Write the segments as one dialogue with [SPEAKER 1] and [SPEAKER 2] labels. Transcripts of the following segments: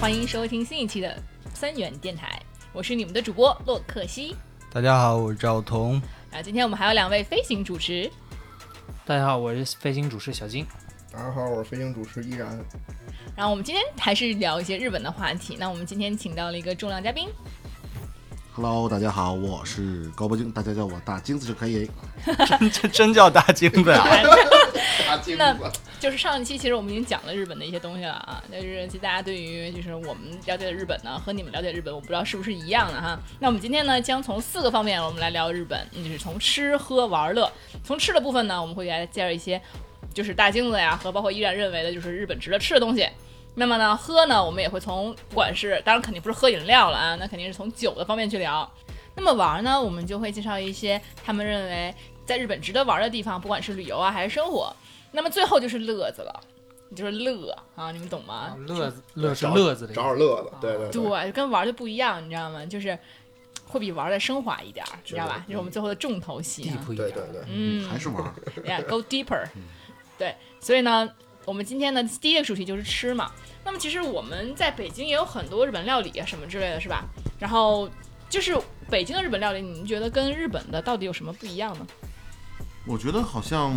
[SPEAKER 1] 欢迎收听新一期的三元电台，我是你们的主播洛克西。
[SPEAKER 2] 大家好，我是赵彤。
[SPEAKER 1] 然后今天我们还有两位飞行主持，
[SPEAKER 3] 大家好，我是飞行主持小金。
[SPEAKER 4] 大家好，我是飞行主持依然。
[SPEAKER 1] 然后我们今天还是聊一些日本的话题。那我们今天请到了一个重量嘉宾，
[SPEAKER 5] Hello，大家好，我是高博金，大家叫我大金子就可以。
[SPEAKER 2] 这真叫大金子 啊！
[SPEAKER 4] 大金
[SPEAKER 1] 那就是上一期其实我们已经讲了日本的一些东西了啊，但是其实大家对于就是我们了解的日本呢和你们了解的日本，我不知道是不是一样的哈。那我们今天呢将从四个方面我们来聊日本，嗯就是从吃喝玩乐。从吃的部分呢，我们会给大家介绍一些就是大金子呀和包括依然认为的就是日本值得吃的东西。那么呢，喝呢，我们也会从不管是当然肯定不是喝饮料了啊，那肯定是从酒的方面去聊。那么玩呢，我们就会介绍一些他们认为在日本值得玩的地方，不管是旅游啊还是生活。那么最后就是乐子了，就是乐啊，你们懂吗？
[SPEAKER 3] 乐子，乐是
[SPEAKER 4] 找
[SPEAKER 3] 乐子的意
[SPEAKER 4] 找
[SPEAKER 3] 思。
[SPEAKER 4] 点乐子，对对对，
[SPEAKER 1] 对，跟玩就不一样，你知道吗？就是会比玩的升华一点儿，你知道吧？
[SPEAKER 4] 是的
[SPEAKER 1] 就是我们最后的重头戏、
[SPEAKER 3] 地
[SPEAKER 1] 啊。
[SPEAKER 3] 不一
[SPEAKER 4] 对
[SPEAKER 3] 样，
[SPEAKER 4] 对对，
[SPEAKER 1] 嗯，
[SPEAKER 5] 还是玩儿，
[SPEAKER 1] Yeah, go deeper。对，所以呢，我们今天呢第一个主题就是吃嘛。那么其实我们在北京也有很多日本料理啊什么之类的，是吧？然后就是北京的日本料理，你们觉得跟日本的到底有什么不一样呢？
[SPEAKER 5] 我觉得好像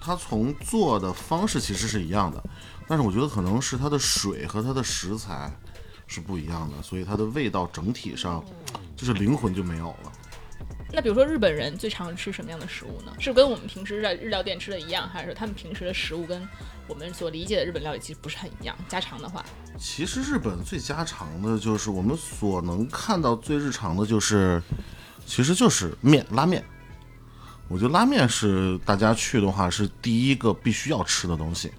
[SPEAKER 5] 它从做的方式其实是一样的，但是我觉得可能是它的水和它的食材是不一样的，所以它的味道整体上就是灵魂就没有了。
[SPEAKER 1] 那比如说日本人最常吃什么样的食物呢？是跟我们平时在日料店吃的一样，还是说他们平时的食物跟我们所理解的日本料理其实不是很一样？家常的话，
[SPEAKER 5] 其实日本最家常的就是我们所能看到最日常的就是，其实就是面拉面。我觉得拉面是大家去的话是第一个必须要吃的东西。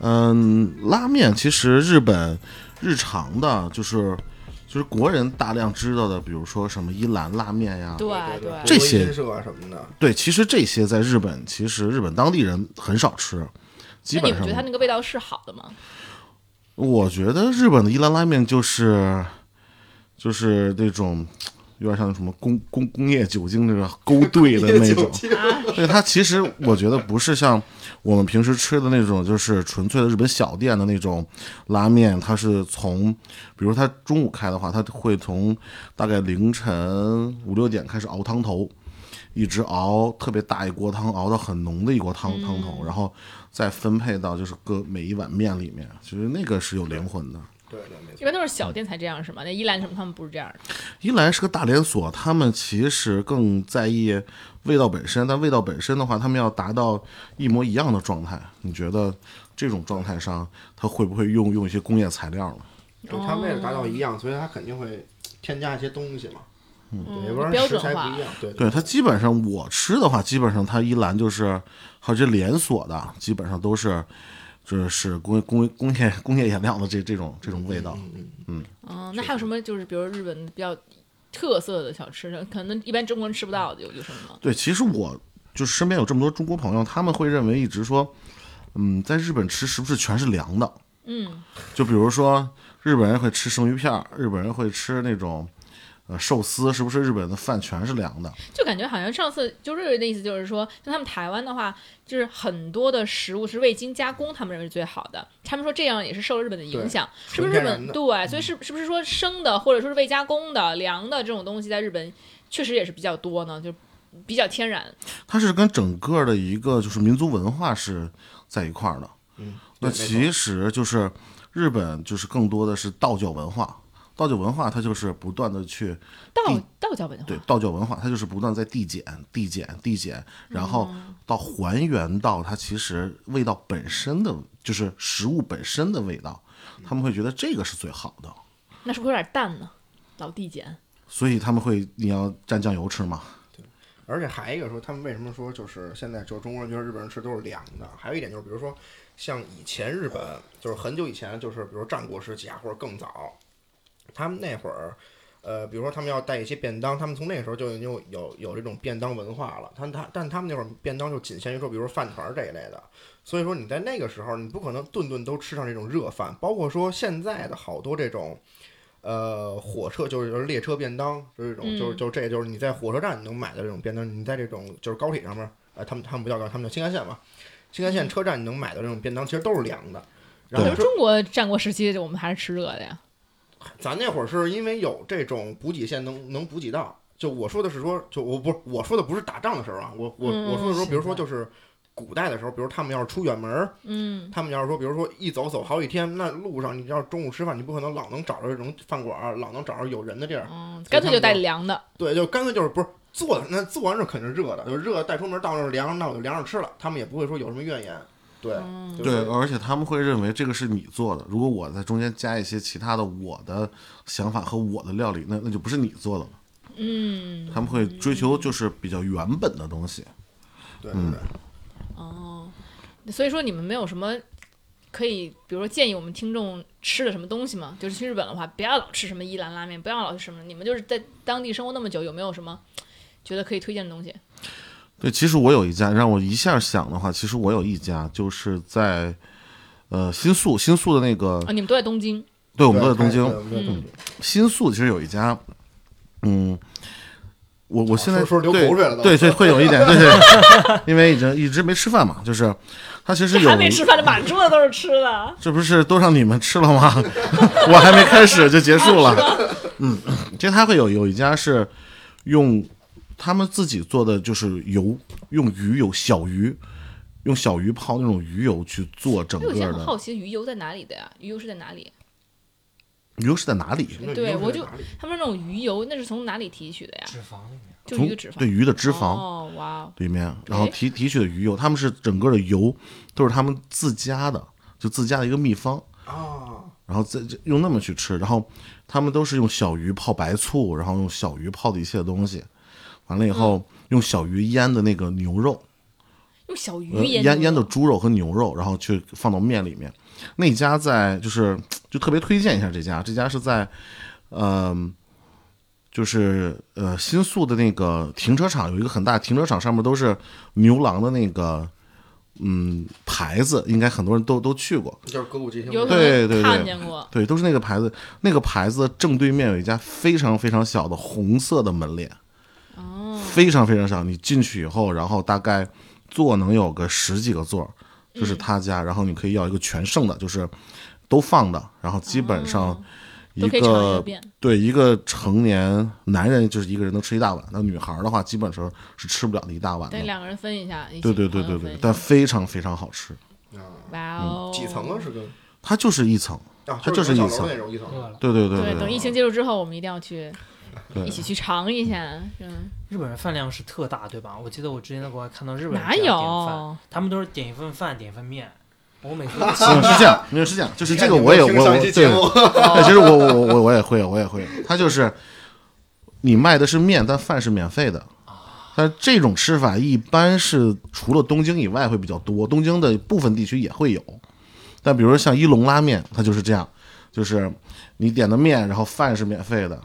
[SPEAKER 5] 嗯，拉面其实日本日常的就是就是国人大量知道的，比如说什么伊兰拉面呀，
[SPEAKER 1] 对
[SPEAKER 4] 对
[SPEAKER 1] 对
[SPEAKER 5] 这些
[SPEAKER 4] 播音社啊什么的，
[SPEAKER 5] 对，其实这些在日本其实日本当地人很少吃，基
[SPEAKER 1] 那你们
[SPEAKER 5] 本上
[SPEAKER 1] 觉得它那个味道是好的吗？
[SPEAKER 5] 我觉得日本的伊兰拉面就是，就是那种有点像什么工工工业酒精这个勾兑的那种。对，它其实我觉得不是像我们平时吃的那种，就是纯粹的日本小店的那种拉面，它是从，比如它中午开的话，它会从大概凌晨五六点开始熬汤头，一直熬特别大一锅汤，熬到很浓的一锅汤汤头，然后再分配到就是各每一碗面里面，其实那个是有灵魂的。
[SPEAKER 4] 对对没
[SPEAKER 1] 一
[SPEAKER 4] 错。
[SPEAKER 1] 般都是小店才这样是吗？那伊兰什么他们不是这样的。
[SPEAKER 5] 一来是个大连锁，他们其实更在意味道本身，但味道本身的话，他们要达到一模一样的状态。你觉得这种状态上，他会不会用用一些工业材料呢？
[SPEAKER 4] 就他为了达到一样，所以他肯定会添加一些东西嘛，
[SPEAKER 5] 嗯
[SPEAKER 4] 对，要不
[SPEAKER 1] 标
[SPEAKER 4] 然食
[SPEAKER 1] 准
[SPEAKER 4] 材
[SPEAKER 1] 化
[SPEAKER 4] 不一样，对
[SPEAKER 5] 对，它基本上我吃的话，基本上它一栏就是，还有这连锁的，基本上都是，就是工业工业工业工业原料的这这种这种味道。
[SPEAKER 1] 嗯，那还有什么就是比如日本比较特色的小吃，可能一般中国人吃不到的有有什么吗？
[SPEAKER 5] 对，其实我就是身边有这么多中国朋友，他们会认为一直说，嗯，在日本吃是不是全是凉的？嗯，就比如说日本人会吃生鱼片儿，日本人会吃那种呃寿司，是不是日本的饭全是凉的？
[SPEAKER 1] 就感觉好像上次就瑞瑞的意思就是说，像他们台湾的话，就是很多的食物是未经加工，他们认为是最好的。他们说这样也是受日本的影响，是不是日
[SPEAKER 4] 纯天
[SPEAKER 1] 本
[SPEAKER 4] 然的嗯
[SPEAKER 1] 对？所以是是不是说生的或者说是未加工的凉的这种东西，在日本确实也是比较多呢，就比较天然。
[SPEAKER 5] 它是跟整个的一个就是民族文化是在一块儿的。
[SPEAKER 4] 嗯，对
[SPEAKER 5] 那
[SPEAKER 4] 没错
[SPEAKER 5] 其实就是日本就是更多的是道教文化，道教文化它就是不断的去
[SPEAKER 1] 道
[SPEAKER 5] 地
[SPEAKER 4] 嗯
[SPEAKER 1] 道教文化
[SPEAKER 5] 对道教文化，它就是不断在递减、递减、递减，然后到还原到它其实味道本身的，就是食物本身的味道，他们会觉得这个是最好的，
[SPEAKER 1] 那是不是有点淡呢？老递减，
[SPEAKER 5] 所以他们会你要蘸酱油吃嘛。
[SPEAKER 4] 而且还有一个说，他们为什么说就是现在就中国人觉得日本人吃都是凉的？还有一点就是，比如说像以前日本，就是很久以前，就是比如战国时期啊，或者更早，他们那会儿，呃，比如说他们要带一些便当，他们从那时候就已经有有有这种便当文化了。他他但他们那会儿便当就仅限于说，比如说饭团儿这一类的。所以说你在那个时候，你不可能顿顿都吃上这种热饭，包括说现在的好多这种。呃，火车就是就是列车便当，就是这种，就是就是这就是你在火车站能买的这种便当，你在这种就是高铁上面，呃，他们他们不叫高铁，他们叫新干线吧，新干线车站你能买的这种便当其实都是凉的。然后
[SPEAKER 5] 对
[SPEAKER 1] 就中国战国时期，我们还是吃热的呀。
[SPEAKER 4] 咱那会儿是因为有这种补给线能能补给到，就我说的是说，就我不是我说的不是打仗的时候啊，我我
[SPEAKER 1] 嗯
[SPEAKER 4] 我说的时候，比如说
[SPEAKER 3] 现在
[SPEAKER 4] 就是古代的时候，比如他们要是出远门儿，
[SPEAKER 1] 嗯，
[SPEAKER 4] 他们要是说，比如说一走走好几天，那路上你要是中午吃饭，你不可能老能找着这种饭馆儿，老能找着有人的地儿，
[SPEAKER 1] 嗯，
[SPEAKER 4] 以
[SPEAKER 1] 干脆就
[SPEAKER 4] 他
[SPEAKER 1] 带
[SPEAKER 4] 们就
[SPEAKER 1] 凉的。
[SPEAKER 4] 对，就干脆就是不是做的，那做完是肯定是热的，就热带出门到那儿凉，那我就凉着吃了，他们也不会说有什么怨言，对，
[SPEAKER 1] 嗯
[SPEAKER 4] 就
[SPEAKER 5] 对，
[SPEAKER 4] 是
[SPEAKER 5] 而且他们会认为这个是你做的。如果我在中间加一些其他的我的想法和我的料理，那那就不是你做的了。
[SPEAKER 1] 嗯，
[SPEAKER 5] 他们会追求就是比较原本的东西。
[SPEAKER 4] 对对
[SPEAKER 5] 嗯
[SPEAKER 4] 对。
[SPEAKER 1] 哦，所以说你们没有什么可以，比如说建议我们听众吃的什么东西吗？就是去日本的话，不要老吃什么伊兰拉面，不要老吃什么。你们就是在当地生活那么久，有没有什么觉得可以推荐的东西？
[SPEAKER 5] 对，其实我有一家，让我一下想的话，其实我有一家就是在呃新宿，新宿的那个，
[SPEAKER 1] 啊，你们都在东京，
[SPEAKER 5] 对，我们都在东
[SPEAKER 4] 对
[SPEAKER 5] 京。
[SPEAKER 4] 我们都在东京。
[SPEAKER 5] 新宿其实有一家，嗯，我我现在、
[SPEAKER 4] 哦说说流口水了都
[SPEAKER 5] 对对对，会有一点，对对，因为已经一直没吃饭嘛，就是它其实有
[SPEAKER 1] 还没吃饭，这满桌子都是吃 的。
[SPEAKER 5] 这不是都让你们吃了吗？ 我还没开始就结束了。嗯，其实他会有有一家是用他们自己做的，就是油，用鱼有小鱼，用小鱼泡那种鱼油去做整
[SPEAKER 1] 哎，我
[SPEAKER 5] 个
[SPEAKER 1] 以前很好
[SPEAKER 5] 的。
[SPEAKER 1] 奇鱼油在哪里的呀？鱼油是在哪里？
[SPEAKER 5] 鱼油是在哪里？
[SPEAKER 4] 那
[SPEAKER 1] 对
[SPEAKER 4] 你又
[SPEAKER 1] 我
[SPEAKER 4] 是
[SPEAKER 1] 就
[SPEAKER 4] 在哪里
[SPEAKER 1] 他们那种鱼油那是从哪里提取的呀？
[SPEAKER 3] 脂肪里面，
[SPEAKER 1] 就
[SPEAKER 5] 从
[SPEAKER 1] 鱼的脂肪。
[SPEAKER 5] 对鱼的脂肪
[SPEAKER 1] 哦，哇哦，
[SPEAKER 5] 里面，然后提提取的鱼油，他们是整个的油都是他们自家的，就自家的一个秘方。
[SPEAKER 4] 啊，
[SPEAKER 5] 然后再就用那么去吃，然后他们都是用小鱼泡白醋，然后用小鱼泡的一切东西，完了以后、用小鱼腌的那个牛肉，
[SPEAKER 1] 用小鱼
[SPEAKER 5] 呃
[SPEAKER 1] 腌
[SPEAKER 5] 腌腌的
[SPEAKER 1] 制
[SPEAKER 5] 猪肉和牛肉，然后去放到面里面。那家在就是就特别推荐一下这家，这家是在嗯、就是呃新宿的那个停车场有一个很大的停车场，上面都是牛郎的那个嗯牌子，应该很多人都都去过。
[SPEAKER 4] 就是歌舞伎町
[SPEAKER 1] 有可
[SPEAKER 5] 对
[SPEAKER 1] 能看
[SPEAKER 5] 对
[SPEAKER 1] 见过。
[SPEAKER 5] 对，都是那个牌子，那个牌子正对面有一家非常非常小的红色的门脸，
[SPEAKER 1] 哦，
[SPEAKER 5] 非常非常小。你进去以后，然后大概座能有个十几个座儿，
[SPEAKER 1] 嗯
[SPEAKER 5] 就是他家，然后你可以要一个全盛的，就是都放的，然后基本上
[SPEAKER 1] 哦
[SPEAKER 5] 一
[SPEAKER 1] 都可以尝一
[SPEAKER 5] 个、
[SPEAKER 1] 个遍。
[SPEAKER 5] 对一个成年男人就是一个人能吃一大碗，那女孩儿的话基本上是吃不了的一大碗的
[SPEAKER 1] 对，。两个哦人分一下。一起
[SPEAKER 5] 嗯对对
[SPEAKER 1] 朋
[SPEAKER 5] 对对
[SPEAKER 1] 友
[SPEAKER 5] 对
[SPEAKER 1] 分，一
[SPEAKER 5] 但嗯
[SPEAKER 1] 下
[SPEAKER 5] 非常非常好吃，
[SPEAKER 1] 哇哦，
[SPEAKER 4] 啊几层啊？是个
[SPEAKER 5] 它就是一层，
[SPEAKER 4] 啊，
[SPEAKER 5] 它
[SPEAKER 4] 就是小
[SPEAKER 5] 就是一
[SPEAKER 4] 楼
[SPEAKER 5] 层
[SPEAKER 4] 那种一层。啊
[SPEAKER 3] 饿了。
[SPEAKER 5] 对对对
[SPEAKER 1] 对，
[SPEAKER 5] 对
[SPEAKER 1] 等疫情结束之后，我们一定要去，
[SPEAKER 5] 对
[SPEAKER 1] 一起去尝一下。嗯，
[SPEAKER 3] 日本人饭量是特大，对吧？我记得我之前在国外看到日本人
[SPEAKER 1] 哪
[SPEAKER 3] 这样点饭，
[SPEAKER 1] 有？
[SPEAKER 3] 他们都是点一份饭，点一份面。我每次
[SPEAKER 5] 嗯，是这样，是这样，就是这个我也
[SPEAKER 4] 啊你
[SPEAKER 5] 我
[SPEAKER 4] 看
[SPEAKER 5] 我
[SPEAKER 4] 你没有听上一期节
[SPEAKER 5] 对，
[SPEAKER 4] 目，
[SPEAKER 5] 对，其实我我我我也会，我也会。它就是你卖的是面，但饭是免费的。
[SPEAKER 4] 啊
[SPEAKER 5] 但这种吃法一般是除了东京以外会比较多，东京的部分地区也会有。但比如说像一龙拉面，它就是这样，就是你点的面，然后饭是免费的，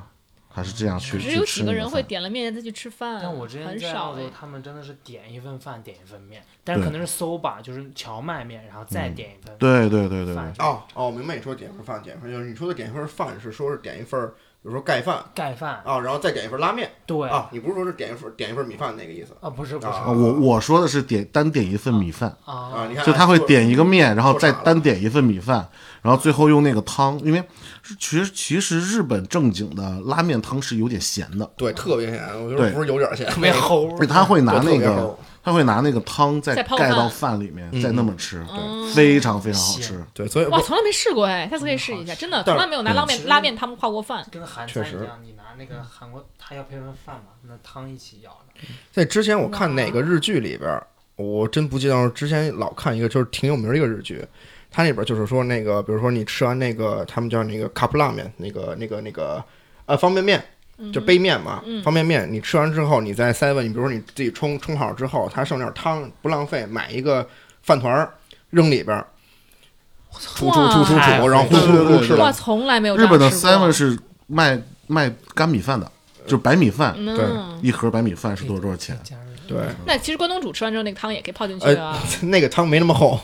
[SPEAKER 5] 它是这样去
[SPEAKER 1] 可是
[SPEAKER 5] 去
[SPEAKER 1] 有
[SPEAKER 5] 吃
[SPEAKER 1] 几
[SPEAKER 5] 你
[SPEAKER 1] 个
[SPEAKER 5] 的
[SPEAKER 1] 人
[SPEAKER 5] 饭
[SPEAKER 1] 会点了面再去吃饭？
[SPEAKER 3] 但我之前
[SPEAKER 1] 很
[SPEAKER 3] 在澳
[SPEAKER 1] 少
[SPEAKER 3] 洲，
[SPEAKER 1] 哎。
[SPEAKER 3] 他们真的是点一份饭，点一份面，但是可能是搜吧，就是荞麦面，然后再点一份
[SPEAKER 5] 对对对对对
[SPEAKER 3] 饭，
[SPEAKER 4] 哦哦，我明白你说点一份饭，点一份就是你说的点一份饭是说是点一份，比如说盖饭
[SPEAKER 3] 盖饭。
[SPEAKER 4] 啊，然后再点一份拉面
[SPEAKER 3] 对
[SPEAKER 4] 啊，你不是说是点一份点一份米饭那个意思
[SPEAKER 3] 啊，不是不是
[SPEAKER 5] 啊，我我说的是点单点一份米饭。
[SPEAKER 1] 哦
[SPEAKER 4] 啊？
[SPEAKER 3] 啊，
[SPEAKER 4] 你看
[SPEAKER 5] 就他会点一个面，然后
[SPEAKER 4] 做
[SPEAKER 5] 再
[SPEAKER 4] 啥了
[SPEAKER 5] 单点一份米饭，然后最后用那个汤，因为是其实其实日本正经的拉面汤是有点咸的，
[SPEAKER 4] 对特别咸，我觉
[SPEAKER 5] 对
[SPEAKER 4] 得不是有点咸，
[SPEAKER 3] 特别齁
[SPEAKER 5] 所以他会拿
[SPEAKER 4] 就特
[SPEAKER 5] 那
[SPEAKER 4] 别
[SPEAKER 5] 个
[SPEAKER 4] 齁
[SPEAKER 5] 他会拿那个汤再
[SPEAKER 1] 再泡
[SPEAKER 5] 盖到
[SPEAKER 1] 饭
[SPEAKER 5] 饭里面，
[SPEAKER 4] 嗯
[SPEAKER 5] 再那么吃，
[SPEAKER 1] 嗯
[SPEAKER 5] 非呃常非常好吃
[SPEAKER 3] 咸。
[SPEAKER 4] 对，所以
[SPEAKER 1] 哇，
[SPEAKER 4] 我
[SPEAKER 1] 从来没试过哎，下次可以试一下，真的从
[SPEAKER 4] 但是
[SPEAKER 1] 来没有拿拉
[SPEAKER 3] 嗯
[SPEAKER 1] 面
[SPEAKER 3] 其实
[SPEAKER 1] 拉面汤泡过饭。
[SPEAKER 3] 跟韩
[SPEAKER 4] 确
[SPEAKER 3] 餐
[SPEAKER 4] 实
[SPEAKER 3] 一样，你拿那个韩国，他要配份饭嘛，那汤一起舀的。
[SPEAKER 4] 在之前我看哪个日剧里边儿，我真不记得了，之前老看一个就是挺有名儿的一个日剧。它里边儿就是说那个，比如说你吃完那个，他们叫那个 cup 拉面，那个那个那个，呃，方便面，
[SPEAKER 5] 嗯
[SPEAKER 4] 就杯面嘛，方便面，你吃完之后，你在 seven，你比如说你自己冲冲好之后，它剩点汤不浪费，买一个饭团儿扔里边儿，
[SPEAKER 1] 哇
[SPEAKER 4] 杵杵杵杵
[SPEAKER 3] 太
[SPEAKER 4] 杵，然后呼
[SPEAKER 5] 哎对对
[SPEAKER 4] 噜呼
[SPEAKER 5] 对
[SPEAKER 4] 噜吃
[SPEAKER 5] 对
[SPEAKER 1] 哇，
[SPEAKER 4] 了。
[SPEAKER 1] 从来没有这
[SPEAKER 5] 日
[SPEAKER 1] 样
[SPEAKER 5] 本的
[SPEAKER 1] 吃过
[SPEAKER 5] seven 是卖卖干米饭的，
[SPEAKER 4] 呃
[SPEAKER 5] 就是白米饭，
[SPEAKER 1] 嗯，
[SPEAKER 5] 一盒白米饭是多少多少钱？
[SPEAKER 3] 加入
[SPEAKER 4] 对，
[SPEAKER 1] 那其实关东煮吃完之后，那个汤也可以泡进去
[SPEAKER 5] 哎
[SPEAKER 4] 呃
[SPEAKER 1] 啊。
[SPEAKER 4] 那个汤没那么厚，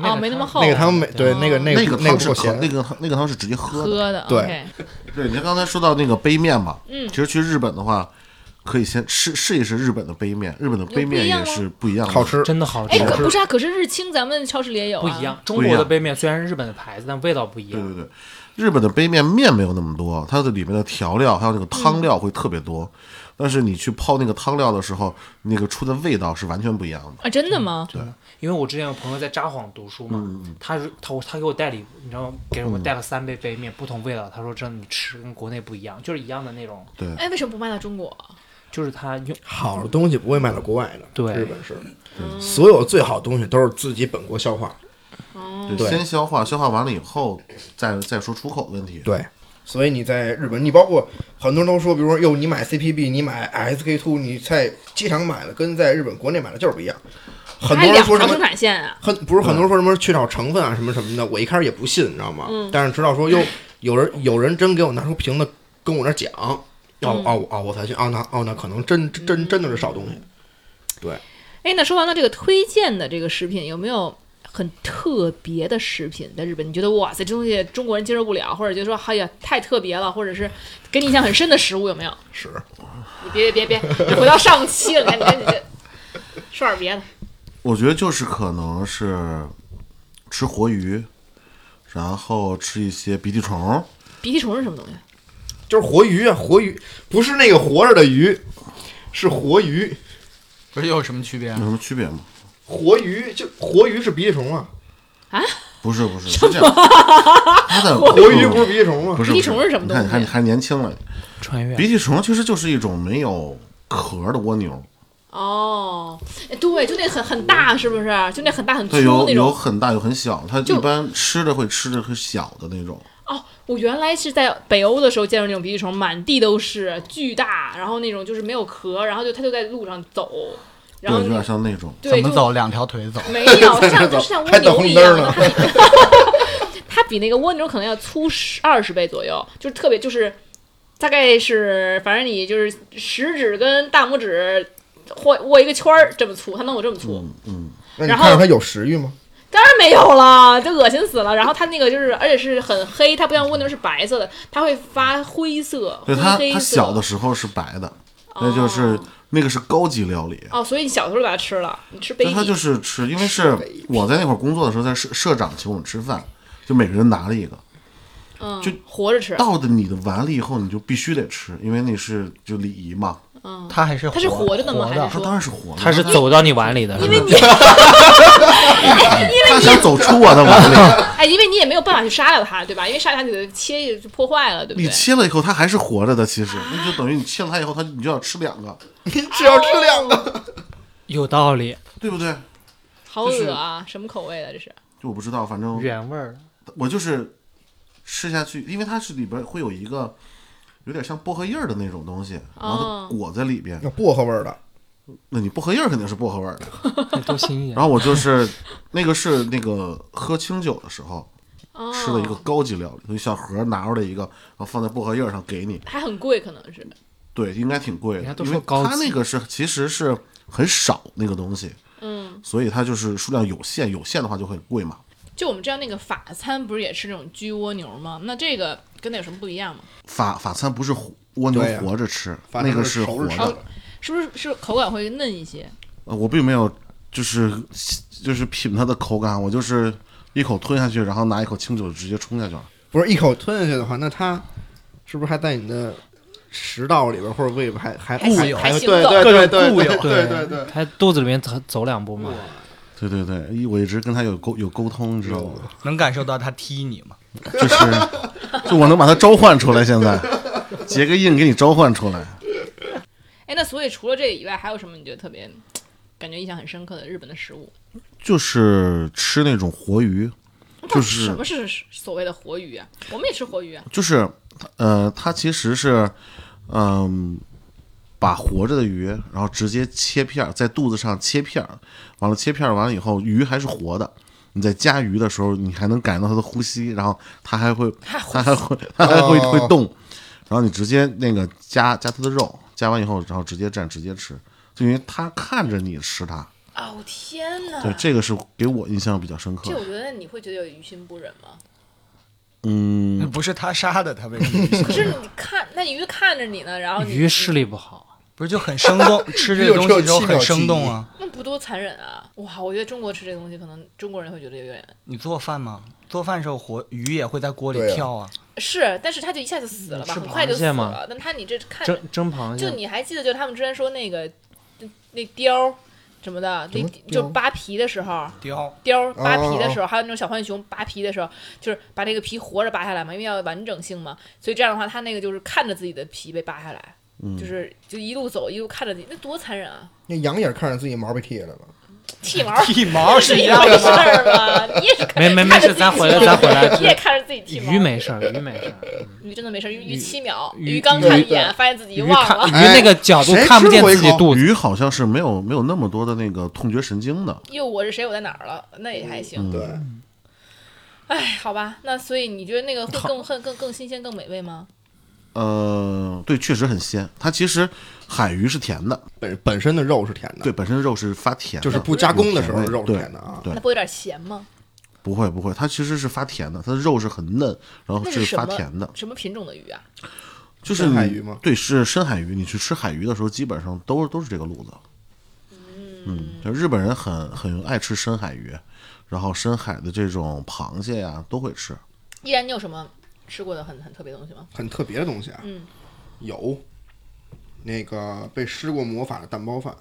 [SPEAKER 1] 哦没那么厚
[SPEAKER 4] 那个汤没
[SPEAKER 5] 啊
[SPEAKER 4] 对
[SPEAKER 1] 哦
[SPEAKER 4] 那个那
[SPEAKER 5] 那
[SPEAKER 4] 个
[SPEAKER 5] 个汤
[SPEAKER 4] 不
[SPEAKER 5] 是
[SPEAKER 4] 够
[SPEAKER 5] 喝，
[SPEAKER 4] 咸
[SPEAKER 5] 那，个汤那个汤是直接喝的。
[SPEAKER 1] 喝的
[SPEAKER 4] 对
[SPEAKER 1] OK，
[SPEAKER 5] 对，您刚才说到那个杯面嘛，
[SPEAKER 1] 嗯
[SPEAKER 5] 其实去日本的话，可以先试试一试日本的杯面，日本的杯
[SPEAKER 1] 有不
[SPEAKER 5] 面
[SPEAKER 1] 一样
[SPEAKER 5] 也
[SPEAKER 1] 吗
[SPEAKER 5] 是不一样的，
[SPEAKER 4] 好吃。
[SPEAKER 3] 真的好
[SPEAKER 1] 哎，
[SPEAKER 3] 吃，
[SPEAKER 1] 可不是啊，可是日清咱们超市里也有、啊，
[SPEAKER 3] 不一样。中
[SPEAKER 5] 不一
[SPEAKER 3] 国的
[SPEAKER 5] 样
[SPEAKER 3] 杯面虽然是日本的牌子，但味道不一
[SPEAKER 5] 对对
[SPEAKER 4] 嗯
[SPEAKER 3] 样。
[SPEAKER 5] 对，日本的杯面面没有那么多，它的里面的调料还有那个
[SPEAKER 1] 嗯
[SPEAKER 5] 汤料会特别多，但是你去泡那个汤料的时候，那个出的味道是完全不一样的。
[SPEAKER 1] 啊，
[SPEAKER 4] 嗯
[SPEAKER 1] 真的吗？
[SPEAKER 3] 因为我之前有朋友在札幌读书嘛，他是他他给我带礼物，你知道吗？给
[SPEAKER 4] 嗯
[SPEAKER 3] 我带了三杯杯面，不同味道。他说真的，你吃跟国内不一样，就是一样的那种，
[SPEAKER 5] 对，
[SPEAKER 1] 哎，为什么不卖到中国？
[SPEAKER 3] 就是他用
[SPEAKER 4] 好的东西不会卖到国外的，
[SPEAKER 3] 对
[SPEAKER 4] 日本是，所有最好的东西都是自己本国消化，
[SPEAKER 5] 对，
[SPEAKER 1] 嗯
[SPEAKER 4] 对
[SPEAKER 5] 先消化，消化完了以后再再说出口问题。
[SPEAKER 4] 对。所以你在日本，你包括很多人都说，比如说，哟，你买 CPB，你买 SK two，你在机场买的跟在日本国内买的就是不一样。很
[SPEAKER 1] 还
[SPEAKER 4] 多人
[SPEAKER 1] 两
[SPEAKER 4] 说什
[SPEAKER 1] 条
[SPEAKER 4] 么
[SPEAKER 1] 生产线啊，
[SPEAKER 4] 很不是很多人说什么去找成分啊什么什么的，我一开始也不信，你知道吗？但是直到说哟，有人有人真给我拿出瓶子跟我那儿讲，哦
[SPEAKER 1] 嗯
[SPEAKER 4] 哦哦，我才信，哦那哦那可能真真真的是少东西。
[SPEAKER 1] 哎，那说完了这个推荐的这个食品，有没有很特别的食品在日本？你觉得哇塞，这东西中国人接受不了，或者就说哎呀太特别了，或者是给你印象很深的食物有没有？
[SPEAKER 4] 是，
[SPEAKER 1] 你别别别别，你回到上期了，赶紧赶紧 这说点别的。
[SPEAKER 5] 我觉得就是可能是吃活鱼，然后吃一些鼻涕虫，
[SPEAKER 1] 鼻涕虫是什么东西？啊
[SPEAKER 4] 就是活鱼啊，活鱼不是那个活着的鱼，是活鱼，
[SPEAKER 2] 不是有什么区别
[SPEAKER 4] 啊
[SPEAKER 5] 有？什么区别吗？
[SPEAKER 4] 活鱼就活鱼是鼻涕虫啊，
[SPEAKER 5] 不是不是，是这样，它 的活
[SPEAKER 4] 活鱼不是鼻涕虫啊吗？
[SPEAKER 5] 不是
[SPEAKER 1] 鼻涕虫是什么东西啊
[SPEAKER 5] 你看你还还年轻了，
[SPEAKER 3] 穿越。
[SPEAKER 5] 鼻涕虫其实就是一种没有壳的蜗牛，
[SPEAKER 1] 哦，哎对，就那很很大，是不是？就那很大很粗
[SPEAKER 5] 它有
[SPEAKER 1] 那
[SPEAKER 5] 有
[SPEAKER 1] 种。
[SPEAKER 5] 很大有很小，它
[SPEAKER 1] 就
[SPEAKER 5] 一般吃的会吃的很小的那种。
[SPEAKER 1] 哦，我原来是在北欧的时候见着那种鼻涕虫，满地都是，巨大，然后那种就是没有壳，然后就它就在路上走，
[SPEAKER 5] 对，
[SPEAKER 1] 然后
[SPEAKER 5] 有
[SPEAKER 1] 那
[SPEAKER 5] 点像那种，
[SPEAKER 1] 对
[SPEAKER 2] 怎
[SPEAKER 1] 就
[SPEAKER 2] 么走？两条腿走？
[SPEAKER 1] 没有， 像就像蜗牛一样的，
[SPEAKER 4] 还
[SPEAKER 1] 它比 它比那个蜗牛可能要粗十二十倍左右，就是特别就是大概是反正你就是食指跟大拇指握握一个圈儿这么粗，它能有这么粗，
[SPEAKER 5] 嗯嗯，
[SPEAKER 4] 那你
[SPEAKER 1] 然后
[SPEAKER 4] 看着它有食欲吗？
[SPEAKER 1] 当然没有了，就恶心死了。然后它那个就是而且是很黑，它不像蜗牛是白色的，它会发灰色，
[SPEAKER 5] 对
[SPEAKER 1] 灰
[SPEAKER 5] 它
[SPEAKER 1] 黑
[SPEAKER 5] 它
[SPEAKER 1] 色。
[SPEAKER 5] 小的时候是白的，那就是那个是高级料理。
[SPEAKER 1] 哦，所以你小的时候把它吃了，你吃杯
[SPEAKER 5] 但它就是吃，因为是我在那会儿工作的时候，在社社长请我们吃饭，就每个人拿了一个，
[SPEAKER 1] 嗯
[SPEAKER 5] 就
[SPEAKER 1] 活着吃，
[SPEAKER 5] 到的你的碗里以后，你就必须得吃，因为那是就礼仪嘛。
[SPEAKER 1] 嗯，
[SPEAKER 2] 它还是
[SPEAKER 1] 它是活着的吗还是
[SPEAKER 5] 它当然是活的，
[SPEAKER 3] 它是
[SPEAKER 5] 它
[SPEAKER 3] 走到你碗里的，
[SPEAKER 1] 因为
[SPEAKER 3] 是吧
[SPEAKER 1] 你
[SPEAKER 5] 它想走出 我的碗里，
[SPEAKER 1] 哎，因为你也没有办法去杀掉它，对吧？因为杀掉它就切就破坏了，对不
[SPEAKER 5] 你
[SPEAKER 1] 对？
[SPEAKER 5] 切了以后它还是活着的，其实那就等于你切了它以后，它你就要吃两个，
[SPEAKER 4] 只要啊吃两个，
[SPEAKER 3] 有道理，
[SPEAKER 5] 对不对？
[SPEAKER 1] 好恶啊！什么口味的这是？
[SPEAKER 5] 就我不知道，反正
[SPEAKER 3] 原味儿。
[SPEAKER 5] 我就是吃下去，因为它是里边会有一个有点像薄荷叶儿的那种东西，然后
[SPEAKER 1] 哦
[SPEAKER 5] 它裹在里边。
[SPEAKER 4] 有薄荷味儿的，
[SPEAKER 5] 那你薄荷叶儿肯定是薄荷味儿的。
[SPEAKER 3] 多新鲜
[SPEAKER 5] 然！后我就是那个是那个喝清酒的时候
[SPEAKER 1] 哦，
[SPEAKER 5] 吃了一个高级料理，一小盒拿出来一个，然后放在薄荷叶儿上给你。
[SPEAKER 1] 还很贵，可能是。
[SPEAKER 5] 对，应该挺贵
[SPEAKER 3] 人家
[SPEAKER 5] 的，
[SPEAKER 3] 都
[SPEAKER 5] 因
[SPEAKER 3] 说
[SPEAKER 5] 为
[SPEAKER 3] 高
[SPEAKER 5] 它
[SPEAKER 3] 级
[SPEAKER 5] 那个是其实是很少那个东西，
[SPEAKER 1] 嗯，
[SPEAKER 5] 所以它就是数量有限，有限的话就会贵嘛。
[SPEAKER 1] 就我们知道那个法餐不是也吃那种焗蜗牛吗？那这个跟那有什么不一样吗？
[SPEAKER 5] 法法餐不是活蜗牛
[SPEAKER 4] 对呀
[SPEAKER 5] 活着吃，
[SPEAKER 4] 反
[SPEAKER 5] 那
[SPEAKER 4] 正
[SPEAKER 5] 个
[SPEAKER 4] 是熟
[SPEAKER 5] 活
[SPEAKER 4] 着吃
[SPEAKER 5] 的
[SPEAKER 4] 的。。
[SPEAKER 1] 是不是是口感会嫩一些？
[SPEAKER 5] 呃我并没有就是就是品它的口感，我就是一口吞下去，然后拿一口清酒直接冲下去了。
[SPEAKER 4] 不是一口吞下去的话，那它是不是还在你的食道里边或者胃里还还
[SPEAKER 1] 还
[SPEAKER 4] 还
[SPEAKER 1] 还
[SPEAKER 4] 还
[SPEAKER 1] 行
[SPEAKER 4] 对
[SPEAKER 1] 走
[SPEAKER 4] 对 对对
[SPEAKER 3] 固有
[SPEAKER 4] 对对对对。
[SPEAKER 3] 它肚子里面走走两步嘛，
[SPEAKER 5] 对对对，一我一直跟他有沟有沟通，知道吗？
[SPEAKER 2] 能感受到它踢你吗？
[SPEAKER 5] 就是，就我能把它召唤出来，现在结个印给你召唤出来。
[SPEAKER 1] 哎，那所以除了这个以外，还有什么你觉得特别感觉印象很深刻的日本的食物？
[SPEAKER 5] 就是吃那种活鱼，就
[SPEAKER 1] 什
[SPEAKER 5] 是
[SPEAKER 1] 么是所谓的活鱼啊？我们也吃活鱼啊。
[SPEAKER 5] 就是，呃，它其实是，嗯、把活着的鱼，然后直接切片儿，在肚子上切片儿，完了切片儿完了以后，鱼还是活的。你在夹鱼的时候，你还能感觉到它的呼吸，然后它还会，
[SPEAKER 1] 啊
[SPEAKER 5] 它啊还会，它还
[SPEAKER 1] 哦
[SPEAKER 5] 会会动，然后你直接那个夹夹它的肉，夹完以后，然后直接蘸直接吃，就因为它看着你吃它，
[SPEAKER 1] 哦天哪！
[SPEAKER 5] 对，这个是给我印象比较深刻
[SPEAKER 1] 这
[SPEAKER 5] 的。
[SPEAKER 1] 我觉得你会觉得有于心不忍吗？
[SPEAKER 5] 嗯，
[SPEAKER 2] 不是他杀的，他为什么？
[SPEAKER 1] 可是你看那鱼看着你呢，然后你
[SPEAKER 3] 鱼视力不好，
[SPEAKER 2] 不是就很生动，吃这个东西之后很生动啊。
[SPEAKER 1] 那不多残忍啊！哇，我觉得中国吃这东西，可能中国人会觉得有点
[SPEAKER 2] 你做饭吗？做饭时候活鱼也会在锅里
[SPEAKER 4] 对啊
[SPEAKER 2] 跳啊，
[SPEAKER 1] 是，但是他就一下就死了吧，
[SPEAKER 3] 吃
[SPEAKER 1] 很快就
[SPEAKER 3] 螃
[SPEAKER 1] 死
[SPEAKER 3] 蟹吗
[SPEAKER 1] 了。但他你这看，
[SPEAKER 3] 蒸蒸螃
[SPEAKER 1] 就
[SPEAKER 3] 蟹，
[SPEAKER 1] 你还记得，就是他们之前说那个那貂儿什么的，
[SPEAKER 4] 什
[SPEAKER 1] 那
[SPEAKER 4] 么
[SPEAKER 1] 就
[SPEAKER 4] 貂儿
[SPEAKER 1] 扒皮的时候，
[SPEAKER 2] 雕
[SPEAKER 1] 貂儿扒皮的时
[SPEAKER 5] 哦
[SPEAKER 1] 候，还有那种小浣熊扒皮的时候，就是把这个皮活着扒下来嘛，因为要完整性嘛，所以这样的话，它那个就是看着自己的皮被扒下来，
[SPEAKER 5] 嗯
[SPEAKER 1] 就是就一路走一路看着自己，那多残忍 啊！
[SPEAKER 4] 那羊也是看着自己毛被剃下来了，
[SPEAKER 1] 剃毛
[SPEAKER 2] 剃毛
[SPEAKER 1] 是
[SPEAKER 2] 是一
[SPEAKER 1] 一
[SPEAKER 2] 样
[SPEAKER 1] 回
[SPEAKER 2] 的。
[SPEAKER 1] 事儿吗？你也是看
[SPEAKER 3] 没没没
[SPEAKER 1] 看着
[SPEAKER 3] 事
[SPEAKER 1] 自己
[SPEAKER 3] 咱回来
[SPEAKER 1] 剃毛
[SPEAKER 3] 咱回来
[SPEAKER 1] 你也看着自己剃毛。
[SPEAKER 3] 鱼没事儿，鱼没事儿，
[SPEAKER 1] 鱼真的没事儿，鱼鱼
[SPEAKER 3] 鱼
[SPEAKER 1] 七秒，
[SPEAKER 3] 鱼
[SPEAKER 1] 鱼刚看
[SPEAKER 4] 鱼
[SPEAKER 1] 一眼，
[SPEAKER 4] 对
[SPEAKER 1] 发现自己
[SPEAKER 3] 鱼
[SPEAKER 1] 就忘
[SPEAKER 3] 看
[SPEAKER 1] 了
[SPEAKER 3] 鱼。那个角度
[SPEAKER 4] 哎谁
[SPEAKER 3] 看不
[SPEAKER 4] 吃
[SPEAKER 3] 见
[SPEAKER 4] 过一
[SPEAKER 3] 自己
[SPEAKER 4] 口
[SPEAKER 3] 肚子，
[SPEAKER 5] 嗯鱼好像是没有没有那么多的那个痛觉神经的，
[SPEAKER 1] 哟，我是谁？我在哪儿了？那也还
[SPEAKER 5] 嗯
[SPEAKER 1] 行。
[SPEAKER 4] 对，
[SPEAKER 1] 哎，好吧，那所以你觉得那个会更更更更新鲜、更美味吗？
[SPEAKER 5] 呃，对，确实很鲜。它其实海鱼是甜的，
[SPEAKER 4] 本本身的肉是甜的，
[SPEAKER 5] 对，，本身肉是发甜的，
[SPEAKER 4] 就是不加工的时候
[SPEAKER 5] 有甜味
[SPEAKER 4] 肉是
[SPEAKER 5] 对
[SPEAKER 4] 甜的啊。
[SPEAKER 5] 对
[SPEAKER 1] 那不会有点咸吗？
[SPEAKER 5] 不会不会，它其实是发甜的，它的肉是很嫩，然后
[SPEAKER 1] 那是什
[SPEAKER 5] 哦发
[SPEAKER 1] 么
[SPEAKER 5] 甜的，
[SPEAKER 1] 什么品种的鱼啊？
[SPEAKER 5] 就是
[SPEAKER 4] 深海
[SPEAKER 5] 你
[SPEAKER 4] 鱼吗
[SPEAKER 5] 对，是深海鱼。你去吃海鱼的时候，基本上都是都是这个路子。嗯，就日本人很很爱吃深海鱼，然后深海的这种螃蟹呀、都会吃。
[SPEAKER 1] 依然，你有什么吃过的很很特别的东西吗？
[SPEAKER 4] 很特别的东西啊，
[SPEAKER 1] 嗯
[SPEAKER 4] 有那个被施过魔法的蛋包饭，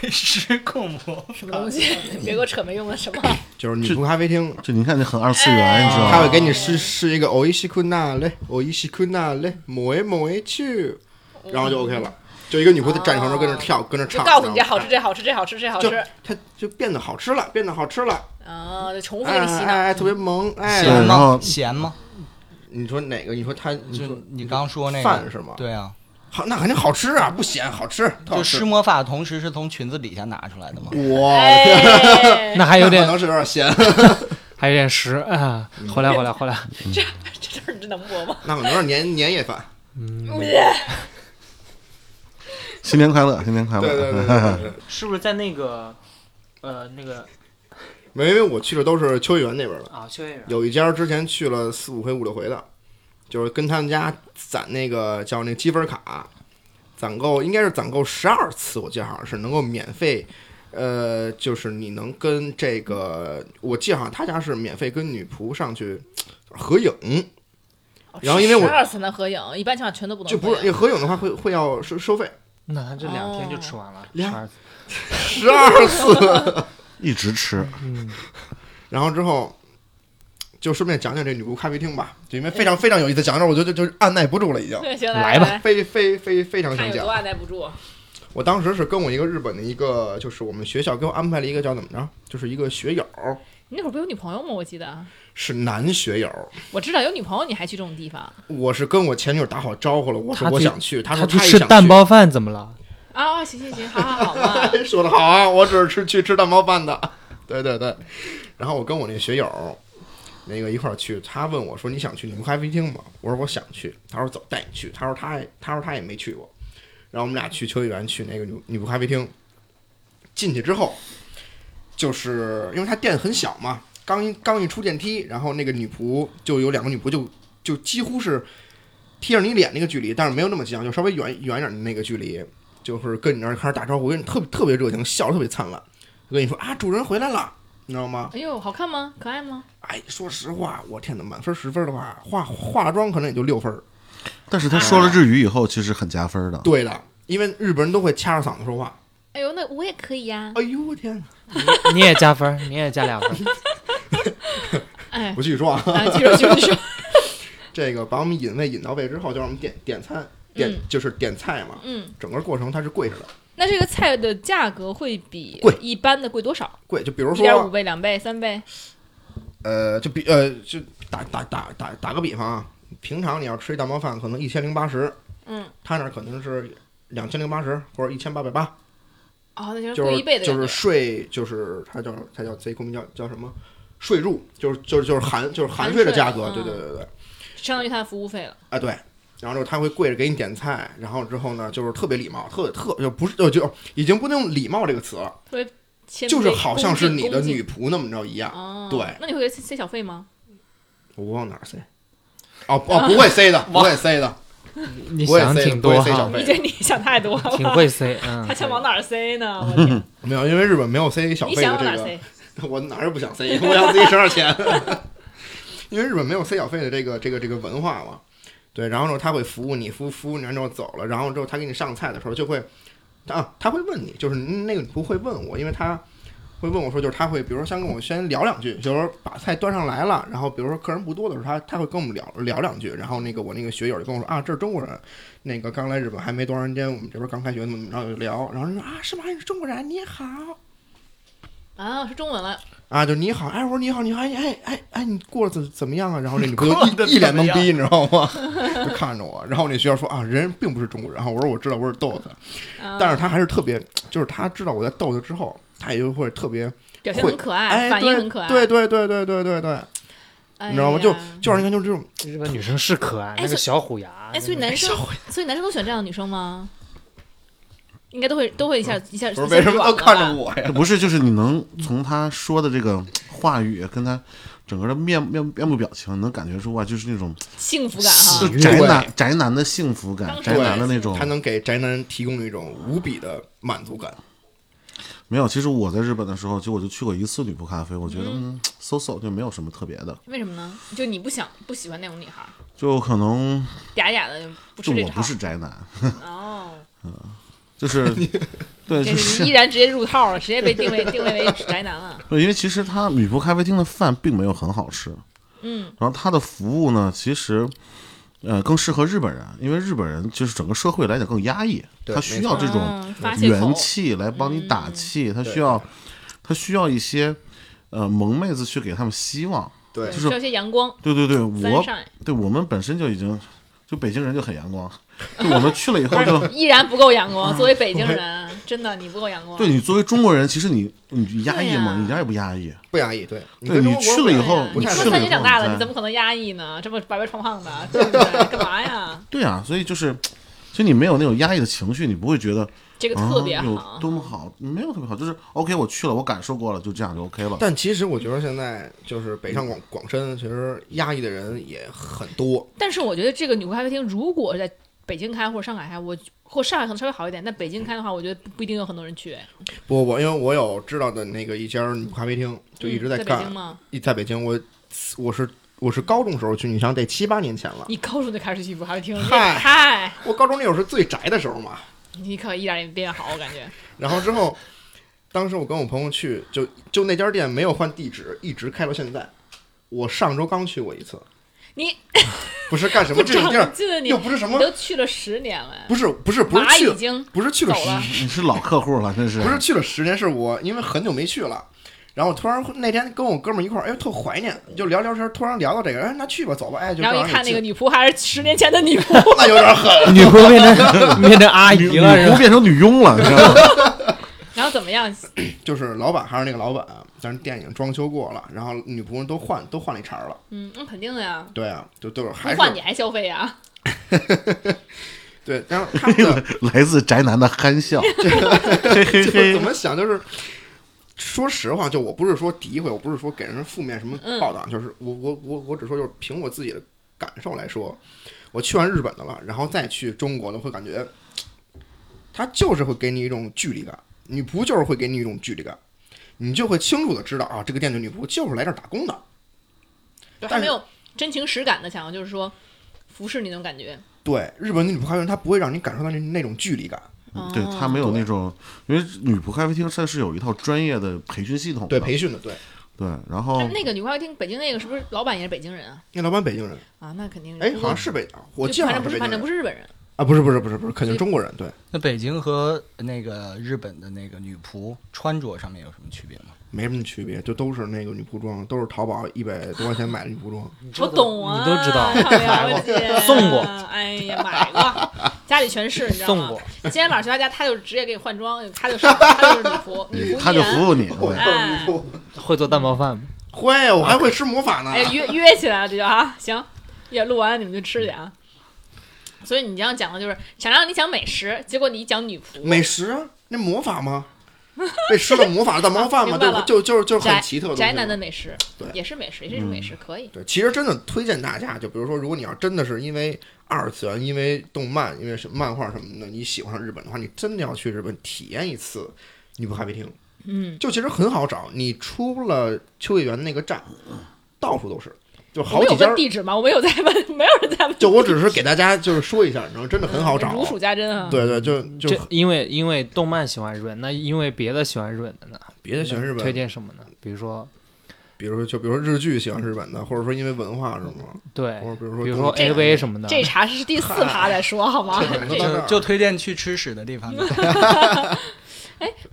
[SPEAKER 2] 被失控魔，
[SPEAKER 1] 什么东西？ 别给我扯没用的什 么？
[SPEAKER 4] 就是女仆咖啡厅，
[SPEAKER 5] 就你看，这很二次元，你知道
[SPEAKER 4] 他
[SPEAKER 5] 吗？
[SPEAKER 4] 会给你施施一个欧伊西库纳嘞，欧伊西库纳嘞，某一某一去，然后就 OK 了。就一个女仆在站旁边跟那跳，跟那
[SPEAKER 1] 哦就
[SPEAKER 4] 唱，
[SPEAKER 1] 告诉你这
[SPEAKER 4] 然后
[SPEAKER 1] 好吃，这好吃，这好吃，这好
[SPEAKER 4] 就
[SPEAKER 1] 吃
[SPEAKER 4] 它哎就变得好吃了，变得好吃了，
[SPEAKER 1] 啊！就重复
[SPEAKER 4] 哎
[SPEAKER 1] 给你洗
[SPEAKER 4] 哎
[SPEAKER 1] 脑。
[SPEAKER 4] 哎，特别萌，哎，
[SPEAKER 5] 对
[SPEAKER 2] 咸
[SPEAKER 5] 然
[SPEAKER 2] 吗
[SPEAKER 5] 后？
[SPEAKER 2] 咸吗？
[SPEAKER 4] 你说哪个？你说他，你
[SPEAKER 2] 就
[SPEAKER 4] 说
[SPEAKER 2] 你刚说那个
[SPEAKER 4] 饭是吗？，
[SPEAKER 2] 对啊，
[SPEAKER 4] 好，那肯定好吃啊，不咸，好吃，特好
[SPEAKER 2] 就
[SPEAKER 4] 吃
[SPEAKER 2] 施。魔法的同时是从裙子底下拿出来的吗？
[SPEAKER 4] 哇，
[SPEAKER 1] 哎，
[SPEAKER 3] 那还有
[SPEAKER 4] 可
[SPEAKER 3] 点
[SPEAKER 4] 能哎是有点咸，
[SPEAKER 3] 还有点实啊，回来回来回来，
[SPEAKER 1] 这事儿真能播吗？
[SPEAKER 4] 那可能是年年夜饭。
[SPEAKER 5] 新年快乐，新年快 乐！
[SPEAKER 4] 对对对 对对。
[SPEAKER 3] 是不是在那个呃那个
[SPEAKER 4] 没，因为我去的都是秋叶原那边的，
[SPEAKER 3] 啊秋叶原？
[SPEAKER 4] 有一家之前去了四五回、五六回的，就是跟他们家攒那个叫那个积分卡，攒够应该是攒够十二次，我记得好像是能够免费，呃，就是你能跟这个，我记得好像他家是免费跟女仆上去合影， 然后因为我
[SPEAKER 1] 十二才能合影，一般情况下全都不能合
[SPEAKER 4] 就
[SPEAKER 1] 影。
[SPEAKER 4] 不是合影的话会会要收收 费
[SPEAKER 3] 那他这两天就吃完了，
[SPEAKER 4] 哦两
[SPEAKER 3] 12
[SPEAKER 4] 十二次，
[SPEAKER 5] 一直吃，
[SPEAKER 4] 然后之后。就顺便讲讲这女仆咖啡厅吧，就因为非常非常有意思，讲着我就就就按耐不住了，已经
[SPEAKER 1] 对， 行，
[SPEAKER 3] 来吧
[SPEAKER 1] 来，
[SPEAKER 4] 非非非非常
[SPEAKER 1] 看
[SPEAKER 4] 想
[SPEAKER 1] 有
[SPEAKER 4] 讲
[SPEAKER 1] 多。按耐不住。
[SPEAKER 4] 我当时是跟我一个日本的一个，就是我们学校给我安排了一个叫怎么着，就是一个学友，
[SPEAKER 1] 你那会儿不有女朋友吗？我记得，
[SPEAKER 4] 是男学友。
[SPEAKER 1] 我知道有女朋友，你还去这种地方
[SPEAKER 4] 我是跟我前女友打好招呼了，我说
[SPEAKER 3] 他
[SPEAKER 4] 我
[SPEAKER 3] 去
[SPEAKER 4] 想去，她说
[SPEAKER 3] 他去
[SPEAKER 4] 她也
[SPEAKER 3] 吃
[SPEAKER 4] 想去。
[SPEAKER 3] 蛋包饭怎么了？
[SPEAKER 1] 啊、行行行，好好好嘛。
[SPEAKER 4] 说的好啊，我只是吃去吃蛋包饭的。对对对，然后我跟我那学友，那个一块儿去，他问我说你想去你们咖啡厅吗？我说我想去，他说走带你去，他说他也他说他也没去过，然后我们俩去秋叶原去那个女女仆咖啡厅，进去之后，就是因为他店很小嘛，刚一刚一出电梯，然后那个女仆就有两个女仆就就几乎是贴着你脸那个距离，但是没有那么近啊，就稍微远远一点的那个距离，就是跟你那儿开始打招呼，跟你特别特别热情，笑得特别灿烂，就跟你说啊主人回来了，你知道吗？
[SPEAKER 1] 哎呦，好看吗？可爱吗？
[SPEAKER 4] 哎，说实话，我天哪，满分十分的话，化化妆可能也就六分儿。
[SPEAKER 5] 但是他
[SPEAKER 4] 哎
[SPEAKER 5] 说了日语以后，其实很加分的。
[SPEAKER 4] 对的，因为日本人都会掐着嗓子说话。
[SPEAKER 1] 哎呦，那我也可以 呀、
[SPEAKER 4] 哎呦我天哪！
[SPEAKER 3] 你也加分儿，你也加两分儿。
[SPEAKER 1] 哎，
[SPEAKER 4] 不继续说啊，
[SPEAKER 1] 啊，继续继续说。
[SPEAKER 4] 这个把我们引位引到位之后，就让我们点点餐，点、
[SPEAKER 1] 嗯
[SPEAKER 4] 就是点菜嘛。
[SPEAKER 1] 嗯，
[SPEAKER 4] 整个过程它是贵着的，
[SPEAKER 1] 那这个菜的价格会比
[SPEAKER 4] 贵
[SPEAKER 1] 一般的贵多少？
[SPEAKER 4] 贵就比如
[SPEAKER 1] 一点五
[SPEAKER 4] 说，
[SPEAKER 1] 倍、两倍、三倍？
[SPEAKER 4] 呃，就比呃，就打打打打打个比方啊，平常你要吃一蛋包饭，可能一千零八十，
[SPEAKER 1] 嗯，
[SPEAKER 4] 他那儿可能是两千零八十或者一千八百八，
[SPEAKER 1] 哦，那就是
[SPEAKER 4] 就
[SPEAKER 1] 贵
[SPEAKER 4] 是
[SPEAKER 1] 一倍的
[SPEAKER 4] 就是
[SPEAKER 1] 感觉
[SPEAKER 4] 税，就是它叫它叫贼公民叫叫什么税入，就是就是就是含就是
[SPEAKER 1] 含
[SPEAKER 4] 含税的
[SPEAKER 1] 税
[SPEAKER 4] 价格，
[SPEAKER 1] 嗯
[SPEAKER 4] 对对对对对，
[SPEAKER 1] 相当于它的服务费了。
[SPEAKER 4] 啊对。然后之后他会跪着给你点菜，然后之后呢，就是特别礼貌，特特就不是就就已经不能用礼貌这个词了，
[SPEAKER 1] 谦
[SPEAKER 4] 就是
[SPEAKER 1] 卑
[SPEAKER 4] 好像是你的。
[SPEAKER 1] 恭敬
[SPEAKER 4] 女仆那么着一样。
[SPEAKER 1] 哦，
[SPEAKER 4] 对
[SPEAKER 1] 那你会给塞小费吗？
[SPEAKER 4] 我往哪儿塞？哦哦，不会塞的，不会塞的，
[SPEAKER 6] 你
[SPEAKER 4] 不会
[SPEAKER 6] 想
[SPEAKER 4] 塞
[SPEAKER 6] 挺
[SPEAKER 4] 不会
[SPEAKER 6] 多
[SPEAKER 4] 塞小
[SPEAKER 6] 哈，
[SPEAKER 4] 费
[SPEAKER 1] 你这你想太多了，
[SPEAKER 3] 挺会塞， 嗯
[SPEAKER 1] 他，想往哪儿塞呢？我天
[SPEAKER 4] 没有，因为日本没有塞小
[SPEAKER 1] 你
[SPEAKER 4] 费
[SPEAKER 1] 想往
[SPEAKER 4] 的
[SPEAKER 1] 哪儿
[SPEAKER 4] 这
[SPEAKER 1] 塞？
[SPEAKER 4] 个， 我哪儿也不想塞，我想自己省点钱。 因为日本没有塞小费的这个这个这个文化嘛，对，然后呢，他会服务你，服务服务你完之后走了，然后之后他给你上菜的时候就会，啊，他会问你，就是那个不会问我，因为他会问我说，就是他会，比如说先跟我先聊两句，就是把菜端上来了，然后比如说客人不多的时候，他他会跟我们聊聊两句，然后那个我那个学友就跟我说啊，这是中国人，那个刚来日本还没多长时间，我们这边刚开学，怎么怎么着就聊，然后人说啊，是吗？你是中国人，你好。
[SPEAKER 1] 啊，说中文了，
[SPEAKER 4] 啊，就你好，哎，我说你好，你好，哎哎哎哎，你过得怎怎么样啊？然后那 女朋友一一脸懵逼，你知道吗？ 就看着我，然后那学校说啊，人并不是中国人，然后我说我知道，我是逗他，
[SPEAKER 1] 啊
[SPEAKER 4] 但是他还是特别，就是他知道我在逗他之后，他也就会特别，
[SPEAKER 1] 表现很可爱，
[SPEAKER 4] 哎
[SPEAKER 1] 反应
[SPEAKER 4] 对
[SPEAKER 1] 很可爱，
[SPEAKER 4] 对对对对对对对，
[SPEAKER 1] 哎呀，
[SPEAKER 4] 你知道吗？就就是你看，就是这种，
[SPEAKER 3] 日本女生是可爱，
[SPEAKER 1] 哎
[SPEAKER 3] 那
[SPEAKER 1] 所
[SPEAKER 3] 个
[SPEAKER 1] 以
[SPEAKER 3] 小虎牙，
[SPEAKER 1] 哎，所以
[SPEAKER 3] 那 个
[SPEAKER 1] 男生，所以男生都喜欢这样的女生吗？应该都会都会一下一下，
[SPEAKER 4] 嗯不是为什么都看着
[SPEAKER 1] 我？
[SPEAKER 4] 我呀？
[SPEAKER 5] 不是，就是你能从他说的这个话语跟他整个的面面面部表情，能感觉出啊，就是那种
[SPEAKER 1] 幸福感哈
[SPEAKER 5] 就，
[SPEAKER 4] 悦
[SPEAKER 5] 宅男宅男的幸福感，
[SPEAKER 1] 啊当
[SPEAKER 5] 宅男的那种
[SPEAKER 4] 哎他。能给宅男提供一种无比的满足感。
[SPEAKER 5] 没有，其实我在日本的时候，就我就去过一次女仆咖啡，我觉得嗯，so so 就没有什么特别的，
[SPEAKER 1] 为什么呢？就你不想不喜欢那种女孩，
[SPEAKER 5] 就可能
[SPEAKER 1] 嗲嗲的，不
[SPEAKER 5] 就
[SPEAKER 1] 吃这
[SPEAKER 5] 我
[SPEAKER 1] 套。
[SPEAKER 5] 不是宅男，
[SPEAKER 1] 哦，
[SPEAKER 5] 就是 对，
[SPEAKER 1] 这
[SPEAKER 5] 就是是
[SPEAKER 1] 依然直接入套了，直接被定 位定位为宅男了。
[SPEAKER 5] 对，因为其实它女仆咖啡厅的饭并没有很好吃，
[SPEAKER 1] 嗯，
[SPEAKER 5] 然后它的服务呢，其实，呃，更适合日本人，因为日本人就是整个社会来讲更压抑，
[SPEAKER 4] 对
[SPEAKER 5] 他
[SPEAKER 4] 没
[SPEAKER 5] 需
[SPEAKER 4] 错
[SPEAKER 5] 要这种
[SPEAKER 1] 嗯发泄口嗯
[SPEAKER 5] 元，气来帮你打气，他
[SPEAKER 4] 对
[SPEAKER 5] 需要，他需要一些，呃，萌妹子去给他们希望。
[SPEAKER 4] 对
[SPEAKER 1] 对
[SPEAKER 5] 就是
[SPEAKER 1] 需要一些阳光。
[SPEAKER 5] 对对对，
[SPEAKER 1] 三
[SPEAKER 5] 我
[SPEAKER 1] 上
[SPEAKER 5] 对我们本身就已经，就北京人就很阳光，就我们去了 以后就
[SPEAKER 1] 依然不够阳光。作为北京人，真的你不够阳光。
[SPEAKER 5] 啊对你作为中国人，其实你你压抑
[SPEAKER 1] 对
[SPEAKER 5] 吗？
[SPEAKER 1] 呀
[SPEAKER 5] 你一点也不压抑。
[SPEAKER 4] 不压抑，对，
[SPEAKER 5] 对
[SPEAKER 4] 跟
[SPEAKER 5] 你
[SPEAKER 4] 中国
[SPEAKER 5] 去了以
[SPEAKER 1] 对
[SPEAKER 5] 后
[SPEAKER 1] 呀，
[SPEAKER 4] 不
[SPEAKER 1] 你
[SPEAKER 5] 你
[SPEAKER 4] 太
[SPEAKER 1] 看
[SPEAKER 5] 去
[SPEAKER 4] 冷
[SPEAKER 5] 了
[SPEAKER 1] 三
[SPEAKER 5] 以
[SPEAKER 1] 年
[SPEAKER 5] 后，
[SPEAKER 1] 长大了，
[SPEAKER 5] 再
[SPEAKER 1] 你怎么可能压抑呢？这么白白胖胖的，对不 对？干嘛呀？
[SPEAKER 5] 对啊，所以就是，所以你没有那种压抑的情绪，你不会觉得
[SPEAKER 1] 这个
[SPEAKER 5] 啊
[SPEAKER 1] 特别
[SPEAKER 5] 有
[SPEAKER 1] 好。
[SPEAKER 5] 多么好，没有特别好，就是 OK，我去了，我感受过了，就这样就 OK 了。
[SPEAKER 4] 但其实我觉得现在就是北上广广深，其实压抑的人也很多。
[SPEAKER 1] 但是我觉得这个女仆咖啡厅，如果在北京开或者上海开，我或上海可能稍微好一点，但北京开的话，我觉得不不一定有很多人去。
[SPEAKER 4] 不，我因为我有知道的那个一家女仆咖啡厅，就一
[SPEAKER 1] 嗯
[SPEAKER 4] 直
[SPEAKER 1] 在北
[SPEAKER 4] 干
[SPEAKER 1] 京。吗？
[SPEAKER 4] 一在北京，我我是我是高中时候去，你想得七八年前了。
[SPEAKER 1] 你高中就开始去女仆咖啡厅，
[SPEAKER 4] 嗨
[SPEAKER 1] 嗨，
[SPEAKER 4] 我高中那会儿是最宅的时候嘛。
[SPEAKER 1] 你可一点也没变好，我感觉。
[SPEAKER 4] 然后之后，当时我跟我朋友去，就就那家店没有换地址，一直开到现在。我上周刚去过一次。
[SPEAKER 1] 你
[SPEAKER 4] 不是干什
[SPEAKER 1] 不
[SPEAKER 4] 么这种
[SPEAKER 1] 长
[SPEAKER 4] 地儿，
[SPEAKER 1] 进啊你，
[SPEAKER 4] 又不是什么
[SPEAKER 1] 你都去了十年了，
[SPEAKER 4] 不是不是不是
[SPEAKER 1] 娃
[SPEAKER 4] 去
[SPEAKER 1] 已
[SPEAKER 4] 了，
[SPEAKER 1] 经
[SPEAKER 4] 不是去了
[SPEAKER 1] 走了
[SPEAKER 4] 十
[SPEAKER 5] 你是老客户了，真是。
[SPEAKER 4] 不是去了十年，是我因为很久没去了。然后突然那天跟我哥们儿一块儿，哎，特怀念，就聊聊天儿，突然聊到这个，哎，那去吧，走吧，哎，就
[SPEAKER 1] 然后
[SPEAKER 4] 正
[SPEAKER 1] 一
[SPEAKER 4] 好
[SPEAKER 1] 看
[SPEAKER 4] 也
[SPEAKER 1] 那个
[SPEAKER 4] 近，
[SPEAKER 1] 女仆还是十年前的女 仆，
[SPEAKER 4] 那有点狠。
[SPEAKER 6] 女仆变 成变成阿
[SPEAKER 5] 女
[SPEAKER 6] 姨
[SPEAKER 5] 女
[SPEAKER 6] 了是
[SPEAKER 5] 仆
[SPEAKER 6] 吧？
[SPEAKER 5] 变成女佣了，你知道吗？
[SPEAKER 1] 然后怎么样？
[SPEAKER 4] 就是老板还是那个老板，但是店已经装修过了，然后女仆人都换都换了一茬儿了。
[SPEAKER 1] 嗯，那肯定的呀，
[SPEAKER 4] 对啊，就都是
[SPEAKER 1] 不
[SPEAKER 4] 还
[SPEAKER 1] 换你
[SPEAKER 4] 是
[SPEAKER 1] 还消费啊呀？
[SPEAKER 4] 对，然后他们的
[SPEAKER 5] 来自宅男的 憨笑，嘿嘿
[SPEAKER 4] 就是怎
[SPEAKER 5] 嘿。
[SPEAKER 4] 么想就是。说实话，就我不是说诋毁，我不是说给人负面什么
[SPEAKER 1] 嗯
[SPEAKER 4] 报道，就是我我我我只说就是凭我自己的感受来说，我去完日本的了，然后再去中国的，会感觉它就是会给你一种距离感，女仆就是会给你一种距离感，你就会清楚的知道啊，这个店的女仆就是来这儿打工的，
[SPEAKER 1] 对，
[SPEAKER 4] 但
[SPEAKER 1] 还
[SPEAKER 4] 是
[SPEAKER 1] 没有真情实感的想要，就是说服侍你那种感觉。
[SPEAKER 4] 对，日本的女仆咖啡厅，它不会让你感受到那那种距离感。
[SPEAKER 5] 嗯
[SPEAKER 1] 哦
[SPEAKER 5] 对他没有那种，因为女仆咖啡厅它是有一套专业的培训系统的，
[SPEAKER 4] 对，培训的，对，
[SPEAKER 5] 对，然后
[SPEAKER 1] 但那个女仆咖啡厅，北京那个是不是老板也是北京人啊？
[SPEAKER 4] 那老板北京人，
[SPEAKER 1] 啊，那肯定是。
[SPEAKER 4] 哎，
[SPEAKER 1] 不
[SPEAKER 4] 好
[SPEAKER 1] 过
[SPEAKER 4] 像是北京，我记
[SPEAKER 1] 就
[SPEAKER 4] 得
[SPEAKER 1] 反正
[SPEAKER 4] 好像
[SPEAKER 1] 不是，
[SPEAKER 4] 北京
[SPEAKER 1] 反正
[SPEAKER 4] 人
[SPEAKER 1] 不是日本人。
[SPEAKER 4] 啊，不是不是不是不是，肯定中国人，对，
[SPEAKER 2] 那北京和那个日本的那个女仆穿着上面有什么区别吗？
[SPEAKER 4] 没什么区别，就都是那个女仆装，都是淘宝一百多块钱买的女仆装。
[SPEAKER 1] 我懂啊，
[SPEAKER 3] 你都知道，
[SPEAKER 1] 好了
[SPEAKER 3] 买
[SPEAKER 1] 解，
[SPEAKER 3] 送过
[SPEAKER 1] 哎呀，买 过，家里全是，你知道
[SPEAKER 3] 送
[SPEAKER 1] 吗
[SPEAKER 3] 过？
[SPEAKER 1] 今天晚上去他家，他就直接给你换装，他就是他就是女 仆，
[SPEAKER 3] 嗯
[SPEAKER 1] 女仆
[SPEAKER 5] 他就
[SPEAKER 1] 店
[SPEAKER 5] 服务你。
[SPEAKER 4] 我
[SPEAKER 5] 对
[SPEAKER 1] 哎
[SPEAKER 4] 我
[SPEAKER 3] 会做蛋包饭吗？
[SPEAKER 4] 会，啊我还会施魔法呢。
[SPEAKER 1] 哎呀，约约起来了，这就啊，行，也录完了你们就吃去啊。所以你这样讲的就是想让你讲美食，结果你讲女仆，
[SPEAKER 4] 美食啊，那魔法吗？被施了魔 法的蛋包饭吗？
[SPEAKER 1] 明白
[SPEAKER 4] 对
[SPEAKER 1] 了
[SPEAKER 4] 吧，就就就是
[SPEAKER 1] 宅
[SPEAKER 4] 很奇特的东西
[SPEAKER 1] 宅男的。美食，
[SPEAKER 4] 对嗯
[SPEAKER 1] 也是美食，也是一种美食，可以。
[SPEAKER 4] 对，其实真的推荐大家，就比如说，如果你要真的是因为二次元，因为动漫，因为是漫画什么的，你喜欢上日本的话，你真的要去日本体验一次女仆咖啡厅。
[SPEAKER 1] 嗯，
[SPEAKER 4] 就其实很好找，你出了秋叶原那个站，到处都是，就
[SPEAKER 1] 我
[SPEAKER 4] 好
[SPEAKER 1] 们有
[SPEAKER 4] 几家
[SPEAKER 1] 问
[SPEAKER 4] 儿。
[SPEAKER 1] 地址吗？我们有在问，没有人在问。
[SPEAKER 4] 就我只是给大家就是说一下，然后真的很好找
[SPEAKER 1] 如。数家珍啊。
[SPEAKER 4] 对对，就
[SPEAKER 3] 嗯这
[SPEAKER 4] 就
[SPEAKER 3] 因为因为动漫喜欢日本，那因为别的喜欢日本的呢？
[SPEAKER 4] 别的喜欢日
[SPEAKER 3] 推
[SPEAKER 4] 本，
[SPEAKER 3] 荐什么呢？比如说，
[SPEAKER 4] 比如说就比如说日剧喜欢日本的，或者说因为文化什么，
[SPEAKER 3] 对
[SPEAKER 4] 或，者比如说
[SPEAKER 3] 比如说
[SPEAKER 4] 动
[SPEAKER 3] AV 什么的，
[SPEAKER 1] 这茬是第四趴再说好吗？
[SPEAKER 4] 漫都到这
[SPEAKER 2] 就
[SPEAKER 4] 儿
[SPEAKER 2] 就推荐去吃屎的地方。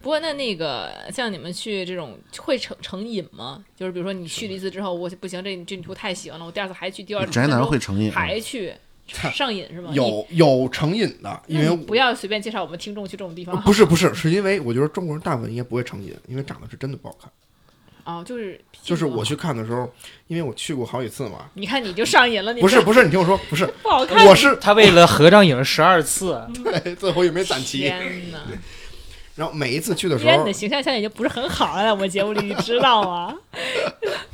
[SPEAKER 1] 不过那那个像你们去这种会成成瘾吗？就是比如说你去了一次之后，我不行，这这女仆太喜欢了，我第二次还去，第二次
[SPEAKER 5] 宅男会成瘾吗，
[SPEAKER 1] 还 去上瘾是吗？你，
[SPEAKER 4] 有有成瘾的，
[SPEAKER 1] 嗯那
[SPEAKER 4] 因为
[SPEAKER 1] 你
[SPEAKER 4] 我
[SPEAKER 1] 不要随便介绍我们听众去这种地方。
[SPEAKER 4] 不是不是，是因为我觉得中国人大部分应该不会成瘾，因为长得是真的不好看。
[SPEAKER 1] 啊，就是
[SPEAKER 4] 就是我去看的时候，因为我去过好几次嘛。
[SPEAKER 1] 你看你就上瘾了，你
[SPEAKER 4] 不是
[SPEAKER 1] 这
[SPEAKER 4] 不是，你听我说，不是，
[SPEAKER 1] 不好看。
[SPEAKER 4] 我是
[SPEAKER 3] 他为了合张影十二次，
[SPEAKER 4] 对最后也没攒齐。
[SPEAKER 1] 天哪！
[SPEAKER 4] 然后每一次去的时
[SPEAKER 1] 因为你
[SPEAKER 4] 候
[SPEAKER 1] 的，形象现在已经不是很好了，在我们节目里你知道 吗？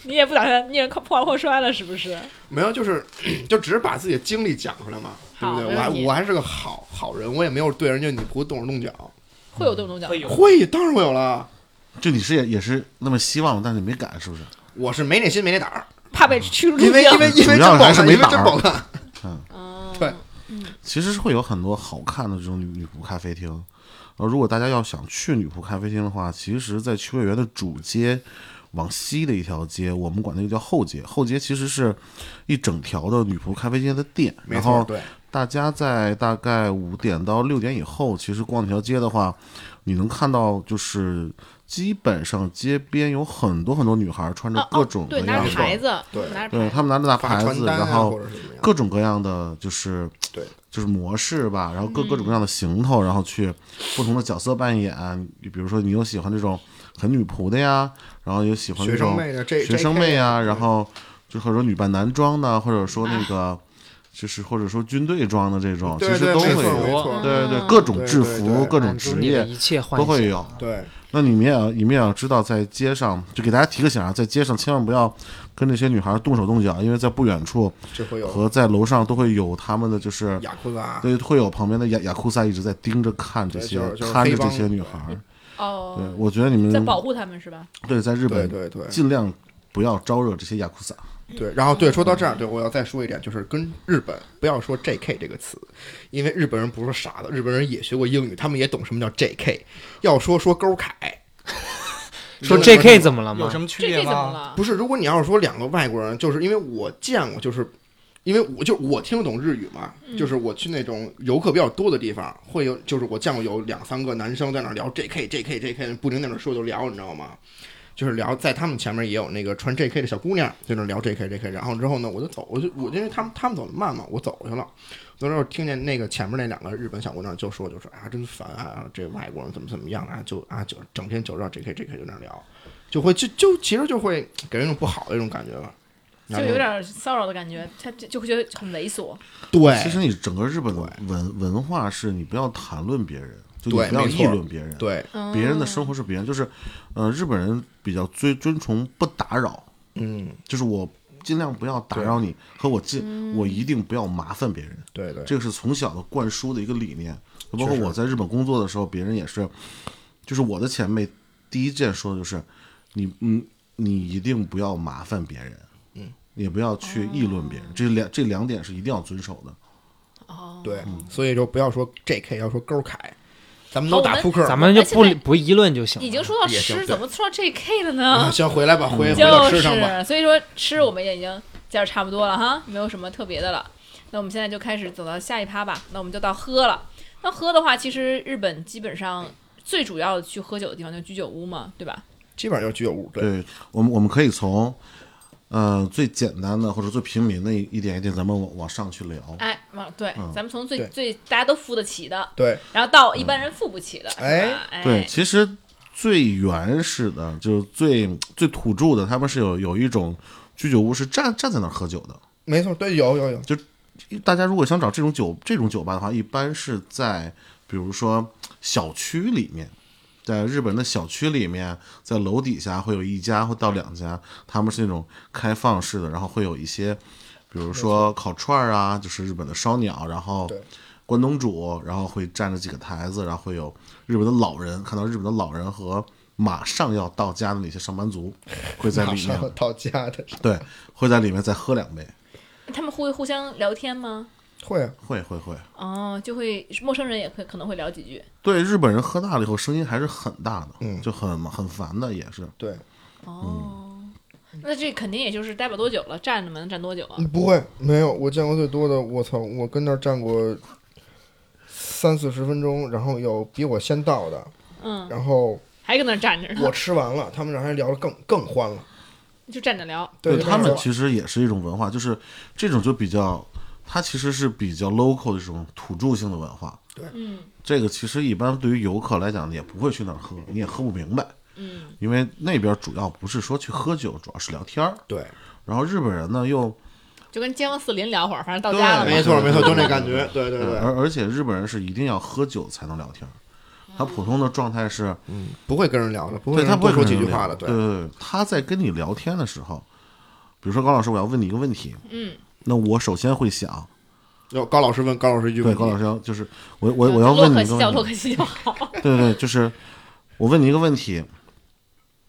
[SPEAKER 1] 你也不打算，你也快破罐破摔了是不是？
[SPEAKER 4] 没有，就是 就只是把自己的经历讲出来嘛，对不
[SPEAKER 1] 好
[SPEAKER 4] 对？
[SPEAKER 1] 没
[SPEAKER 4] 我还
[SPEAKER 1] 问题
[SPEAKER 4] 我还是个好好人，我也没有对人家女仆动手动脚。
[SPEAKER 1] 会有动手动脚，
[SPEAKER 4] 会，当然会有了，
[SPEAKER 5] 就你是也也是那么希望，但是你没敢，是不是？
[SPEAKER 4] 我是没那心没那胆儿，
[SPEAKER 1] 怕被驱逐出
[SPEAKER 4] 因为
[SPEAKER 1] 境
[SPEAKER 4] 因为因为
[SPEAKER 5] 主
[SPEAKER 4] 真
[SPEAKER 5] 要
[SPEAKER 4] 不好
[SPEAKER 5] 还是
[SPEAKER 4] 看，
[SPEAKER 5] 没
[SPEAKER 4] 因为
[SPEAKER 5] 胆
[SPEAKER 4] 真
[SPEAKER 5] 儿
[SPEAKER 4] 不好看。
[SPEAKER 1] 嗯
[SPEAKER 4] 对
[SPEAKER 5] 其实是会有很多好看的这种女女仆咖啡厅。呃，如果大家要想去女仆咖啡厅的话，其实，在秋叶原的主街往西的一条街，我们管那个叫后街。后街其实是一整条的女仆咖啡店的店，
[SPEAKER 4] 没
[SPEAKER 5] 然
[SPEAKER 4] 错，
[SPEAKER 5] 后
[SPEAKER 4] 对，
[SPEAKER 5] 大家在大概五点到六点以后，其实逛那条街的话，你能看到就是基本上街边有很多很多女孩穿着
[SPEAKER 1] 啊
[SPEAKER 5] 各
[SPEAKER 1] 哦
[SPEAKER 5] 种
[SPEAKER 1] 对，
[SPEAKER 5] 各样
[SPEAKER 1] 拿着
[SPEAKER 5] 的，
[SPEAKER 1] 牌子，
[SPEAKER 4] 对嗯
[SPEAKER 1] 拿着
[SPEAKER 5] 对
[SPEAKER 1] 牌子，
[SPEAKER 5] 他们拿着大
[SPEAKER 4] 发
[SPEAKER 5] 牌
[SPEAKER 4] 传
[SPEAKER 5] 子，
[SPEAKER 4] 单
[SPEAKER 5] 然
[SPEAKER 4] 啊，
[SPEAKER 5] 后
[SPEAKER 4] 或者是怎么样。
[SPEAKER 5] 各种各样的就是
[SPEAKER 4] 对，嗯
[SPEAKER 5] 就是模式吧，然后各各种各样的行头，然后去不同的角色扮演，比如说你有喜欢这种很女仆的呀，然后有喜欢
[SPEAKER 4] 学
[SPEAKER 5] 这
[SPEAKER 4] 生
[SPEAKER 5] 种
[SPEAKER 4] 妹的这
[SPEAKER 5] 学生妹
[SPEAKER 4] 呀
[SPEAKER 5] 呀，，然后就或者说女扮男装的，或者说那个就是或者说军队装的这种，其
[SPEAKER 4] 啊对对
[SPEAKER 5] 实都
[SPEAKER 4] 没错
[SPEAKER 5] 会有，
[SPEAKER 4] 没错
[SPEAKER 5] 对
[SPEAKER 1] 嗯
[SPEAKER 5] 对，各种
[SPEAKER 4] 对
[SPEAKER 5] 制
[SPEAKER 4] 对对
[SPEAKER 5] 服、各种
[SPEAKER 3] 满足
[SPEAKER 5] 职
[SPEAKER 3] 你的
[SPEAKER 5] 业
[SPEAKER 3] 一切幻
[SPEAKER 5] 都
[SPEAKER 3] 想
[SPEAKER 5] 会有，
[SPEAKER 4] 对，
[SPEAKER 5] 那你们也要你们也要知道，在街上就给大家提个醒啊，在街上千万不要跟这些女孩动手动脚，因为在不远处
[SPEAKER 4] 这会有
[SPEAKER 5] 和在楼上都会有他们的就是
[SPEAKER 4] 雅库拉，
[SPEAKER 5] 对，会有旁边的雅雅库萨一直在盯着看这
[SPEAKER 4] 对
[SPEAKER 5] 些
[SPEAKER 4] 就是就是
[SPEAKER 5] 看着
[SPEAKER 4] 黑帮嗯
[SPEAKER 5] 这些女孩儿。对
[SPEAKER 1] 哦，，
[SPEAKER 5] 我觉得你
[SPEAKER 1] 在
[SPEAKER 5] 们
[SPEAKER 1] 保护他们是吧？
[SPEAKER 5] 对在日
[SPEAKER 4] 对
[SPEAKER 5] 本
[SPEAKER 4] 对对
[SPEAKER 5] 尽量不要招惹这些雅库萨。
[SPEAKER 4] 对。然后对，说到这儿，对我要再说一点，就是跟日本不要说 J.K. 这个词，因为日本人不是傻子，日本人也学过英语，他们也懂什么叫 J.K.。要说说勾凯，
[SPEAKER 3] 说
[SPEAKER 4] 你懂
[SPEAKER 3] J.K.
[SPEAKER 4] 吗
[SPEAKER 3] 怎么了
[SPEAKER 2] 有
[SPEAKER 3] 吗
[SPEAKER 2] 什？么区
[SPEAKER 1] 这
[SPEAKER 2] 别
[SPEAKER 1] 这怎么
[SPEAKER 2] 吗？
[SPEAKER 1] 了？
[SPEAKER 4] 不是？如果你要是说两个外国人，就是因为我见过，就是。因为我就我听得懂日语嘛，就是我去那种游客比较多的地方，会有就是我见过有两三个男生在那儿聊 J.K. J.K. J.K. 不停在那儿说就聊，你知道吗？就是聊在他们前面也有那个穿 J.K. 的小姑娘，在那聊 J.K. J.K. 然后之后呢，我就走，我就我因为他们他们走的慢嘛，我走过去了。那时候听见那个前面那两个日本小姑娘就说，就说啊真烦啊，这外国人怎么怎么样啊，就啊就整天就知道 J.K. J.K. 就那聊，就会就就其实就会给人一种不好的一种感觉吧，
[SPEAKER 1] 就有点骚扰的感觉，他就就会觉得很猥琐。
[SPEAKER 4] 对，
[SPEAKER 5] 其实你整个日本的文文化是你不要谈论别人，就你
[SPEAKER 4] 对
[SPEAKER 5] 不要
[SPEAKER 4] 没错
[SPEAKER 5] 议论别人，
[SPEAKER 4] 对，
[SPEAKER 5] 别人的生活是别人，就是呃日本人比较追尊崇不打扰，
[SPEAKER 4] 嗯，
[SPEAKER 5] 就是我尽量不要打扰你，和我尽我一定不要麻烦别人。
[SPEAKER 4] 对对，
[SPEAKER 5] 这个是从小的灌输的一个理念。包括
[SPEAKER 4] 确实
[SPEAKER 5] 我在日本工作的时候，别人也是，就是我的前辈第一件说的就是，你嗯，你一定不要麻烦别人，
[SPEAKER 4] 嗯，
[SPEAKER 5] 也不要去议论
[SPEAKER 4] 哦
[SPEAKER 5] 别人，这两这两点是一定要遵守的。
[SPEAKER 1] 哦，
[SPEAKER 4] 对，所以就不要说 J.K. 要说勾凯，咱们
[SPEAKER 1] 好
[SPEAKER 4] 都
[SPEAKER 1] 我
[SPEAKER 4] 打
[SPEAKER 1] 们
[SPEAKER 4] 扑克吧，
[SPEAKER 3] 咱们就不
[SPEAKER 1] 哎现在
[SPEAKER 3] 不议论就行了。
[SPEAKER 1] 已经说到
[SPEAKER 4] 也行
[SPEAKER 1] 吃，
[SPEAKER 4] 对
[SPEAKER 1] 怎么说到 J.K. 了
[SPEAKER 4] 啊，
[SPEAKER 1] 呢？
[SPEAKER 4] 行，回来吧，回回到
[SPEAKER 1] 嗯就
[SPEAKER 4] 吃上吧，
[SPEAKER 1] 是，所以说吃我们也已经介绍差不多了哈，没有什么特别的了。那我们现在就开始走到下一趴吧，那我们就到喝了。那喝的话，其实日本基本上最主要的去喝酒的地方就居酒屋嘛，对吧？
[SPEAKER 4] 基本上就是居酒屋，对，
[SPEAKER 5] 对我们，我们可以从，呃，最简单的或者最平民的一一点一点，咱们往往上去聊。
[SPEAKER 1] 哎，往对，咱们从最
[SPEAKER 4] 嗯对
[SPEAKER 1] 最大家都付得起的，
[SPEAKER 4] 对，
[SPEAKER 1] 然后到一般人付不起的，
[SPEAKER 4] 哎
[SPEAKER 1] 是吧哎，
[SPEAKER 5] 对，其实最原始的，就是最最土著的，他们是有有一种居酒屋是站站在那儿喝酒的。
[SPEAKER 4] 没错，对，有有有，
[SPEAKER 5] 大家如果想找这种酒这种酒吧的话，一般是在比如说小区里面，在日本的小区里面，在楼底下会有一家或到两家，他们是那种开放式的，然后会有一些。比比如说烤串儿啊，就是日本的烧鸟，然后
[SPEAKER 4] 对
[SPEAKER 5] 关东煮，然后会站着几个台子，然后会有日本的老人，看到日本的老人和马上要到家的那些上班族会在
[SPEAKER 4] 马
[SPEAKER 5] 里
[SPEAKER 4] 上
[SPEAKER 5] 面，
[SPEAKER 4] 到家的
[SPEAKER 5] 对，会在里面再喝两杯，
[SPEAKER 1] 他们会互相聊天吗？
[SPEAKER 4] 会啊，
[SPEAKER 5] 会会会。
[SPEAKER 1] 哦，就会陌生人也会可能会聊几句。
[SPEAKER 5] 对日本人喝大了以后声音还是很大的，
[SPEAKER 4] 嗯
[SPEAKER 5] 就很很烦的，也是
[SPEAKER 4] 对，
[SPEAKER 1] 哦，那这肯定也就是待不了多久了，站着能站多久啊？
[SPEAKER 5] 嗯
[SPEAKER 4] 嗯不会没有，我见过最多的，我操，我跟那儿站过三四十分钟，然后有比我先到的，
[SPEAKER 1] 嗯，
[SPEAKER 4] 然后
[SPEAKER 1] 还搁那儿站着
[SPEAKER 4] 我
[SPEAKER 1] 呢，
[SPEAKER 4] 吃完了，他们这还聊得更更欢了。
[SPEAKER 1] 就站着聊。
[SPEAKER 4] 对
[SPEAKER 5] 他们
[SPEAKER 4] 对
[SPEAKER 5] 其实也是一种文化，就是这种就比较，它其实是比较 local 的这种土著性的文化。
[SPEAKER 1] 嗯
[SPEAKER 5] 这个其实一般对于游客来讲也不会去那儿喝，你也喝不明白，
[SPEAKER 1] 嗯，
[SPEAKER 5] 因为那边主要不是说去喝酒，主要是聊天儿。
[SPEAKER 4] 对，
[SPEAKER 5] 然后日本人呢又
[SPEAKER 1] 就跟江四邻聊会儿，反正到家了
[SPEAKER 5] 对
[SPEAKER 1] 嘛
[SPEAKER 4] 没。错没错，就那感觉，对对对，
[SPEAKER 5] 而而且日本人是一定要喝酒才能聊天儿，
[SPEAKER 1] 嗯
[SPEAKER 5] 他普通的状态是。
[SPEAKER 4] 不会跟人聊的，不会
[SPEAKER 5] 对
[SPEAKER 4] 跟
[SPEAKER 5] 他
[SPEAKER 4] 人
[SPEAKER 5] 不会
[SPEAKER 4] 多说
[SPEAKER 5] 跟
[SPEAKER 4] 几
[SPEAKER 5] 人
[SPEAKER 4] 句
[SPEAKER 5] 聊嗯
[SPEAKER 4] 话的，
[SPEAKER 5] 对对对，他在跟你聊天的时候，比如说高老师，我要问你一个问题，
[SPEAKER 1] 嗯，
[SPEAKER 5] 那我首先会想，
[SPEAKER 4] 有高老师问高老师一句
[SPEAKER 5] 对
[SPEAKER 4] 问
[SPEAKER 5] 高老
[SPEAKER 4] 题，
[SPEAKER 5] 师要就是我我我要问
[SPEAKER 1] 洛
[SPEAKER 5] 你
[SPEAKER 1] 克
[SPEAKER 5] 一个
[SPEAKER 1] 西叫洛
[SPEAKER 5] 问题，
[SPEAKER 1] 克西就好。
[SPEAKER 5] 对对对，就是我问你一个问题，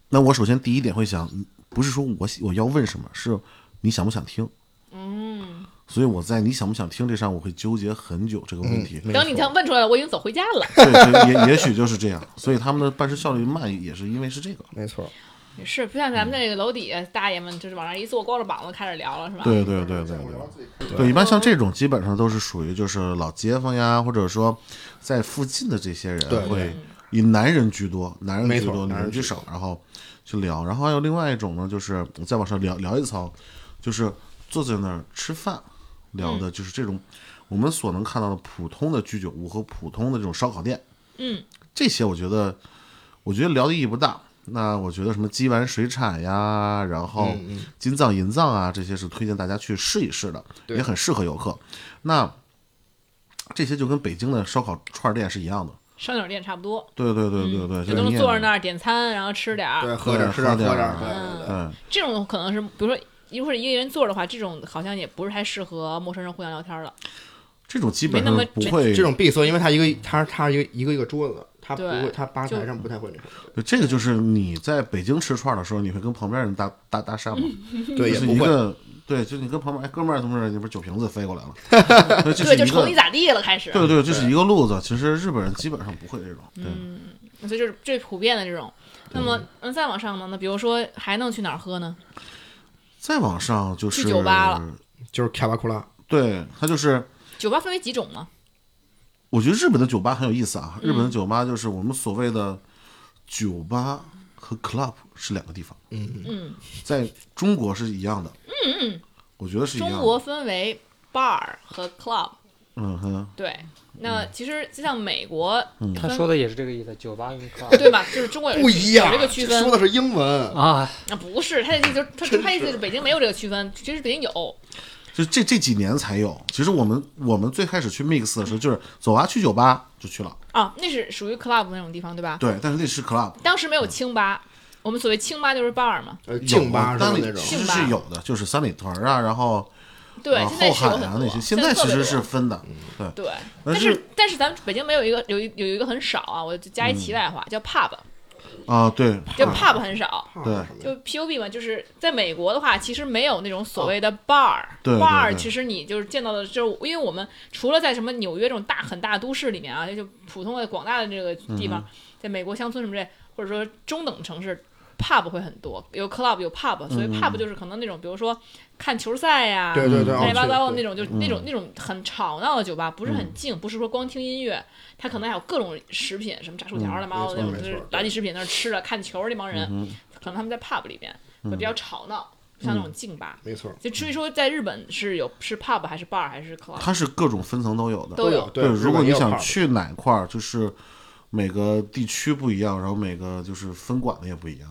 [SPEAKER 5] 那我首先第一点会想，不是说我喜我要问什么，是你想不想听。
[SPEAKER 1] 嗯，
[SPEAKER 5] 所以我在你想不想听这上，我会纠结很久这个问题。
[SPEAKER 4] 嗯没
[SPEAKER 1] 等你这
[SPEAKER 4] 错
[SPEAKER 1] 样问出来了，我已经走回家了。
[SPEAKER 5] 对，也也也许就是这样。所以他们的办事效率慢，也是因为是这个。
[SPEAKER 4] 没错，
[SPEAKER 1] 也是，不像咱们这个楼底下大爷们，就是往那儿一坐，光着膀子开始聊了，是吧？
[SPEAKER 5] 对对对对对。对，一般像这种基本上都是属于就是老街坊呀，或者说在附近的这些
[SPEAKER 4] 对
[SPEAKER 5] 人会以男人居多，男人
[SPEAKER 4] 没
[SPEAKER 5] 居
[SPEAKER 4] 错
[SPEAKER 5] 多，女
[SPEAKER 4] 男
[SPEAKER 5] 人
[SPEAKER 4] 人
[SPEAKER 5] 居
[SPEAKER 4] 居
[SPEAKER 5] 少，然后去聊。然后还有另外一种呢，就是我再往上聊聊一层，就是坐在那儿吃饭，聊的就是这种我们所能看到的普通的居酒屋和普通的这种烧烤店。
[SPEAKER 1] 嗯，
[SPEAKER 5] 这些我觉得，我觉得聊的意义不大。那我觉得什么鸡丸水产呀，然后
[SPEAKER 4] 嗯
[SPEAKER 5] 金藏银藏啊，这些是推荐大家去试一试的，
[SPEAKER 4] 对
[SPEAKER 5] 也很适合游客。那这些就跟北京的烧烤串儿店是一样的。
[SPEAKER 1] 烧鸟店差不多，
[SPEAKER 5] 对对对对对，
[SPEAKER 1] 嗯就
[SPEAKER 5] 就
[SPEAKER 1] 都
[SPEAKER 5] 是
[SPEAKER 1] 是
[SPEAKER 5] 你
[SPEAKER 1] 坐着
[SPEAKER 5] 也
[SPEAKER 1] 那儿点餐，然后吃点儿。
[SPEAKER 4] 对，喝点儿吃点儿
[SPEAKER 5] 喝
[SPEAKER 4] 喝
[SPEAKER 5] 点
[SPEAKER 4] 点
[SPEAKER 5] 儿
[SPEAKER 4] 儿，
[SPEAKER 1] 嗯
[SPEAKER 4] 对对对。
[SPEAKER 5] 嗯，
[SPEAKER 1] 这种可能是，比如说，如果是一个人坐的话，这种好像也不是太适合陌生人互相聊天了。
[SPEAKER 5] 这种基本
[SPEAKER 1] 没那
[SPEAKER 5] 上
[SPEAKER 1] 么
[SPEAKER 5] 不会
[SPEAKER 4] 这种闭塞，因为它一个它它一个一个一个桌子，它不
[SPEAKER 1] 对
[SPEAKER 4] 会，它吧
[SPEAKER 1] 就
[SPEAKER 4] 台上不太会那什 么，
[SPEAKER 5] 对这个就是你在北京吃串儿的时候，你会跟旁边人搭搭搭讪吗？
[SPEAKER 4] 对，嗯
[SPEAKER 5] 就
[SPEAKER 4] 也
[SPEAKER 5] 是
[SPEAKER 4] 不
[SPEAKER 5] 一
[SPEAKER 4] 会。
[SPEAKER 5] 个对，就是你跟旁边哎哥们儿怎么着，你不是酒瓶子飞过 来了？对，这是
[SPEAKER 1] 对，就
[SPEAKER 5] 一
[SPEAKER 1] 瞅
[SPEAKER 5] 个
[SPEAKER 1] 你咋地了，开始。
[SPEAKER 5] 对对，这是一个路子。其实日本人基本上不会这种，对，
[SPEAKER 1] 嗯所以就是最普遍的这种。那么，嗯，再往上呢？那比如说还能去哪儿喝呢？
[SPEAKER 5] 再往上就是
[SPEAKER 1] 去酒吧了
[SPEAKER 4] 就是卡巴库拉，
[SPEAKER 5] 对，它就是
[SPEAKER 1] 酒吧分为几种呢？
[SPEAKER 5] 我觉得日本的酒吧很有意思啊。日本的酒吧就是我们所谓的酒吧和 club 是两个地方，
[SPEAKER 1] 嗯，
[SPEAKER 5] 在中国是一样的。嗯我觉得是一样
[SPEAKER 1] 中
[SPEAKER 5] 的。
[SPEAKER 1] 国分为 bar 和 club。
[SPEAKER 5] 嗯哼，
[SPEAKER 1] 对，那
[SPEAKER 5] 嗯
[SPEAKER 1] 其实就像美国，
[SPEAKER 3] 他说的也是这个意思，酒嗯吧跟 club
[SPEAKER 1] 对吧？就是中国有
[SPEAKER 4] 不一样，
[SPEAKER 1] 有这个区
[SPEAKER 4] 说
[SPEAKER 1] 分。
[SPEAKER 4] 的是英文，
[SPEAKER 3] 啊，
[SPEAKER 1] 啊，不是，他的意思就是他他意思就是北京没有这个区分，其实北京有。
[SPEAKER 5] 就这这几年才有。其实我们我们最开始去 mix 的时候，就是走啊去酒吧就去了，
[SPEAKER 1] 啊，那是属于 club 那种地方，对吧？
[SPEAKER 5] 对，但是那是 club。
[SPEAKER 1] 当时没有清吧，我们所谓清吧就是 bar 嘛。
[SPEAKER 4] 呃，
[SPEAKER 5] 有啊
[SPEAKER 4] 静吧是吧
[SPEAKER 5] 但
[SPEAKER 4] 那种，
[SPEAKER 5] 其实是有的，就是三里屯儿啊，然后
[SPEAKER 1] 对，
[SPEAKER 5] 啊
[SPEAKER 1] 现在
[SPEAKER 5] 后
[SPEAKER 1] 是有
[SPEAKER 5] 海
[SPEAKER 1] 很
[SPEAKER 5] 啊
[SPEAKER 1] 多，
[SPEAKER 5] 那些，
[SPEAKER 1] 现
[SPEAKER 5] 现在
[SPEAKER 1] 特
[SPEAKER 5] 其
[SPEAKER 1] 别
[SPEAKER 5] 实
[SPEAKER 1] 多
[SPEAKER 5] 是分的，
[SPEAKER 4] 嗯
[SPEAKER 5] 对。
[SPEAKER 1] 对，
[SPEAKER 5] 但
[SPEAKER 1] 但
[SPEAKER 5] 是
[SPEAKER 1] 是但是咱们北京没有一个有一有一个很少啊，我就加一
[SPEAKER 5] 嗯
[SPEAKER 1] 题外话，叫 pub，
[SPEAKER 5] 啊，对，
[SPEAKER 1] 叫 pub 很少。
[SPEAKER 4] 怕
[SPEAKER 5] 对
[SPEAKER 4] 啊什么呀
[SPEAKER 1] 就 pub 嘛，就是在美国的话，其实没有那种所谓的 bar、
[SPEAKER 5] 哦对对
[SPEAKER 1] bar，
[SPEAKER 5] 对
[SPEAKER 1] 其实你就是见到的，就是因为我们除了在什么纽约这种大很大的都市里面啊，就普通的广大的这个地
[SPEAKER 5] 嗯
[SPEAKER 1] 方，在美国乡村什么这，或者说中等城市，pub 会很多，有 club 有 pub，所以
[SPEAKER 5] 嗯
[SPEAKER 1] pub 就是可能那种，比如说看球赛呀、
[SPEAKER 4] 对对对，
[SPEAKER 5] 嗯
[SPEAKER 4] 嗯
[SPEAKER 1] 乱七八糟
[SPEAKER 4] 哦
[SPEAKER 1] 的
[SPEAKER 4] 是
[SPEAKER 1] 那种，就是那种那种很吵闹的酒吧，不是很静，不是说光听音乐，它可能还有各种食品，什么炸薯条儿乱七八糟的那种，
[SPEAKER 4] 嗯没
[SPEAKER 1] 就
[SPEAKER 4] 错
[SPEAKER 1] 是
[SPEAKER 4] 没错嗯
[SPEAKER 1] 垃圾食品在那儿吃了看球儿那帮人，可能他们在 pub 里边会比较吵闹，不像那
[SPEAKER 4] 嗯
[SPEAKER 1] 种静吧。
[SPEAKER 4] 没错，
[SPEAKER 1] 就至于说在日本是有是 pub 还是 bar 还是 club
[SPEAKER 5] 它是各种分层都有的。
[SPEAKER 1] 都
[SPEAKER 4] 有
[SPEAKER 1] 有。
[SPEAKER 4] 对，
[SPEAKER 5] 如果你想
[SPEAKER 4] 去，
[SPEAKER 5] 去哪块儿，就是每个地区不一样，然后每个就是分管的也不一样。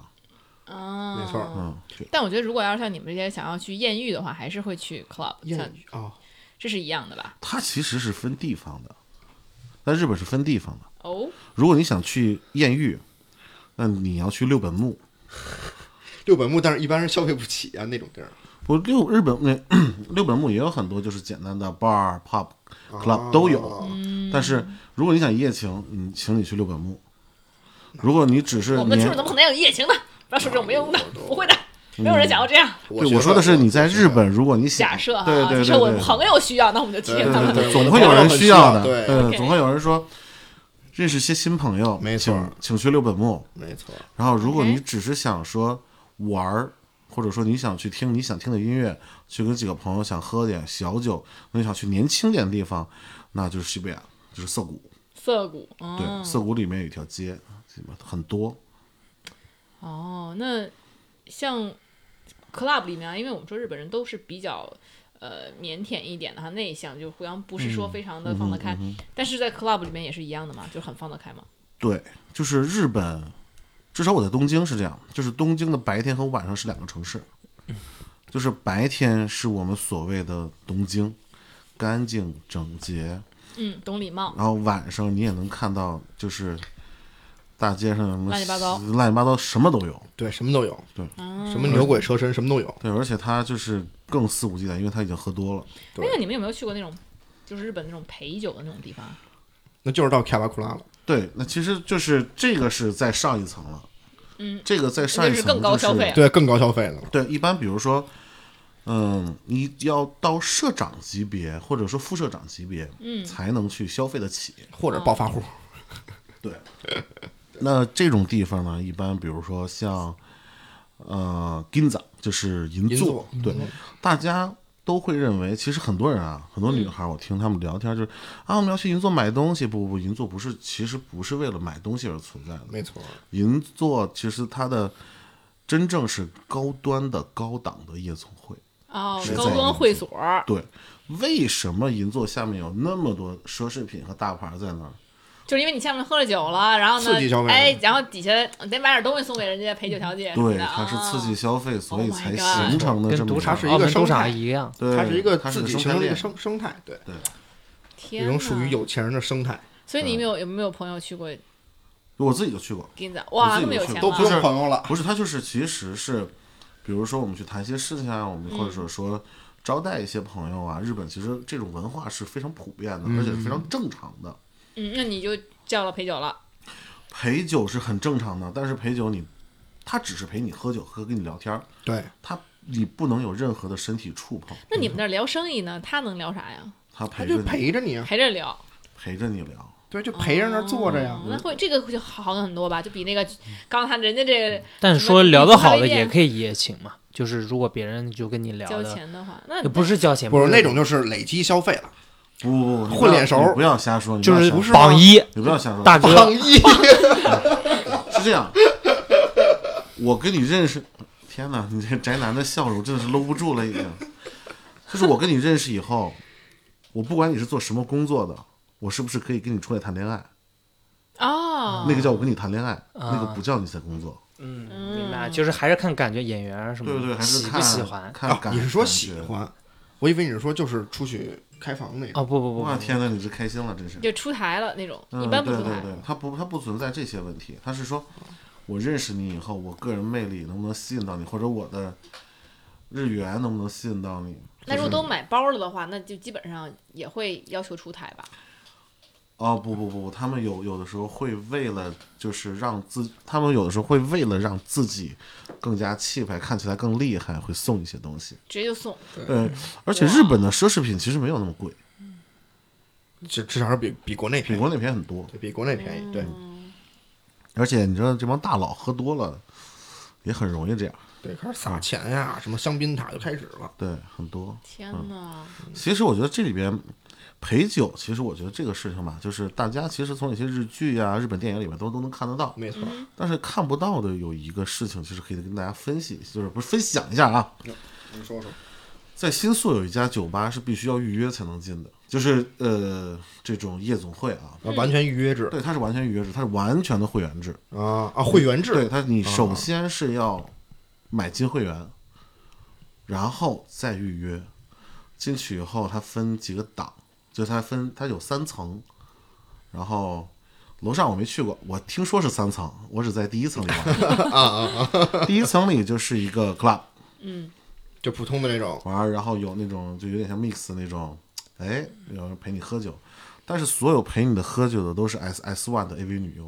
[SPEAKER 1] 啊，
[SPEAKER 4] 没错
[SPEAKER 5] 嗯，对
[SPEAKER 1] 但我觉得如果要是像你们这些想要去艳遇的话，还是会去 club，像
[SPEAKER 4] 艳遇啊，
[SPEAKER 1] 这是一样的吧？
[SPEAKER 5] 它其实是分地方的，在日本是分地方的。
[SPEAKER 1] 哦，
[SPEAKER 5] 如果你想去艳遇，那你要去六本木。
[SPEAKER 4] 六本木，但是一般人消费不起啊那种地儿，
[SPEAKER 5] 不六日本那 六本木也有很多就是简单的 bar pub club 都有，
[SPEAKER 4] 哦
[SPEAKER 1] 嗯
[SPEAKER 5] 但是如果你想一夜情，你请你去六本木。如果你只是
[SPEAKER 1] 我们的听
[SPEAKER 5] 年
[SPEAKER 1] 众怎么可能有一夜情呢？不要说这种没用的，不会的，
[SPEAKER 4] 嗯
[SPEAKER 1] 没有人想要这样。
[SPEAKER 5] 对我说的是你在日本，如果你想
[SPEAKER 1] 假设哈，
[SPEAKER 5] 对对
[SPEAKER 1] 你
[SPEAKER 5] 对
[SPEAKER 1] 说我
[SPEAKER 5] 对
[SPEAKER 1] 朋友需要，那我们就
[SPEAKER 4] 对
[SPEAKER 1] 听
[SPEAKER 5] 对
[SPEAKER 1] 他
[SPEAKER 5] 对
[SPEAKER 1] 们的。
[SPEAKER 4] 对
[SPEAKER 5] 对，总
[SPEAKER 4] 我
[SPEAKER 5] 会
[SPEAKER 4] 的
[SPEAKER 5] 有
[SPEAKER 4] 朋友
[SPEAKER 5] 人
[SPEAKER 4] 很
[SPEAKER 5] 需
[SPEAKER 4] 需
[SPEAKER 5] 要
[SPEAKER 4] 要
[SPEAKER 5] 的，嗯
[SPEAKER 4] 对
[SPEAKER 1] ，OK
[SPEAKER 5] 总会有人说认识些新朋友，
[SPEAKER 4] 没错
[SPEAKER 5] 请请去六本木。
[SPEAKER 4] 没错，
[SPEAKER 5] 然后，如果你
[SPEAKER 1] OK
[SPEAKER 5] 只是想说玩儿，或者说你想去听你想听的音乐，去跟几个朋友想喝点小酒，你想去年轻点的地方，那就是西贝亚，就是涩谷。
[SPEAKER 1] 涩谷，
[SPEAKER 5] 对，
[SPEAKER 1] 嗯，
[SPEAKER 5] 涩谷里面有一条街，很多。
[SPEAKER 1] 哦，那像 club 里面啊，因为我们说日本人都是比较呃腼腆一点的哈，内向，就互相不是
[SPEAKER 5] 嗯
[SPEAKER 1] 说非常的放得开，但是在 club 里面也是一样的嘛，就很放得开嘛。
[SPEAKER 5] 对，就是日本，至少我在东京是这样，就是东京的白天和晚上是两个城市，就是白天是我们所谓的东京，干净整洁，
[SPEAKER 1] 嗯，懂礼貌，
[SPEAKER 5] 然后晚上你也能看到，就是大街上什么
[SPEAKER 1] 乱七八糟
[SPEAKER 5] 乱七八糟什么都有。
[SPEAKER 4] 对，什么都有，
[SPEAKER 5] 对，
[SPEAKER 4] 什么牛鬼蛇神什么都有，
[SPEAKER 5] 对，而且他就是更肆无忌惮，因为他已经喝多了。
[SPEAKER 1] 哎，那你们有没有去过那种就是日本那种陪酒的那种地方啊？
[SPEAKER 4] 那就是到卡拉库拉了。
[SPEAKER 5] 对，那其实就是这个是在上一层了，
[SPEAKER 1] 嗯，
[SPEAKER 5] 这个在上一层、
[SPEAKER 1] 就是更高消费了啊
[SPEAKER 4] 对，更高消费了。
[SPEAKER 5] 对，一般比如说，嗯，你要到社长级别或者说副社长级别，嗯，才能去消费得起。
[SPEAKER 4] 或者暴发户，
[SPEAKER 5] 对，那这种地方呢，一般比如说像，呃，金子就是银
[SPEAKER 4] 银
[SPEAKER 5] 座
[SPEAKER 4] 座，
[SPEAKER 5] 对，大家。都会认为，其实很多人啊，很多女孩儿，我听她们聊天就是、啊，我们要去银座买东西。不不不，银座不是，其实不是为了买东西而存在的。
[SPEAKER 4] 没错，
[SPEAKER 5] 银座其实它的真正是高端的高档的夜总会。
[SPEAKER 1] 哦
[SPEAKER 5] 是，
[SPEAKER 1] 高
[SPEAKER 5] 在
[SPEAKER 1] 端会所，
[SPEAKER 5] 对，为什么银座下面有那么多奢侈品和大牌在那儿？
[SPEAKER 1] 就是因为你下面喝了酒了，然后呢
[SPEAKER 4] 刺激消，费
[SPEAKER 1] 哎，然后底下得买点东西送给人家陪酒小姐什么
[SPEAKER 5] 对，
[SPEAKER 1] 的啊，
[SPEAKER 5] 它是刺激消费，所以
[SPEAKER 1] Oh my
[SPEAKER 5] 才
[SPEAKER 1] God
[SPEAKER 3] 哦
[SPEAKER 5] 形成的这
[SPEAKER 3] 跟
[SPEAKER 5] 么
[SPEAKER 3] 赌
[SPEAKER 5] 一
[SPEAKER 3] 场
[SPEAKER 4] 它
[SPEAKER 5] 个
[SPEAKER 4] 是一
[SPEAKER 3] 澳
[SPEAKER 4] 个
[SPEAKER 3] 门赌
[SPEAKER 4] 生态
[SPEAKER 3] 场一样。
[SPEAKER 5] 对，
[SPEAKER 4] 它是一个
[SPEAKER 5] 它
[SPEAKER 4] 自
[SPEAKER 5] 是
[SPEAKER 4] 己
[SPEAKER 5] 生
[SPEAKER 4] 形
[SPEAKER 5] 态
[SPEAKER 4] 成的一
[SPEAKER 5] 链
[SPEAKER 4] 个生生态，对，一
[SPEAKER 1] 天
[SPEAKER 4] 种属于
[SPEAKER 1] 呐。
[SPEAKER 4] 有钱人的生态，
[SPEAKER 1] 所以你们有有没有朋友去过
[SPEAKER 5] 我自己就去过，
[SPEAKER 1] 金子？哇，
[SPEAKER 5] 我自己
[SPEAKER 1] 那么
[SPEAKER 5] 有
[SPEAKER 1] 有
[SPEAKER 5] 去
[SPEAKER 1] 钱
[SPEAKER 5] 过
[SPEAKER 4] 都
[SPEAKER 1] 吗
[SPEAKER 4] 不
[SPEAKER 5] 就是
[SPEAKER 4] 用朋友了。
[SPEAKER 5] 不是它就是其实是，比如说我们去谈一些事情啊，我们或者说招待一些朋友啊，日本其实这种文化是非常普遍
[SPEAKER 4] 嗯
[SPEAKER 5] 的，而且是非常正常的。
[SPEAKER 1] 嗯，那你就叫了陪酒了。
[SPEAKER 5] 陪酒是很正常的，但是陪酒你，他只是陪你喝酒和跟你聊天儿，
[SPEAKER 4] 对，
[SPEAKER 5] 他你不能有任何的身体触碰，
[SPEAKER 1] 那你们那儿聊生意呢？他能聊啥呀？
[SPEAKER 4] 他
[SPEAKER 5] 他陪着
[SPEAKER 4] 就
[SPEAKER 5] 你
[SPEAKER 4] 陪着你啊，
[SPEAKER 1] 陪着聊，
[SPEAKER 5] 陪着你聊。
[SPEAKER 4] 对，就陪着那儿坐着呀
[SPEAKER 1] 哦。那会这个会就好很多吧？就比那个刚才人家这个
[SPEAKER 3] 但
[SPEAKER 1] 什么
[SPEAKER 3] 说聊
[SPEAKER 1] 你
[SPEAKER 3] 得
[SPEAKER 1] 不
[SPEAKER 3] 好
[SPEAKER 1] 太
[SPEAKER 3] 的
[SPEAKER 1] 一
[SPEAKER 3] 也
[SPEAKER 1] 样
[SPEAKER 3] 可以一夜情嘛，就是如果别人就跟你聊
[SPEAKER 1] 交
[SPEAKER 3] 的，
[SPEAKER 1] 钱的话，那
[SPEAKER 3] 也不是交钱，
[SPEAKER 4] 不是
[SPEAKER 3] 是
[SPEAKER 4] 那种，就是累积消费了，
[SPEAKER 5] 不不不，你
[SPEAKER 4] 混
[SPEAKER 5] 不要
[SPEAKER 4] 脸熟
[SPEAKER 5] 你不要瞎说，你
[SPEAKER 3] 就是
[SPEAKER 5] 不要瞎说
[SPEAKER 3] 榜一
[SPEAKER 5] 你不要瞎说，
[SPEAKER 3] 大哥
[SPEAKER 4] 抗 议，
[SPEAKER 5] 是这样。我跟你认识，天哪，你这宅男的笑容真的是搂不住了，已经。就是我跟你认识以后，我不管你是做什么工作的，我是不是可以跟你出来谈恋爱？
[SPEAKER 1] 哦，
[SPEAKER 3] 啊
[SPEAKER 5] 那个叫我跟你谈恋爱，那个不叫你在工作。
[SPEAKER 3] 嗯，明白，就是还是看感觉演员啊什么
[SPEAKER 5] 对
[SPEAKER 3] 的，
[SPEAKER 5] 对，还
[SPEAKER 3] 喜
[SPEAKER 5] 是
[SPEAKER 3] 不
[SPEAKER 5] 看
[SPEAKER 3] 喜欢？
[SPEAKER 5] 看感。
[SPEAKER 4] 哦你是说
[SPEAKER 5] 感觉
[SPEAKER 4] 喜？欢？我以为你是说就是出去开房那种。
[SPEAKER 3] 哦不不不
[SPEAKER 5] 哇，
[SPEAKER 3] 不，
[SPEAKER 5] 天哪，你这开心了，真是。
[SPEAKER 1] 就出台了那种，
[SPEAKER 5] 嗯，
[SPEAKER 1] 一般不
[SPEAKER 5] 对
[SPEAKER 1] 出
[SPEAKER 5] 对
[SPEAKER 1] 台。
[SPEAKER 5] 对，他不他不存在这些问题，他是说我认识你以后，我个人魅力能不能吸引到你，或者我的日元能不能吸引到你？
[SPEAKER 1] 那如果都买包了的话，那就基本上也会要求出台吧。
[SPEAKER 5] 哦，不不不，他们有有的时候会为了就是让自，他们有的时候会为了让自己更加气派，看起来更厉害，会送一些东西。
[SPEAKER 1] 直接就送，
[SPEAKER 5] 对，而且日本的奢侈品其实没有那么贵，
[SPEAKER 4] 至至少是比比国内
[SPEAKER 5] 比
[SPEAKER 4] 便宜，
[SPEAKER 5] 国内便宜很多。
[SPEAKER 4] 对比国内便宜，对
[SPEAKER 5] 而且你知道这帮大佬喝多了，也很容易这样。
[SPEAKER 4] 对，开始撒钱呀，什么香槟塔就开始了，
[SPEAKER 5] 对，很多。
[SPEAKER 1] 天哪！
[SPEAKER 5] 其实我觉得这里边陪酒，其实我觉得这个事情吧，就是大家其实从一些日剧啊、日本电影里面都都能看得到，
[SPEAKER 4] 没错，
[SPEAKER 5] 但是看不到的有一个事情，就是可以跟大家分析，就是不是分享一下啊，
[SPEAKER 4] 你说说，
[SPEAKER 5] 在新宿有一家酒吧是必须要预约才能进的，就是呃这种夜总会啊，
[SPEAKER 4] 啊完全预约制
[SPEAKER 5] 对，它是完全预约制，它是完全的会员制，
[SPEAKER 4] 啊啊，会员
[SPEAKER 5] 对
[SPEAKER 4] 制，
[SPEAKER 5] 它你首先是要买进会员，然后再预约。进去以后，它分几个档，就它分它有三层，然后楼上我没去过，我听说是三层， 我只在第一层里玩。第一层里就是一个 club，嗯，
[SPEAKER 4] 就普通的那种，
[SPEAKER 5] 玩儿，然后有那种就有点像 mix 那种，哎，有人陪你喝酒，但是所有陪你的喝酒的都是 S S One 的 A V 女优，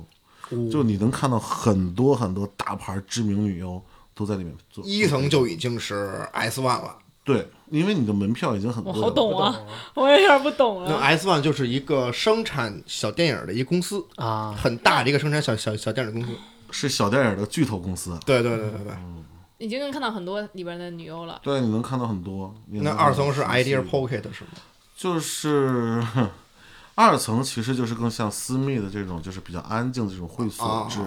[SPEAKER 4] 哦
[SPEAKER 5] 就你能看到很多很多大牌知名女优都在里面做
[SPEAKER 4] 一层就已经是 S one 了。
[SPEAKER 5] 对，因为你的门票已经很
[SPEAKER 1] 我
[SPEAKER 5] 多了，
[SPEAKER 1] 好懂啊，我有点不懂
[SPEAKER 4] 那
[SPEAKER 1] 啊。
[SPEAKER 4] S one 就是一个生产小电影的一公司，
[SPEAKER 3] 啊，
[SPEAKER 4] 很大的一个生产小小小电影公司。
[SPEAKER 5] 是小电影的巨头公司，
[SPEAKER 4] 对对对对对。
[SPEAKER 1] 已经能看到很多里边的女优了，
[SPEAKER 5] 对，你能看到很多。你
[SPEAKER 4] 那
[SPEAKER 5] 能看到
[SPEAKER 4] 二层是
[SPEAKER 5] 很多
[SPEAKER 4] Idea Pocket 是吗？
[SPEAKER 5] 就是 二层其实就是更像私密的这种，就是比较安静的这种会
[SPEAKER 4] 啊
[SPEAKER 5] 所制。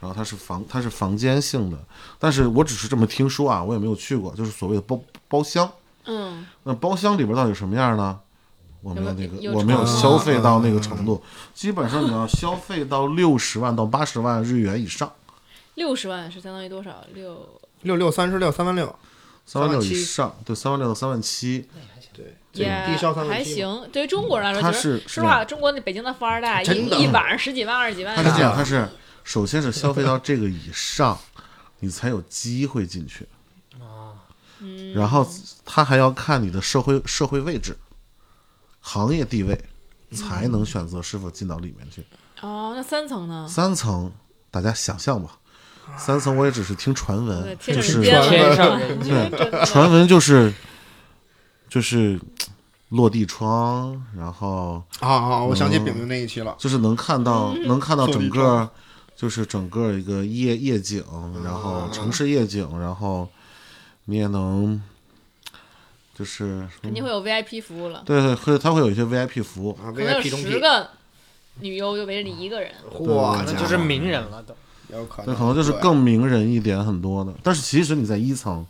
[SPEAKER 5] 然后它是房，它是房间性的，但是我只是这么听说啊，我也没有去过，就是所谓的包包厢。
[SPEAKER 1] 嗯，
[SPEAKER 5] 那包厢里边到底什么样呢？我没有那
[SPEAKER 1] 有
[SPEAKER 5] 个，
[SPEAKER 1] 有
[SPEAKER 5] 我没有
[SPEAKER 1] 床
[SPEAKER 5] 消费到那个程度，基本上你要消费到六十万到八十万日元以上，
[SPEAKER 1] 六十万是相当于多少？六
[SPEAKER 4] 六六三十六三万六，
[SPEAKER 5] 三万
[SPEAKER 4] 三
[SPEAKER 5] 六
[SPEAKER 4] 万
[SPEAKER 5] 以
[SPEAKER 4] 七
[SPEAKER 5] 上，对，三万六到三万七，
[SPEAKER 4] 对，
[SPEAKER 1] 也
[SPEAKER 4] 低消三万
[SPEAKER 1] 还
[SPEAKER 4] 七嘛
[SPEAKER 1] 行，对于中国人来说，
[SPEAKER 5] 他
[SPEAKER 1] 其实
[SPEAKER 5] 是
[SPEAKER 1] 说实话，中国那北京的富二代一
[SPEAKER 4] 真的
[SPEAKER 1] 一晚上十几万、二十几万
[SPEAKER 5] 它是这
[SPEAKER 1] 的，
[SPEAKER 5] 样，它是首先是消费到这个以上，你才有机会进去
[SPEAKER 1] 嗯
[SPEAKER 5] 然后他还要看你的社会社会位置、行业地位，才能选择是否进到里面去。
[SPEAKER 1] 哦，那三层呢？
[SPEAKER 5] 三层，大家想象吧。三层我也只是听传
[SPEAKER 1] 对
[SPEAKER 5] 闻，
[SPEAKER 1] 天
[SPEAKER 5] 就
[SPEAKER 1] 上
[SPEAKER 5] 是
[SPEAKER 1] 人间了
[SPEAKER 3] 天上人
[SPEAKER 1] 真的
[SPEAKER 5] 传闻就是就是落地窗，然后
[SPEAKER 4] 啊啊！我
[SPEAKER 5] 嗯
[SPEAKER 4] 想起饼饼那一期了，
[SPEAKER 5] 就是能看到、能看到
[SPEAKER 4] 落地
[SPEAKER 5] 整
[SPEAKER 4] 窗
[SPEAKER 5] 个，就是整个一个夜夜景，然后城市夜景，然后你也能就是
[SPEAKER 1] 肯定会有 VIP 服务了，
[SPEAKER 5] 对对，会它会有一些 VIP 服务，
[SPEAKER 4] 啊
[SPEAKER 1] 可能有
[SPEAKER 4] ，VIP 中
[SPEAKER 1] 十
[SPEAKER 4] P，
[SPEAKER 1] 个女优就围着你一个人，
[SPEAKER 5] 嗯
[SPEAKER 4] 哇，
[SPEAKER 5] 对
[SPEAKER 3] 那
[SPEAKER 4] 那
[SPEAKER 3] 就
[SPEAKER 4] 就是是
[SPEAKER 3] 名人了都。
[SPEAKER 4] 有可
[SPEAKER 5] 那
[SPEAKER 4] 能，
[SPEAKER 5] 可能就是更名人一点很多的。但是其实你在一层，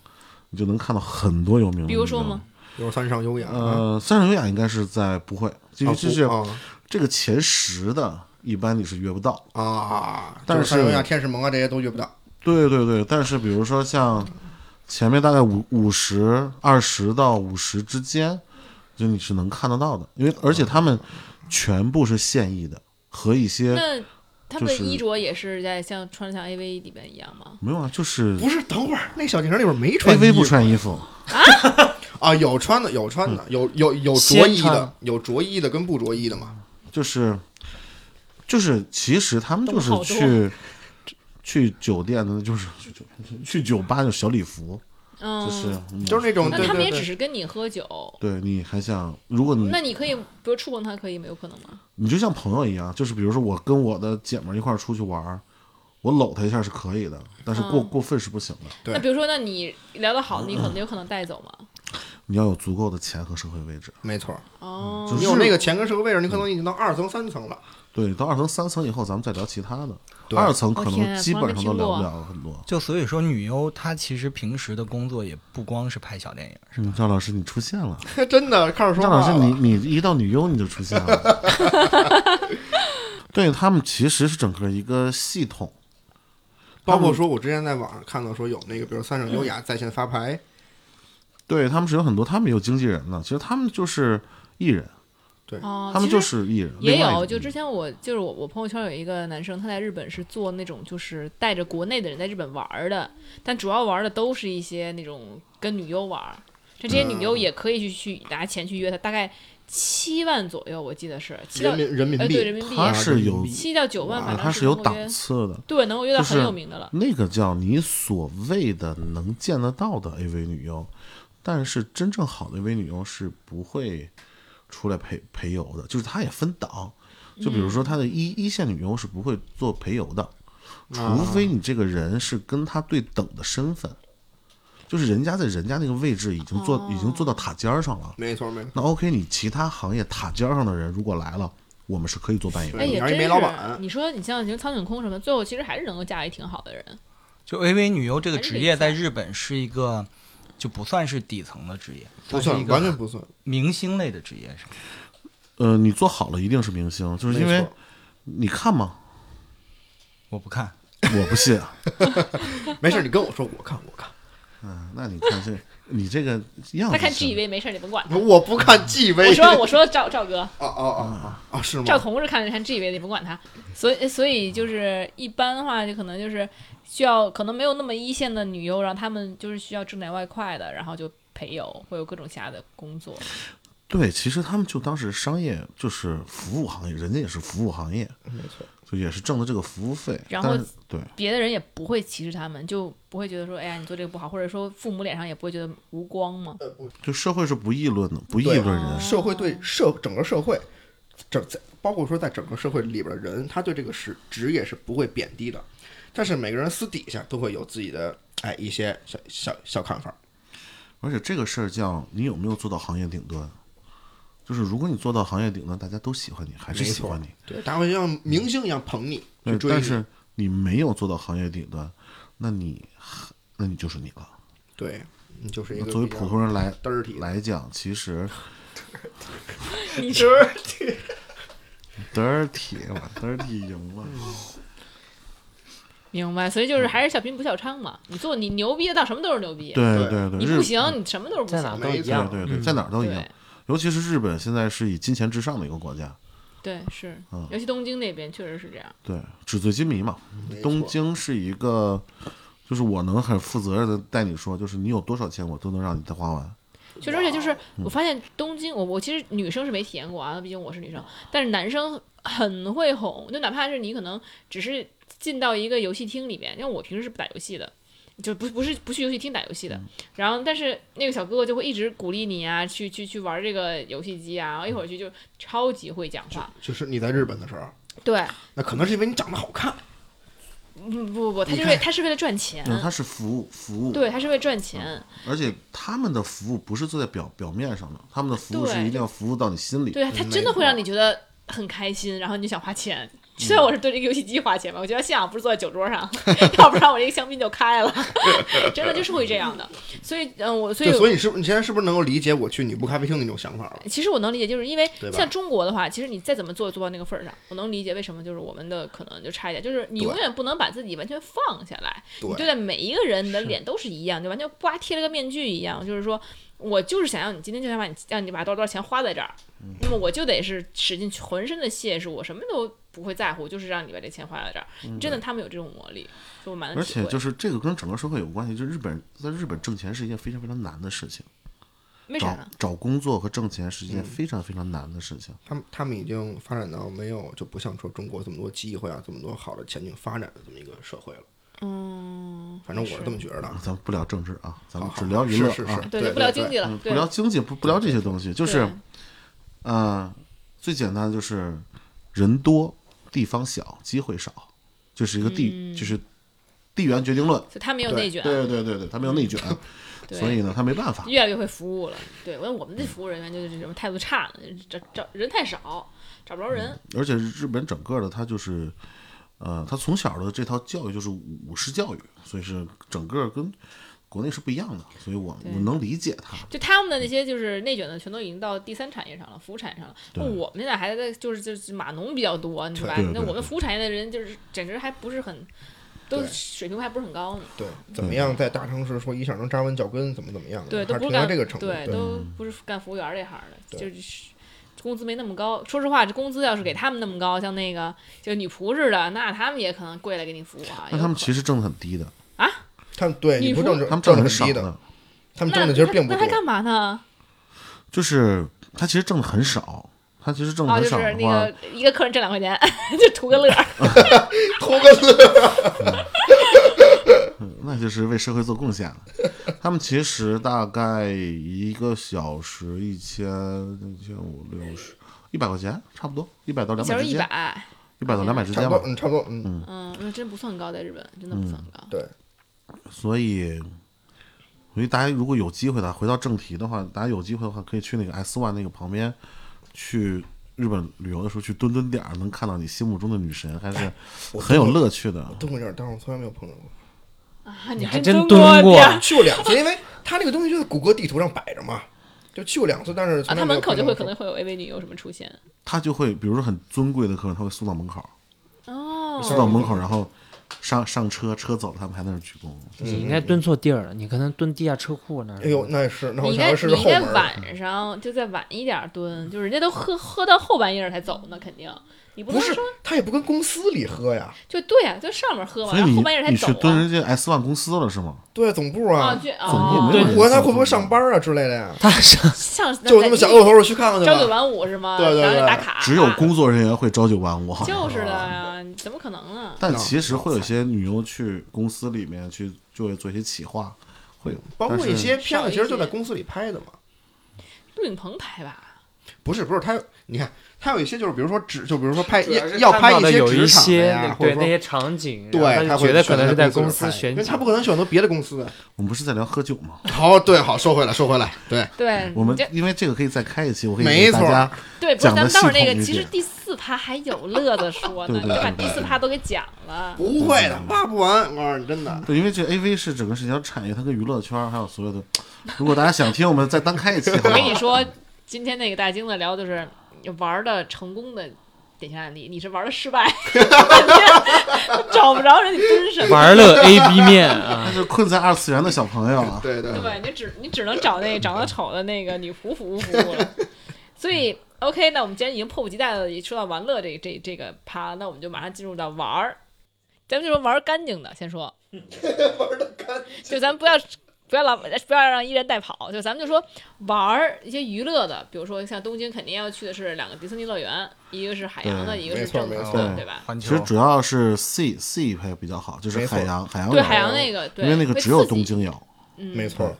[SPEAKER 5] 你就能看到很多有名人。
[SPEAKER 1] 比如说吗？？
[SPEAKER 4] 对有三上优雅，啊
[SPEAKER 5] 呃，三人优雅应该是在不会，因为这是
[SPEAKER 4] 啊
[SPEAKER 5] 这个前十的，一般你是约不到。
[SPEAKER 4] 不啊，
[SPEAKER 5] 但
[SPEAKER 4] 就是三上优雅、天使萌啊这些都约不到，
[SPEAKER 5] 对对对，但是比如说像前面大概五五十二十到五十之间，就你是能看得到的，因为而且他们全部是现役的和一些
[SPEAKER 1] 那他们的
[SPEAKER 5] 就是
[SPEAKER 1] 衣着也是在像穿像 AV 里边一样吗？
[SPEAKER 5] 没有啊，就是
[SPEAKER 4] 不是，等会儿那小电影里边没穿
[SPEAKER 5] AV
[SPEAKER 4] 衣
[SPEAKER 5] 不
[SPEAKER 4] 服
[SPEAKER 5] 穿衣服，
[SPEAKER 4] 啊，有穿的，有穿的，有有有着
[SPEAKER 5] 嗯先
[SPEAKER 4] 衣
[SPEAKER 5] 穿
[SPEAKER 4] 的，有着衣的跟不着衣的嘛，
[SPEAKER 5] 就是就是其实他们就
[SPEAKER 1] 懂
[SPEAKER 5] 是
[SPEAKER 1] 好多
[SPEAKER 5] 去去酒店的，就是去酒去酒吧就小礼服，
[SPEAKER 1] 嗯，
[SPEAKER 5] 就是、嗯
[SPEAKER 4] 就是那种
[SPEAKER 1] 那
[SPEAKER 4] 对
[SPEAKER 1] 他们
[SPEAKER 4] 对
[SPEAKER 1] 也只
[SPEAKER 4] 对，
[SPEAKER 1] 是跟你喝酒，
[SPEAKER 5] 对你还想，如果你
[SPEAKER 1] 那你可以，比如触碰他，可以吗？有可能吗？
[SPEAKER 5] 你就像朋友一样，就是比如说我跟我的姐们儿一块儿出去玩儿，我搂她一下是可以的，但是过、
[SPEAKER 1] 嗯
[SPEAKER 5] 过分是不行的。
[SPEAKER 4] 对
[SPEAKER 1] 那比如说，那你聊得好，你可
[SPEAKER 5] 嗯
[SPEAKER 1] 能有可能带走吗？
[SPEAKER 5] 你要有足够的钱和社会位置。
[SPEAKER 4] 没错，
[SPEAKER 1] 哦，
[SPEAKER 5] 嗯就
[SPEAKER 4] 你
[SPEAKER 5] 是
[SPEAKER 4] 有那个前跟社会位置，你可能已经到二层三层了，
[SPEAKER 5] 对，到二层、三层以后，咱们再聊其他的。
[SPEAKER 4] 对
[SPEAKER 5] 二层
[SPEAKER 1] 我
[SPEAKER 5] 可
[SPEAKER 1] 哦天啊
[SPEAKER 5] 能基
[SPEAKER 1] 从来
[SPEAKER 5] 本
[SPEAKER 1] 没
[SPEAKER 5] 上都
[SPEAKER 1] 听
[SPEAKER 5] 聊
[SPEAKER 1] 过
[SPEAKER 5] 不了很多。
[SPEAKER 2] 就所以说，女优她其实平时的工作也不光是拍小电影，
[SPEAKER 5] 嗯，张老师你出现了，
[SPEAKER 4] 真的开始说
[SPEAKER 5] 张
[SPEAKER 4] 话
[SPEAKER 5] 老师
[SPEAKER 4] 了
[SPEAKER 5] 你你一到女优你就出现了。 对他们其实是整个一个系统，
[SPEAKER 4] 包括说，我之前在网上看到说有那个，比如三上优雅在线发牌，
[SPEAKER 5] 对他们是有很多，他们有经纪人的，其实他们就是艺人，
[SPEAKER 1] 哦，
[SPEAKER 5] 他们
[SPEAKER 1] 其
[SPEAKER 5] 就
[SPEAKER 1] 实
[SPEAKER 5] 是艺人。
[SPEAKER 1] 也
[SPEAKER 5] 另外一
[SPEAKER 1] 有，
[SPEAKER 5] 个
[SPEAKER 1] 就之前我就是我我朋友圈有一个男生，他在日本是做那种就是带着国内的人在日本玩儿的，但主要玩儿的都是一些那种跟女优玩儿，这这些女
[SPEAKER 5] 嗯
[SPEAKER 1] 优也可以去去拿钱去约他，大概七万左右，我记得是七到
[SPEAKER 4] 人民人民
[SPEAKER 1] 呃对人
[SPEAKER 4] 币，
[SPEAKER 1] 民币
[SPEAKER 5] 他是有
[SPEAKER 1] 七到九万，
[SPEAKER 5] 啊，
[SPEAKER 1] 反正
[SPEAKER 5] 他
[SPEAKER 1] 是
[SPEAKER 5] 有
[SPEAKER 1] 能够约
[SPEAKER 5] 档次的。
[SPEAKER 1] 对能够约到
[SPEAKER 5] 就是
[SPEAKER 1] 很有名的了，
[SPEAKER 5] 那个叫你所谓的能见得到的 AV 女优，但是真正好的 AV 女优是不会出来陪陪游的，就是她也分档。就比如说，她的一、一线女优是不会做陪游的，除非你这个人是跟她对等的身份，就是人家在人家那个位置已经做、已经做到塔尖儿上了。
[SPEAKER 4] 没错没错，
[SPEAKER 5] 哦那 OK，你其他行业塔尖儿上的人如果来了，我们是可以做伴游
[SPEAKER 4] 对
[SPEAKER 1] 哎
[SPEAKER 5] 的。
[SPEAKER 1] 也
[SPEAKER 4] 你要
[SPEAKER 1] 真
[SPEAKER 4] 是
[SPEAKER 1] 是
[SPEAKER 4] 没老板
[SPEAKER 1] 你说你像你说苍井空什么，最后其实还是能够嫁为挺好的人，
[SPEAKER 2] 就 AV 女优这个
[SPEAKER 1] 还是
[SPEAKER 2] 职
[SPEAKER 1] 得
[SPEAKER 2] 业
[SPEAKER 1] 看
[SPEAKER 2] 在日本是一个就不算是底层的职业，
[SPEAKER 4] 不
[SPEAKER 2] 算是
[SPEAKER 4] 算
[SPEAKER 2] 一，个
[SPEAKER 4] 完全不 算，
[SPEAKER 2] 明星类的职业是吧？
[SPEAKER 5] 呃，你做好了一定是明星，就是因
[SPEAKER 4] 没
[SPEAKER 5] 为
[SPEAKER 4] 错
[SPEAKER 5] 你看嘛，
[SPEAKER 2] 我不看，
[SPEAKER 5] 我不信啊。
[SPEAKER 4] 没事，你跟我说，我看我看，
[SPEAKER 5] 嗯，那你看这你这个样子像，
[SPEAKER 1] 他看 GV 没事，你甭管他。
[SPEAKER 4] 我不看纪委。
[SPEAKER 1] 我说我说赵赵哥，
[SPEAKER 4] 哦哦哦
[SPEAKER 5] 嗯
[SPEAKER 4] 哦，是
[SPEAKER 1] 赵
[SPEAKER 4] 吗？
[SPEAKER 1] 彤是看着看 GV，你甭管他。所以所以就是一般的话，就可能就是需要可能没有那么一线的女优，然后他们就是需要挣点外快的，然后就陪游，会有各种下的工作。
[SPEAKER 5] 对，其实他们就当时商业就是服务行业，人家也是服务行业，没错，就也是挣的这个服务费。
[SPEAKER 1] 然后
[SPEAKER 5] 但是对，
[SPEAKER 1] 别的人也不会歧视他们，就不会觉得说，哎呀，你做这个不好，或者说父母脸上也不会觉得无光嘛。
[SPEAKER 5] 就社会是不议论的，不议
[SPEAKER 4] 对
[SPEAKER 5] 论人。
[SPEAKER 4] 社会对社整个社会，整在包括说在整个社会里边的人，他对这个职职业是不会贬低的，但是每个人私底下都会有自己的哎一些小小小看法。
[SPEAKER 5] 而且这个事儿叫你有没有做到行业顶端，就是如果你做到行业顶端，大家都喜欢你，还是喜欢你。
[SPEAKER 4] 对，大家会像明星一样捧你，去
[SPEAKER 5] 对，
[SPEAKER 4] 追
[SPEAKER 5] 但
[SPEAKER 4] 你
[SPEAKER 5] 是你没有做到行业顶端，那你那你就是你了。
[SPEAKER 4] 对你就是一
[SPEAKER 5] 那
[SPEAKER 4] 个
[SPEAKER 5] 作为
[SPEAKER 4] 比
[SPEAKER 5] 普
[SPEAKER 4] 较
[SPEAKER 5] 通人来
[SPEAKER 4] dirty
[SPEAKER 5] 来讲，其实
[SPEAKER 1] 你说
[SPEAKER 5] dirty 嘛，dirty 赢了。
[SPEAKER 1] 嗯明白，所以就是还是小贫不小娼嘛。你做你牛逼的，到什么都是牛逼。
[SPEAKER 5] 对
[SPEAKER 4] 对
[SPEAKER 5] 对对，
[SPEAKER 1] 你
[SPEAKER 5] 日
[SPEAKER 1] 不行，你什么都是不
[SPEAKER 3] 在哪
[SPEAKER 1] 行。
[SPEAKER 3] 都一样，
[SPEAKER 5] 对对对，在哪儿都一样
[SPEAKER 1] 对。
[SPEAKER 5] 尤其是日本现在是以金钱至上的一个国家，
[SPEAKER 1] 对，是
[SPEAKER 5] 嗯，
[SPEAKER 1] 尤其东京那边确实是这样。
[SPEAKER 5] 对，纸醉金迷嘛。
[SPEAKER 4] 没
[SPEAKER 5] 东
[SPEAKER 4] 错
[SPEAKER 5] 京是一个，就是我能很负责任的带你说，就是你有多少钱，我都能让你再花完。
[SPEAKER 1] 确实，而且就是我发现东京，我我其实女生是没体验过啊，毕竟我是女生，但是男生很会哄，就哪怕是你可能只是进到一个游戏厅里面，因为我平时是不打游戏的。就不不是不去游戏厅打游戏的，然后但是那个小哥哥就会一直鼓励你啊，去去去玩这个游戏机啊，然后一会儿去就超级会讲话，
[SPEAKER 4] 就是你在日本的时候，
[SPEAKER 1] 对，
[SPEAKER 4] 那可能是因为你长得好看，
[SPEAKER 1] 不不不不，他是为他是为了赚钱，
[SPEAKER 5] 嗯，它是服务服务，
[SPEAKER 1] 对，他是为了赚钱，
[SPEAKER 5] 而且他们的服务不是坐在表表面上的，他们的服务是
[SPEAKER 1] 对
[SPEAKER 5] 一定要服务到你心里。
[SPEAKER 1] 对啊，他
[SPEAKER 4] 嗯
[SPEAKER 1] 真的会让你觉得很开心，然后你就想花钱。虽然我是对这个游戏机花钱吧，我觉得幸好不是坐在酒桌上， 要不然我这个香槟就开了， 真的就是会这样的。所以，嗯，我所以
[SPEAKER 4] 就所以你是不你现在是不是能够理解我去女仆咖啡厅那种想法了？
[SPEAKER 1] 其实我能理解，就是因为
[SPEAKER 4] 对吧
[SPEAKER 1] 像中国的话，其实你再怎么做，做到那个份儿上，我能理解为什么就是我们的可能就差一点，就是你
[SPEAKER 4] 对
[SPEAKER 1] 永远不能把自己完全放下来，
[SPEAKER 4] 对
[SPEAKER 1] 你对待每一个人你的脸都是一样，就完全呱贴了个面具一样，就是说我就是想要你今天就想把你让你把多少多少钱花在这儿，
[SPEAKER 5] 嗯
[SPEAKER 1] 那么我就得是使尽浑身的解数，我什么都不会在乎，就是让你把这钱花在这儿。真的，他们有这种魔力，就我蛮能
[SPEAKER 5] 嗯而
[SPEAKER 1] 体会
[SPEAKER 5] 且就是这个跟整个社会有关系，就日本在日本挣钱是一件非常非常难的事情，
[SPEAKER 1] 为啥
[SPEAKER 5] 找
[SPEAKER 1] 呢？
[SPEAKER 5] 找工作和挣钱是
[SPEAKER 4] 嗯
[SPEAKER 5] 一件非常非常难的事情。
[SPEAKER 4] 他们他们已经发展到没有就不像说中国这么多机会啊，这么多好的前景发展的这么一个社会了。
[SPEAKER 1] 嗯，
[SPEAKER 4] 反正我是这么觉得的。
[SPEAKER 5] 咱们不聊政治啊，咱们
[SPEAKER 4] 好
[SPEAKER 5] 只
[SPEAKER 4] 哦好
[SPEAKER 5] 聊
[SPEAKER 4] 是
[SPEAKER 5] 娱乐
[SPEAKER 4] 是
[SPEAKER 5] 啊
[SPEAKER 4] 是，
[SPEAKER 1] 对，
[SPEAKER 4] 对
[SPEAKER 1] 就不聊
[SPEAKER 4] 对
[SPEAKER 1] 经济了，
[SPEAKER 5] 不
[SPEAKER 1] 对
[SPEAKER 5] 聊经济，不不聊这些东西，就是
[SPEAKER 1] 对，
[SPEAKER 5] 嗯，最简单的就是人多地方小，机会少，这、是一个地，就是地缘决定论。
[SPEAKER 1] 所以嗯他没有
[SPEAKER 4] 对
[SPEAKER 1] 内卷，
[SPEAKER 5] 对对对对，他没有内卷，
[SPEAKER 1] 对
[SPEAKER 5] 所以呢，他没办法。
[SPEAKER 1] 越来越会服务了。对，我我们这服务人员就是什么态度差呢，找找人太少，找不着人。
[SPEAKER 5] 而且日本整个的他就是，呃，他从小的这套教育就是武士教育，所以是整个跟国内是不一样的，所以我
[SPEAKER 1] 对哎
[SPEAKER 5] 我能理解他。
[SPEAKER 1] 就他们的那些就是内卷的，全都已经到第三产业上了，服务产业上了。那我们现在还在就是就是码农比较多，你说吧
[SPEAKER 5] 对对？
[SPEAKER 1] 那
[SPEAKER 5] 对
[SPEAKER 1] 我们服务产业的人就是简直还不是很，都
[SPEAKER 4] 对
[SPEAKER 1] 水平还不是很高呢。
[SPEAKER 4] 对，
[SPEAKER 5] 嗯
[SPEAKER 4] 怎么样在大城市说一下能扎稳脚跟，怎么怎么样的？
[SPEAKER 1] 对，都
[SPEAKER 4] 还
[SPEAKER 1] 不
[SPEAKER 4] 停
[SPEAKER 1] 是
[SPEAKER 4] 到
[SPEAKER 1] 干
[SPEAKER 4] 这个程度。
[SPEAKER 1] 对，
[SPEAKER 4] 对，
[SPEAKER 1] 都不是干服务员这行的，
[SPEAKER 4] 对
[SPEAKER 1] 就是工资没那么高。说实话，这工资要是给他们那么高，像那个就女仆似的，那他们也可能跪来给你服务啊。
[SPEAKER 5] 那
[SPEAKER 1] 有
[SPEAKER 5] 他
[SPEAKER 1] 可
[SPEAKER 5] 们
[SPEAKER 1] 能
[SPEAKER 5] 其实挣的很低的，
[SPEAKER 4] 他们对
[SPEAKER 1] 女
[SPEAKER 4] 你不
[SPEAKER 1] 仆
[SPEAKER 4] 挣
[SPEAKER 5] 他们
[SPEAKER 4] 挣
[SPEAKER 5] 的很
[SPEAKER 4] 很
[SPEAKER 5] 少
[SPEAKER 4] 低的，
[SPEAKER 5] 的，
[SPEAKER 4] 他们
[SPEAKER 1] 那
[SPEAKER 4] 挣的其实并不
[SPEAKER 1] 那
[SPEAKER 4] 多
[SPEAKER 1] 他。干嘛呢？
[SPEAKER 5] 就是他其实挣的很少，他其实挣的
[SPEAKER 1] 哦，
[SPEAKER 5] 很
[SPEAKER 1] 就
[SPEAKER 5] 少的话，
[SPEAKER 1] 是那个一个客人挣两块钱， 就图个乐儿。
[SPEAKER 4] 偷个乐，
[SPEAKER 5] 那就是为社会做贡献了。他们其实大概一个小时一千、一千五六十、一百块钱，差不多一百到两
[SPEAKER 1] 小
[SPEAKER 5] 百
[SPEAKER 1] 时
[SPEAKER 5] 之
[SPEAKER 1] 一
[SPEAKER 5] 间，
[SPEAKER 1] 百，
[SPEAKER 5] 一百到两百之
[SPEAKER 4] 差
[SPEAKER 5] 间
[SPEAKER 4] 不
[SPEAKER 5] 吧
[SPEAKER 4] 多，。嗯，差不多，嗯，
[SPEAKER 1] 嗯，那真不算高，在日本真的不算高。
[SPEAKER 4] 对，
[SPEAKER 5] 所以，所以大家如果有机会的话，回到正题的话，大家有机会的话可以去那个 S One 那个旁边去。日本旅游的时候去蹲蹲点儿，能看到你心目中的女神，还
[SPEAKER 1] 哎
[SPEAKER 5] 是
[SPEAKER 4] 我
[SPEAKER 5] 很有乐趣的。
[SPEAKER 4] 蹲过这儿，但是我从来没有碰着过，
[SPEAKER 1] 啊，你
[SPEAKER 6] 你还
[SPEAKER 1] 真
[SPEAKER 6] 真蹲
[SPEAKER 1] 过
[SPEAKER 6] 过
[SPEAKER 1] 呀
[SPEAKER 6] 啊
[SPEAKER 4] 去过两次，因为他那个东西就在谷歌地图上摆着嘛，就去过两次，但是
[SPEAKER 1] 啊，
[SPEAKER 4] 从来
[SPEAKER 1] 他
[SPEAKER 4] 没
[SPEAKER 1] 门
[SPEAKER 4] 有
[SPEAKER 1] 口就会
[SPEAKER 4] 碰
[SPEAKER 1] 可
[SPEAKER 4] 着过
[SPEAKER 1] 能会有 AV 女优什么出现。
[SPEAKER 5] 他就会，比如说很尊贵的客人，他会送到门口，
[SPEAKER 1] 哦，
[SPEAKER 5] 送到门口，然后上上车，车走了，他们还在那儿鞠躬。
[SPEAKER 3] 你
[SPEAKER 5] 嗯
[SPEAKER 3] 应该蹲错地儿了，你可能蹲地下车库那儿。
[SPEAKER 4] 哎呦，那也是，那
[SPEAKER 1] 你
[SPEAKER 4] 我
[SPEAKER 1] 应
[SPEAKER 4] 想
[SPEAKER 1] 该
[SPEAKER 4] 的
[SPEAKER 1] 你
[SPEAKER 4] 是
[SPEAKER 1] 应
[SPEAKER 4] 后
[SPEAKER 1] 该
[SPEAKER 4] 门儿。
[SPEAKER 1] 晚上就再晚一点蹲，就是人家都喝喝到后半夜儿才走呢，肯定你不
[SPEAKER 4] 不
[SPEAKER 1] 能
[SPEAKER 4] 是
[SPEAKER 1] 说，
[SPEAKER 4] 他也不跟公司里喝呀，
[SPEAKER 1] 就对呀、就上面喝嘛，
[SPEAKER 5] 所以
[SPEAKER 1] 然后
[SPEAKER 5] 你
[SPEAKER 1] 后半夜儿才
[SPEAKER 5] 你
[SPEAKER 1] 走
[SPEAKER 5] 去蹲
[SPEAKER 1] 啊
[SPEAKER 5] 人家 S One 公司了是吗？
[SPEAKER 4] 对啊，总部
[SPEAKER 1] 啊，
[SPEAKER 4] 啊，
[SPEAKER 1] 去
[SPEAKER 5] 总部
[SPEAKER 1] 哦，
[SPEAKER 5] 没有人
[SPEAKER 4] 我看他
[SPEAKER 5] 上
[SPEAKER 4] 会不
[SPEAKER 5] 班
[SPEAKER 4] 会上班啊之类的呀？
[SPEAKER 3] 他上
[SPEAKER 1] 像
[SPEAKER 4] 就我那么想，哦，我说我去看看去
[SPEAKER 1] 朝九
[SPEAKER 4] 吧。
[SPEAKER 1] 晚五是吗？
[SPEAKER 4] 对对
[SPEAKER 1] 然后
[SPEAKER 4] 对
[SPEAKER 1] 打卡，
[SPEAKER 5] 只有工作人员会朝九晚五，好像
[SPEAKER 1] 啊就是的呀，你怎么可能呢？
[SPEAKER 5] 但其实会有一些女优去公司里面去，就会做一些企划，会有
[SPEAKER 4] 包括一些片
[SPEAKER 1] 少
[SPEAKER 4] 子，
[SPEAKER 1] 一
[SPEAKER 4] 其实就在
[SPEAKER 1] 些
[SPEAKER 4] 公司里拍的嘛。
[SPEAKER 1] 杜景鹏拍吧，
[SPEAKER 4] 不是不是，他有你看，他有一些就是，比如说只，就比如说拍
[SPEAKER 3] 主要
[SPEAKER 4] 要
[SPEAKER 3] 是
[SPEAKER 4] 要
[SPEAKER 3] 看
[SPEAKER 4] 拍
[SPEAKER 3] 到的
[SPEAKER 4] 些
[SPEAKER 3] 有一
[SPEAKER 4] 职场的
[SPEAKER 3] 些
[SPEAKER 4] 呀，或
[SPEAKER 3] 对
[SPEAKER 4] 者
[SPEAKER 3] 那
[SPEAKER 4] 说
[SPEAKER 3] 些场景，
[SPEAKER 4] 对，
[SPEAKER 3] 然后
[SPEAKER 4] 他
[SPEAKER 3] 他就
[SPEAKER 4] 会
[SPEAKER 3] 觉得
[SPEAKER 4] 选
[SPEAKER 3] 可能
[SPEAKER 4] 择
[SPEAKER 3] 是
[SPEAKER 4] 在
[SPEAKER 3] 在
[SPEAKER 4] 公
[SPEAKER 3] 公
[SPEAKER 4] 司
[SPEAKER 3] 司
[SPEAKER 4] 里拍
[SPEAKER 3] 选
[SPEAKER 4] 因为
[SPEAKER 3] 景，
[SPEAKER 4] 他不可能选择别的公司。
[SPEAKER 5] 我们不是在聊喝酒吗？
[SPEAKER 4] 好，对，好，收回来，收回来，对，
[SPEAKER 1] 对，
[SPEAKER 5] 我们
[SPEAKER 1] 嗯这
[SPEAKER 5] 因为这个可以再开一期，我可以
[SPEAKER 4] 没
[SPEAKER 5] 给
[SPEAKER 4] 错
[SPEAKER 5] 大家
[SPEAKER 1] 对，不是
[SPEAKER 5] 讲
[SPEAKER 1] 咱
[SPEAKER 5] 得
[SPEAKER 1] 们待会儿那
[SPEAKER 5] 系统
[SPEAKER 1] 个，
[SPEAKER 5] 一
[SPEAKER 1] 其实
[SPEAKER 5] 点
[SPEAKER 1] 第四趴还有乐子说呢，
[SPEAKER 5] 对
[SPEAKER 1] 你
[SPEAKER 5] 对
[SPEAKER 1] 把
[SPEAKER 5] 对
[SPEAKER 1] 第四趴都给讲了，
[SPEAKER 4] 不会的，挖不完，我告诉你，真的。
[SPEAKER 5] 对，因为这 AV 是整个是一条产业，它跟娱乐圈儿还有所有的。如果大家想听，我们再单开一期。好
[SPEAKER 1] 我
[SPEAKER 5] 不
[SPEAKER 1] 跟你
[SPEAKER 5] 好？
[SPEAKER 1] 说，今天那个大金子聊的就是玩的成功的典型案例，你是玩的失败， 找不着人，你 蹲什么？
[SPEAKER 3] 玩乐 A B 面啊
[SPEAKER 5] 但，是困在二次元的小朋友啊，
[SPEAKER 4] 对对对，
[SPEAKER 1] 对，你只你只能找那个长得丑的那个女仆服务服务 了。所以 OK，那我们既然已经迫不及待的说到玩乐这这这个趴，那我们就马上进入到玩儿。咱们就说玩儿干净的，先说 玩的干净，就咱不要不要老不要让一人带跑，就咱们就说玩儿一些娱乐的，比如说像东京肯定要去的是两个迪士尼乐园，一个是海洋的，
[SPEAKER 5] 对
[SPEAKER 1] 一个是
[SPEAKER 4] 没错
[SPEAKER 1] 正
[SPEAKER 4] 没
[SPEAKER 1] 宗
[SPEAKER 4] 错
[SPEAKER 1] 哦的，对吧？
[SPEAKER 2] 环
[SPEAKER 5] 其
[SPEAKER 2] 球
[SPEAKER 5] 实主要是 C C 拍比较好，就是
[SPEAKER 4] 没错
[SPEAKER 5] 海洋海洋
[SPEAKER 1] 对
[SPEAKER 5] 馆，
[SPEAKER 1] 海洋那个，对，
[SPEAKER 5] 因为那
[SPEAKER 1] 会
[SPEAKER 5] 个只有
[SPEAKER 1] 刺激
[SPEAKER 5] 东，京有。
[SPEAKER 1] 嗯、
[SPEAKER 4] 没错。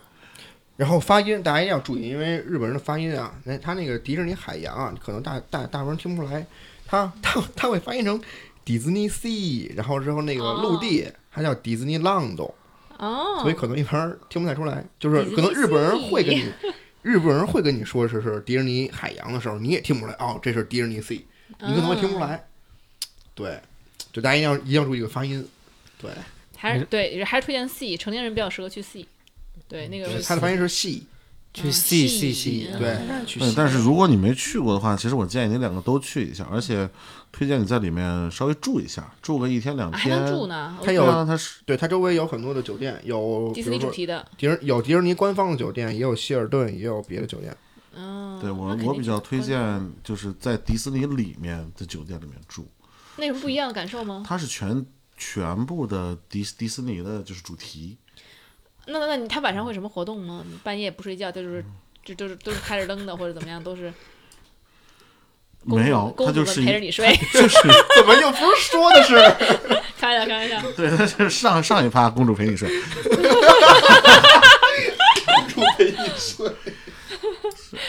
[SPEAKER 4] 然后发音大家一定要注意，因为日本人的发音啊，那他那个迪士尼海洋啊，可能大大大部分人听不出来，他 他他会发音成迪士尼 sea，然后之后那个陆地，它叫迪士尼浪斗，
[SPEAKER 1] 哦，
[SPEAKER 4] 所以可能一般人听不太出来，就是
[SPEAKER 1] 迪士尼
[SPEAKER 4] 可能日本人
[SPEAKER 1] sea
[SPEAKER 4] 会跟你， 日本人会跟你说是是迪士尼海洋的时候，你也听不出来哦，这是迪士尼 sea，你可能会听不出
[SPEAKER 1] 啊
[SPEAKER 4] 来。对，就大家一定要一定要注意这个发音。对，
[SPEAKER 1] 还是对，还是推荐 C，成年人比较适合去 C。对，那个
[SPEAKER 4] 它的发音是 sea，
[SPEAKER 3] 去
[SPEAKER 1] 嗯
[SPEAKER 3] C
[SPEAKER 1] 戏
[SPEAKER 3] C C，
[SPEAKER 4] 对，那去
[SPEAKER 5] 对，
[SPEAKER 4] sea
[SPEAKER 5] 但是如果你没去过的话，其实我建议你两个都去一下，而且推荐你在里面稍微住一下，住个一天两
[SPEAKER 1] 啊还
[SPEAKER 5] 天。
[SPEAKER 1] 能住呢，
[SPEAKER 4] 它
[SPEAKER 5] 对
[SPEAKER 4] 有
[SPEAKER 5] 啊，它是
[SPEAKER 4] 对，它周围有很多的酒店，有
[SPEAKER 1] 迪
[SPEAKER 4] 比
[SPEAKER 1] 士尼
[SPEAKER 4] 如
[SPEAKER 1] 主
[SPEAKER 4] 说
[SPEAKER 1] 题的，
[SPEAKER 4] 迪士有迪士尼官方的酒店，也有希尔顿，也有别的酒店。
[SPEAKER 1] 嗯，
[SPEAKER 5] 对
[SPEAKER 1] 那
[SPEAKER 5] 我
[SPEAKER 1] 肯定
[SPEAKER 5] 我比较推
[SPEAKER 1] 是观
[SPEAKER 5] 荐就是在迪士尼里面的酒店里面住，
[SPEAKER 1] 众那有什么不一样的感受吗？
[SPEAKER 5] 它是全全部的迪迪士尼的就是主题。
[SPEAKER 1] 那那那你他晚上会有什么活动吗？你半夜不睡觉，就是
[SPEAKER 5] 嗯
[SPEAKER 1] 就就是都是开着灯的，或者怎么样，都 是公主
[SPEAKER 5] 没有，它
[SPEAKER 1] 公主
[SPEAKER 5] 就
[SPEAKER 1] 们
[SPEAKER 5] 是
[SPEAKER 1] 陪着
[SPEAKER 5] 一
[SPEAKER 1] 你睡，
[SPEAKER 5] 就是
[SPEAKER 4] 怎么又不是说的是？
[SPEAKER 1] 开玩笑开玩笑，
[SPEAKER 5] 对，它是上上一趴公主陪你睡，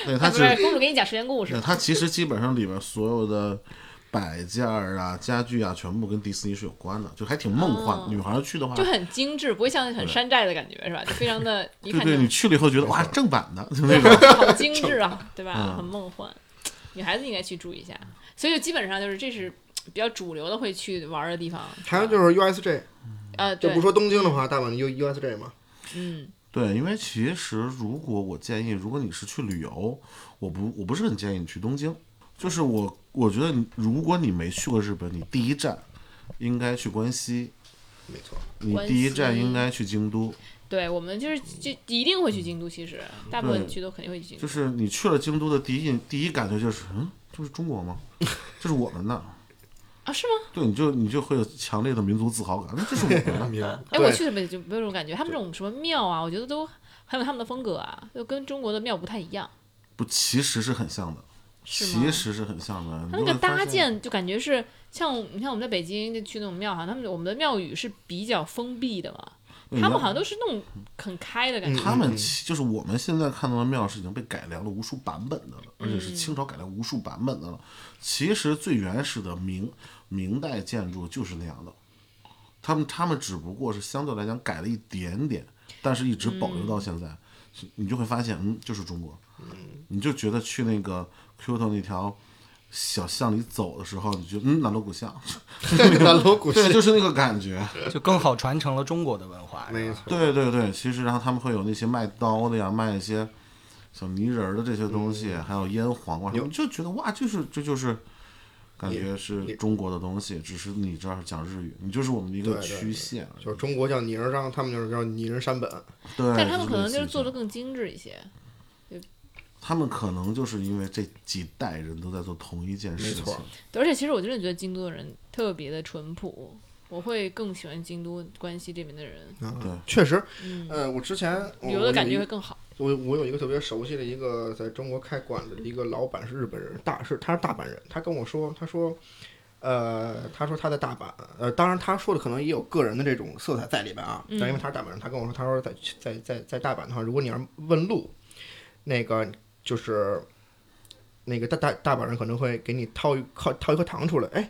[SPEAKER 5] 对，它
[SPEAKER 1] 啊不
[SPEAKER 5] 是
[SPEAKER 1] 是公主给你讲时间故
[SPEAKER 5] 那
[SPEAKER 1] 事，
[SPEAKER 5] 它其实基本上里面所有的摆件儿啊、家具啊，全部跟迪士尼是有关的，就还挺梦幻。
[SPEAKER 1] 哦
[SPEAKER 5] 女孩儿去的话，
[SPEAKER 1] 就很精致，不会像很山寨的感觉是吧？就非常的，一
[SPEAKER 5] 对
[SPEAKER 1] 看
[SPEAKER 5] 对，你
[SPEAKER 1] 就
[SPEAKER 5] 去了以后觉得哇，正版的， 就那种。
[SPEAKER 1] 好精致 啊，对吧？
[SPEAKER 5] 嗯
[SPEAKER 1] 很梦幻，女孩子应该去注意一下。所以就基本上就是这是比较主流的会去玩的地方，
[SPEAKER 4] 还有就是 USJ，
[SPEAKER 1] 呃，
[SPEAKER 4] 就
[SPEAKER 1] 嗯对
[SPEAKER 4] 不，说东京的话，大阪的 U USJ 嘛。
[SPEAKER 1] 嗯，
[SPEAKER 5] 对，因为其实如果我建议，如果你是去旅游，我不我不是很建议你去东京，就是我我觉得你如果你没去过日本，你第一站应该去关西，
[SPEAKER 4] 没 错，
[SPEAKER 5] 你
[SPEAKER 1] 关
[SPEAKER 5] 第一站
[SPEAKER 1] 西
[SPEAKER 5] 应该去京都。
[SPEAKER 1] 对，我们就是就一定会去京都，其实大部分
[SPEAKER 5] 对
[SPEAKER 1] 去都肯定会去京都，
[SPEAKER 5] 嗯就是你去了京都的第一印第一感觉就是，嗯，这是中 国吗？这是我们的。
[SPEAKER 1] 啊，是吗？
[SPEAKER 5] 对，你就你就会有强烈的民族自豪感，那这是我们 的。
[SPEAKER 1] 哎，我去日本就没有这种感觉，他们这种什么庙啊，我觉得都很有他们的风格啊，就跟中国的庙不太一样，
[SPEAKER 5] 不，其实是很像的，
[SPEAKER 1] 是
[SPEAKER 5] 其
[SPEAKER 1] 吗
[SPEAKER 5] 实是很像的。
[SPEAKER 1] 他那
[SPEAKER 5] 你
[SPEAKER 1] 个
[SPEAKER 5] 就会发
[SPEAKER 1] 搭
[SPEAKER 5] 现，
[SPEAKER 1] 建就感觉是像你看我们在北京就去那种庙哈，他们我们的庙宇是比较封闭的嘛，
[SPEAKER 5] 嗯
[SPEAKER 1] 他们
[SPEAKER 5] 然
[SPEAKER 1] 好像
[SPEAKER 5] 后
[SPEAKER 1] 都是那种很开的感觉，
[SPEAKER 5] 他们其就是我们现在看到的庙是已经被改良了无数版本的了，而且是清朝改良无数版本的了。其实最原始的明明代建筑就是那样的，他们他们只不过是相对来讲改了一点点，但是一直保留到现在，是你就会发现，嗯，就是中国，你就觉得去那个 Kyoto 那条。小巷里走的时候，你就嗯，南锣鼓巷，
[SPEAKER 4] 南锣鼓巷
[SPEAKER 5] 对，就是那个感觉。
[SPEAKER 2] 就更好传承了中国的文化。是吧
[SPEAKER 4] 没错，
[SPEAKER 5] 对对对，其实然后他们会有那些卖刀的呀，卖一些小泥人儿的这些东西，还有腌黄瓜，
[SPEAKER 4] 嗯有
[SPEAKER 5] 你就觉得哇，就是这就是感觉是中国的东西，只是你这儿讲日语，你就是我们的一个
[SPEAKER 4] 对对
[SPEAKER 5] 区限。
[SPEAKER 4] 就是中国叫拟人张，他们就是叫拟人山本。
[SPEAKER 5] 对，
[SPEAKER 1] 但他们可能就嗯是
[SPEAKER 5] 类似于
[SPEAKER 1] 做
[SPEAKER 5] 这
[SPEAKER 1] 的
[SPEAKER 5] 样，
[SPEAKER 1] 更精致一些。
[SPEAKER 5] 他们可能就是因为这几代人都在做同一件事
[SPEAKER 4] 没
[SPEAKER 5] 情
[SPEAKER 4] 错，
[SPEAKER 1] 对而且其实我真的觉得京都的人特别的淳朴，我会更喜欢京都关西这边的人，
[SPEAKER 5] 对
[SPEAKER 4] 确实，
[SPEAKER 1] 嗯，
[SPEAKER 4] 呃，我之前我
[SPEAKER 1] 旅游
[SPEAKER 4] 我
[SPEAKER 1] 的感
[SPEAKER 4] 有一
[SPEAKER 1] 觉
[SPEAKER 4] 个
[SPEAKER 1] 会更好。
[SPEAKER 4] 我我有一个特别熟悉的一个在中国开馆的一个老板是日本人，大是他是大阪人，他跟我说，他说，呃，他说他在大阪，呃，当然他说的可能也有个人的这种色彩在里边啊，但因为他是大阪人，他跟我说，他说在在在在大阪的话，如果你要是问路，那个就是那个大大大阪人可能会给你掏一掏掏一颗糖出来，哎。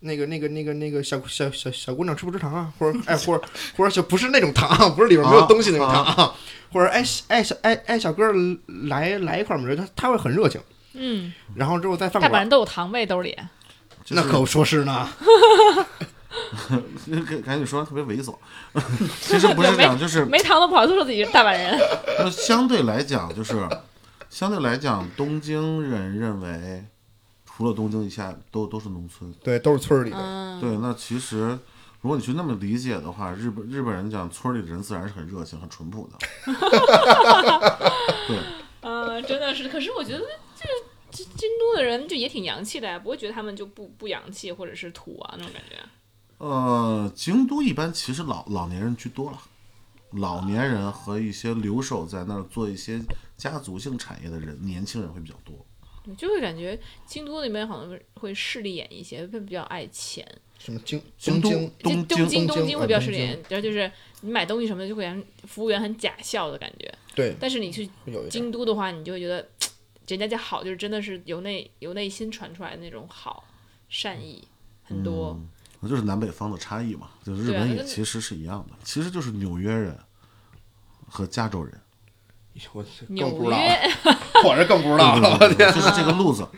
[SPEAKER 4] 那个、那个、那个、那个小小小小姑娘吃不吃糖啊？或者哎，或者或者就不是那种糖啊，不是里面没有东西那种糖啊，或者哎小哎小哎哎小哥来来一块儿美人，他他会很热情。
[SPEAKER 1] 嗯，
[SPEAKER 4] 然后之后在饭
[SPEAKER 1] 大阪
[SPEAKER 4] 馆
[SPEAKER 1] 人，都有糖呗，兜里。
[SPEAKER 5] 就
[SPEAKER 4] 那
[SPEAKER 5] 是
[SPEAKER 4] 可不说是呢，
[SPEAKER 5] 感感觉你说得特别 猥琐，其实不是这样，就是
[SPEAKER 1] 没糖都不好说自己是大阪人。
[SPEAKER 5] 那相对来讲，就是相对来讲，东京人认为除了东京以下都都是农村。
[SPEAKER 4] 对，都是村儿里的。
[SPEAKER 1] 嗯，
[SPEAKER 5] 对，那其实如果你去那么理解的话，日本日本人讲村里的人自然是很热情、很淳朴的。对，
[SPEAKER 1] 嗯，真的是。可是我觉得这这京都的人就也挺洋气的呀，不会觉得他们就不不洋气或者是土啊那种感觉。
[SPEAKER 5] 呃，京都一般其实老老年人居多了，老年人和一些留守在那儿做一些家族性产业的人，年轻人会比较多。
[SPEAKER 1] 对，就会感觉京都那边好像会势利眼一些，会比较爱钱。
[SPEAKER 4] 什么京
[SPEAKER 5] 京
[SPEAKER 4] 东
[SPEAKER 5] 都
[SPEAKER 1] 就东
[SPEAKER 4] 京
[SPEAKER 5] 东京
[SPEAKER 1] 京
[SPEAKER 4] 东京
[SPEAKER 1] 京
[SPEAKER 4] 啊
[SPEAKER 1] 会比较
[SPEAKER 4] 东
[SPEAKER 1] 势利眼，然后就是你买东西什么的就会让服务员很假笑的感觉。
[SPEAKER 4] 对，
[SPEAKER 1] 但是你去
[SPEAKER 4] 有一点
[SPEAKER 1] 京都的话，你就会觉得人家家好，就是真的是由内由内心传出来的那种好善意很多。
[SPEAKER 5] 嗯那就是南北方的差异嘛，就是日
[SPEAKER 1] 对啊
[SPEAKER 5] 本
[SPEAKER 1] 那
[SPEAKER 5] 也
[SPEAKER 1] 就
[SPEAKER 5] 其实是一样的，其实就是纽约人和加州人，
[SPEAKER 4] 哎我更不
[SPEAKER 1] 纽
[SPEAKER 4] 知
[SPEAKER 1] 约
[SPEAKER 4] 道，啊我啊这更不知道了。
[SPEAKER 5] 对对对就是这个路子，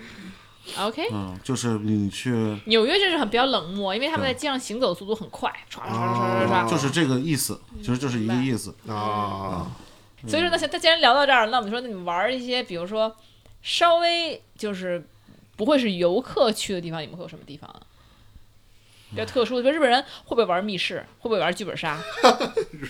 [SPEAKER 1] ，OK，
[SPEAKER 5] 嗯，就是你去，
[SPEAKER 1] 纽约真是很比较冷漠，因为他们在街上行走速度很快，唰唰唰唰唰。
[SPEAKER 5] 就是这个意思，其实就是一个意思，
[SPEAKER 4] 啊，
[SPEAKER 1] 所以说，那行，那既然聊到这儿，那我们说，那你们玩儿一些，比如说稍微就是不会是游客去的地方，你们会有什么地方啊？比较特殊的，比如日本人会不会玩密室，会不会玩剧本杀？
[SPEAKER 4] 日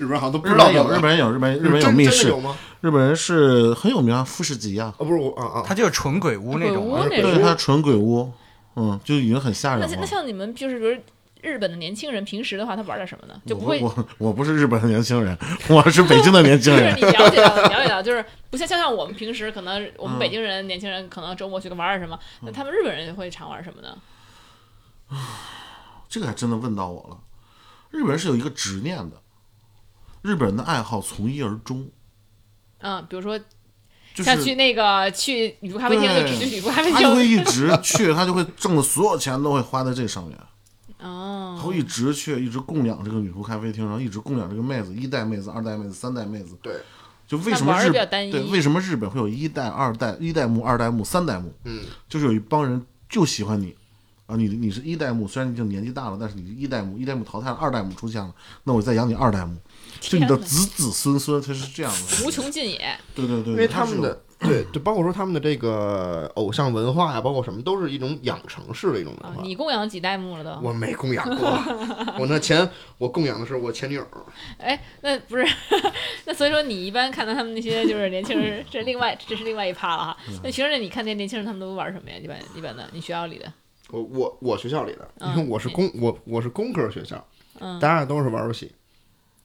[SPEAKER 4] 本人好像都不
[SPEAKER 5] 日
[SPEAKER 4] 知
[SPEAKER 5] 本
[SPEAKER 4] 道
[SPEAKER 5] 有日
[SPEAKER 4] 日
[SPEAKER 5] 本人有日本日本人有
[SPEAKER 4] 真
[SPEAKER 5] 密
[SPEAKER 4] 真的
[SPEAKER 5] 室
[SPEAKER 4] 有，吗？
[SPEAKER 5] 日本人是很有名啊，富士吉啊，
[SPEAKER 4] 啊，不是我啊啊，
[SPEAKER 2] 它就是纯鬼屋那种
[SPEAKER 1] 鬼
[SPEAKER 2] 啊
[SPEAKER 1] 屋，那
[SPEAKER 5] 对，
[SPEAKER 1] 种。
[SPEAKER 5] 他纯鬼屋，嗯，就已经很吓
[SPEAKER 1] 哎那
[SPEAKER 5] 人
[SPEAKER 1] 像
[SPEAKER 5] 了
[SPEAKER 1] 那。像你们就是比如日本的年轻人，平时的话，他玩点什么呢？就不
[SPEAKER 5] 我
[SPEAKER 1] 会，
[SPEAKER 5] 我我不是日本的年轻人，我是北京的年轻
[SPEAKER 1] 就是
[SPEAKER 5] 人。
[SPEAKER 1] 你了解到的了解到，就是不像像像我们平时可能
[SPEAKER 5] 嗯
[SPEAKER 1] 我们北京人、年轻人可能周末去玩点什么，那他们日本人会常玩什么呢？
[SPEAKER 5] 这个还真的问到我了。日本人是有一个执念的，日本人的爱好从一而终，
[SPEAKER 1] 嗯，比如说
[SPEAKER 5] 就
[SPEAKER 1] 像去
[SPEAKER 5] 是
[SPEAKER 1] 那个去女仆咖啡厅就
[SPEAKER 5] 对
[SPEAKER 1] 只去女仆咖啡
[SPEAKER 5] 他就会
[SPEAKER 1] 厅，
[SPEAKER 5] 一直去，他就会挣的所有钱都会花在这上面，
[SPEAKER 1] 哦，
[SPEAKER 5] 他会一直去，一直供养这个女仆咖啡厅，然后一直供养这个妹子，一代妹子、二代妹子、三代妹子。
[SPEAKER 4] 对，
[SPEAKER 5] 就为
[SPEAKER 1] 那
[SPEAKER 5] 什么
[SPEAKER 1] 玩儿
[SPEAKER 5] 日
[SPEAKER 1] 比较单一
[SPEAKER 5] 对 为什么日本会有一代、二代、一代目、二代目、三代目？
[SPEAKER 4] 嗯，
[SPEAKER 5] 就是有一帮人就喜欢你啊，你你是一代目，虽然你已经年纪大了，但是你是一代目，一代目淘汰了，二代目出现了，那我再养你二代目，就
[SPEAKER 1] 天
[SPEAKER 5] 你的
[SPEAKER 1] 哪
[SPEAKER 5] 子子孙孙，他是这样的，
[SPEAKER 1] 无穷尽也。
[SPEAKER 5] 对对对，
[SPEAKER 4] 因为
[SPEAKER 5] 他
[SPEAKER 4] 他
[SPEAKER 5] 是
[SPEAKER 4] 们
[SPEAKER 5] 有
[SPEAKER 4] 的对，就包括说他们的这个偶像文化呀，包括什么，都是一种养成式的一种文
[SPEAKER 1] 啊，
[SPEAKER 4] 化。
[SPEAKER 1] 你供养几代目了都？
[SPEAKER 4] 我没供养 过，我那前我供养的是我前女友，
[SPEAKER 1] 哎，那不是，那所以说你一般看到他们那些就是年轻人，这是另外这是另外一趴了哈。那平时你看那些年轻人他们都玩什么呀？一般一般的，你学校里的，
[SPEAKER 4] 我我我学校里的，
[SPEAKER 1] 嗯
[SPEAKER 4] 因为我是工我我是工科学校，
[SPEAKER 1] 嗯，
[SPEAKER 4] 大家都是玩游戏，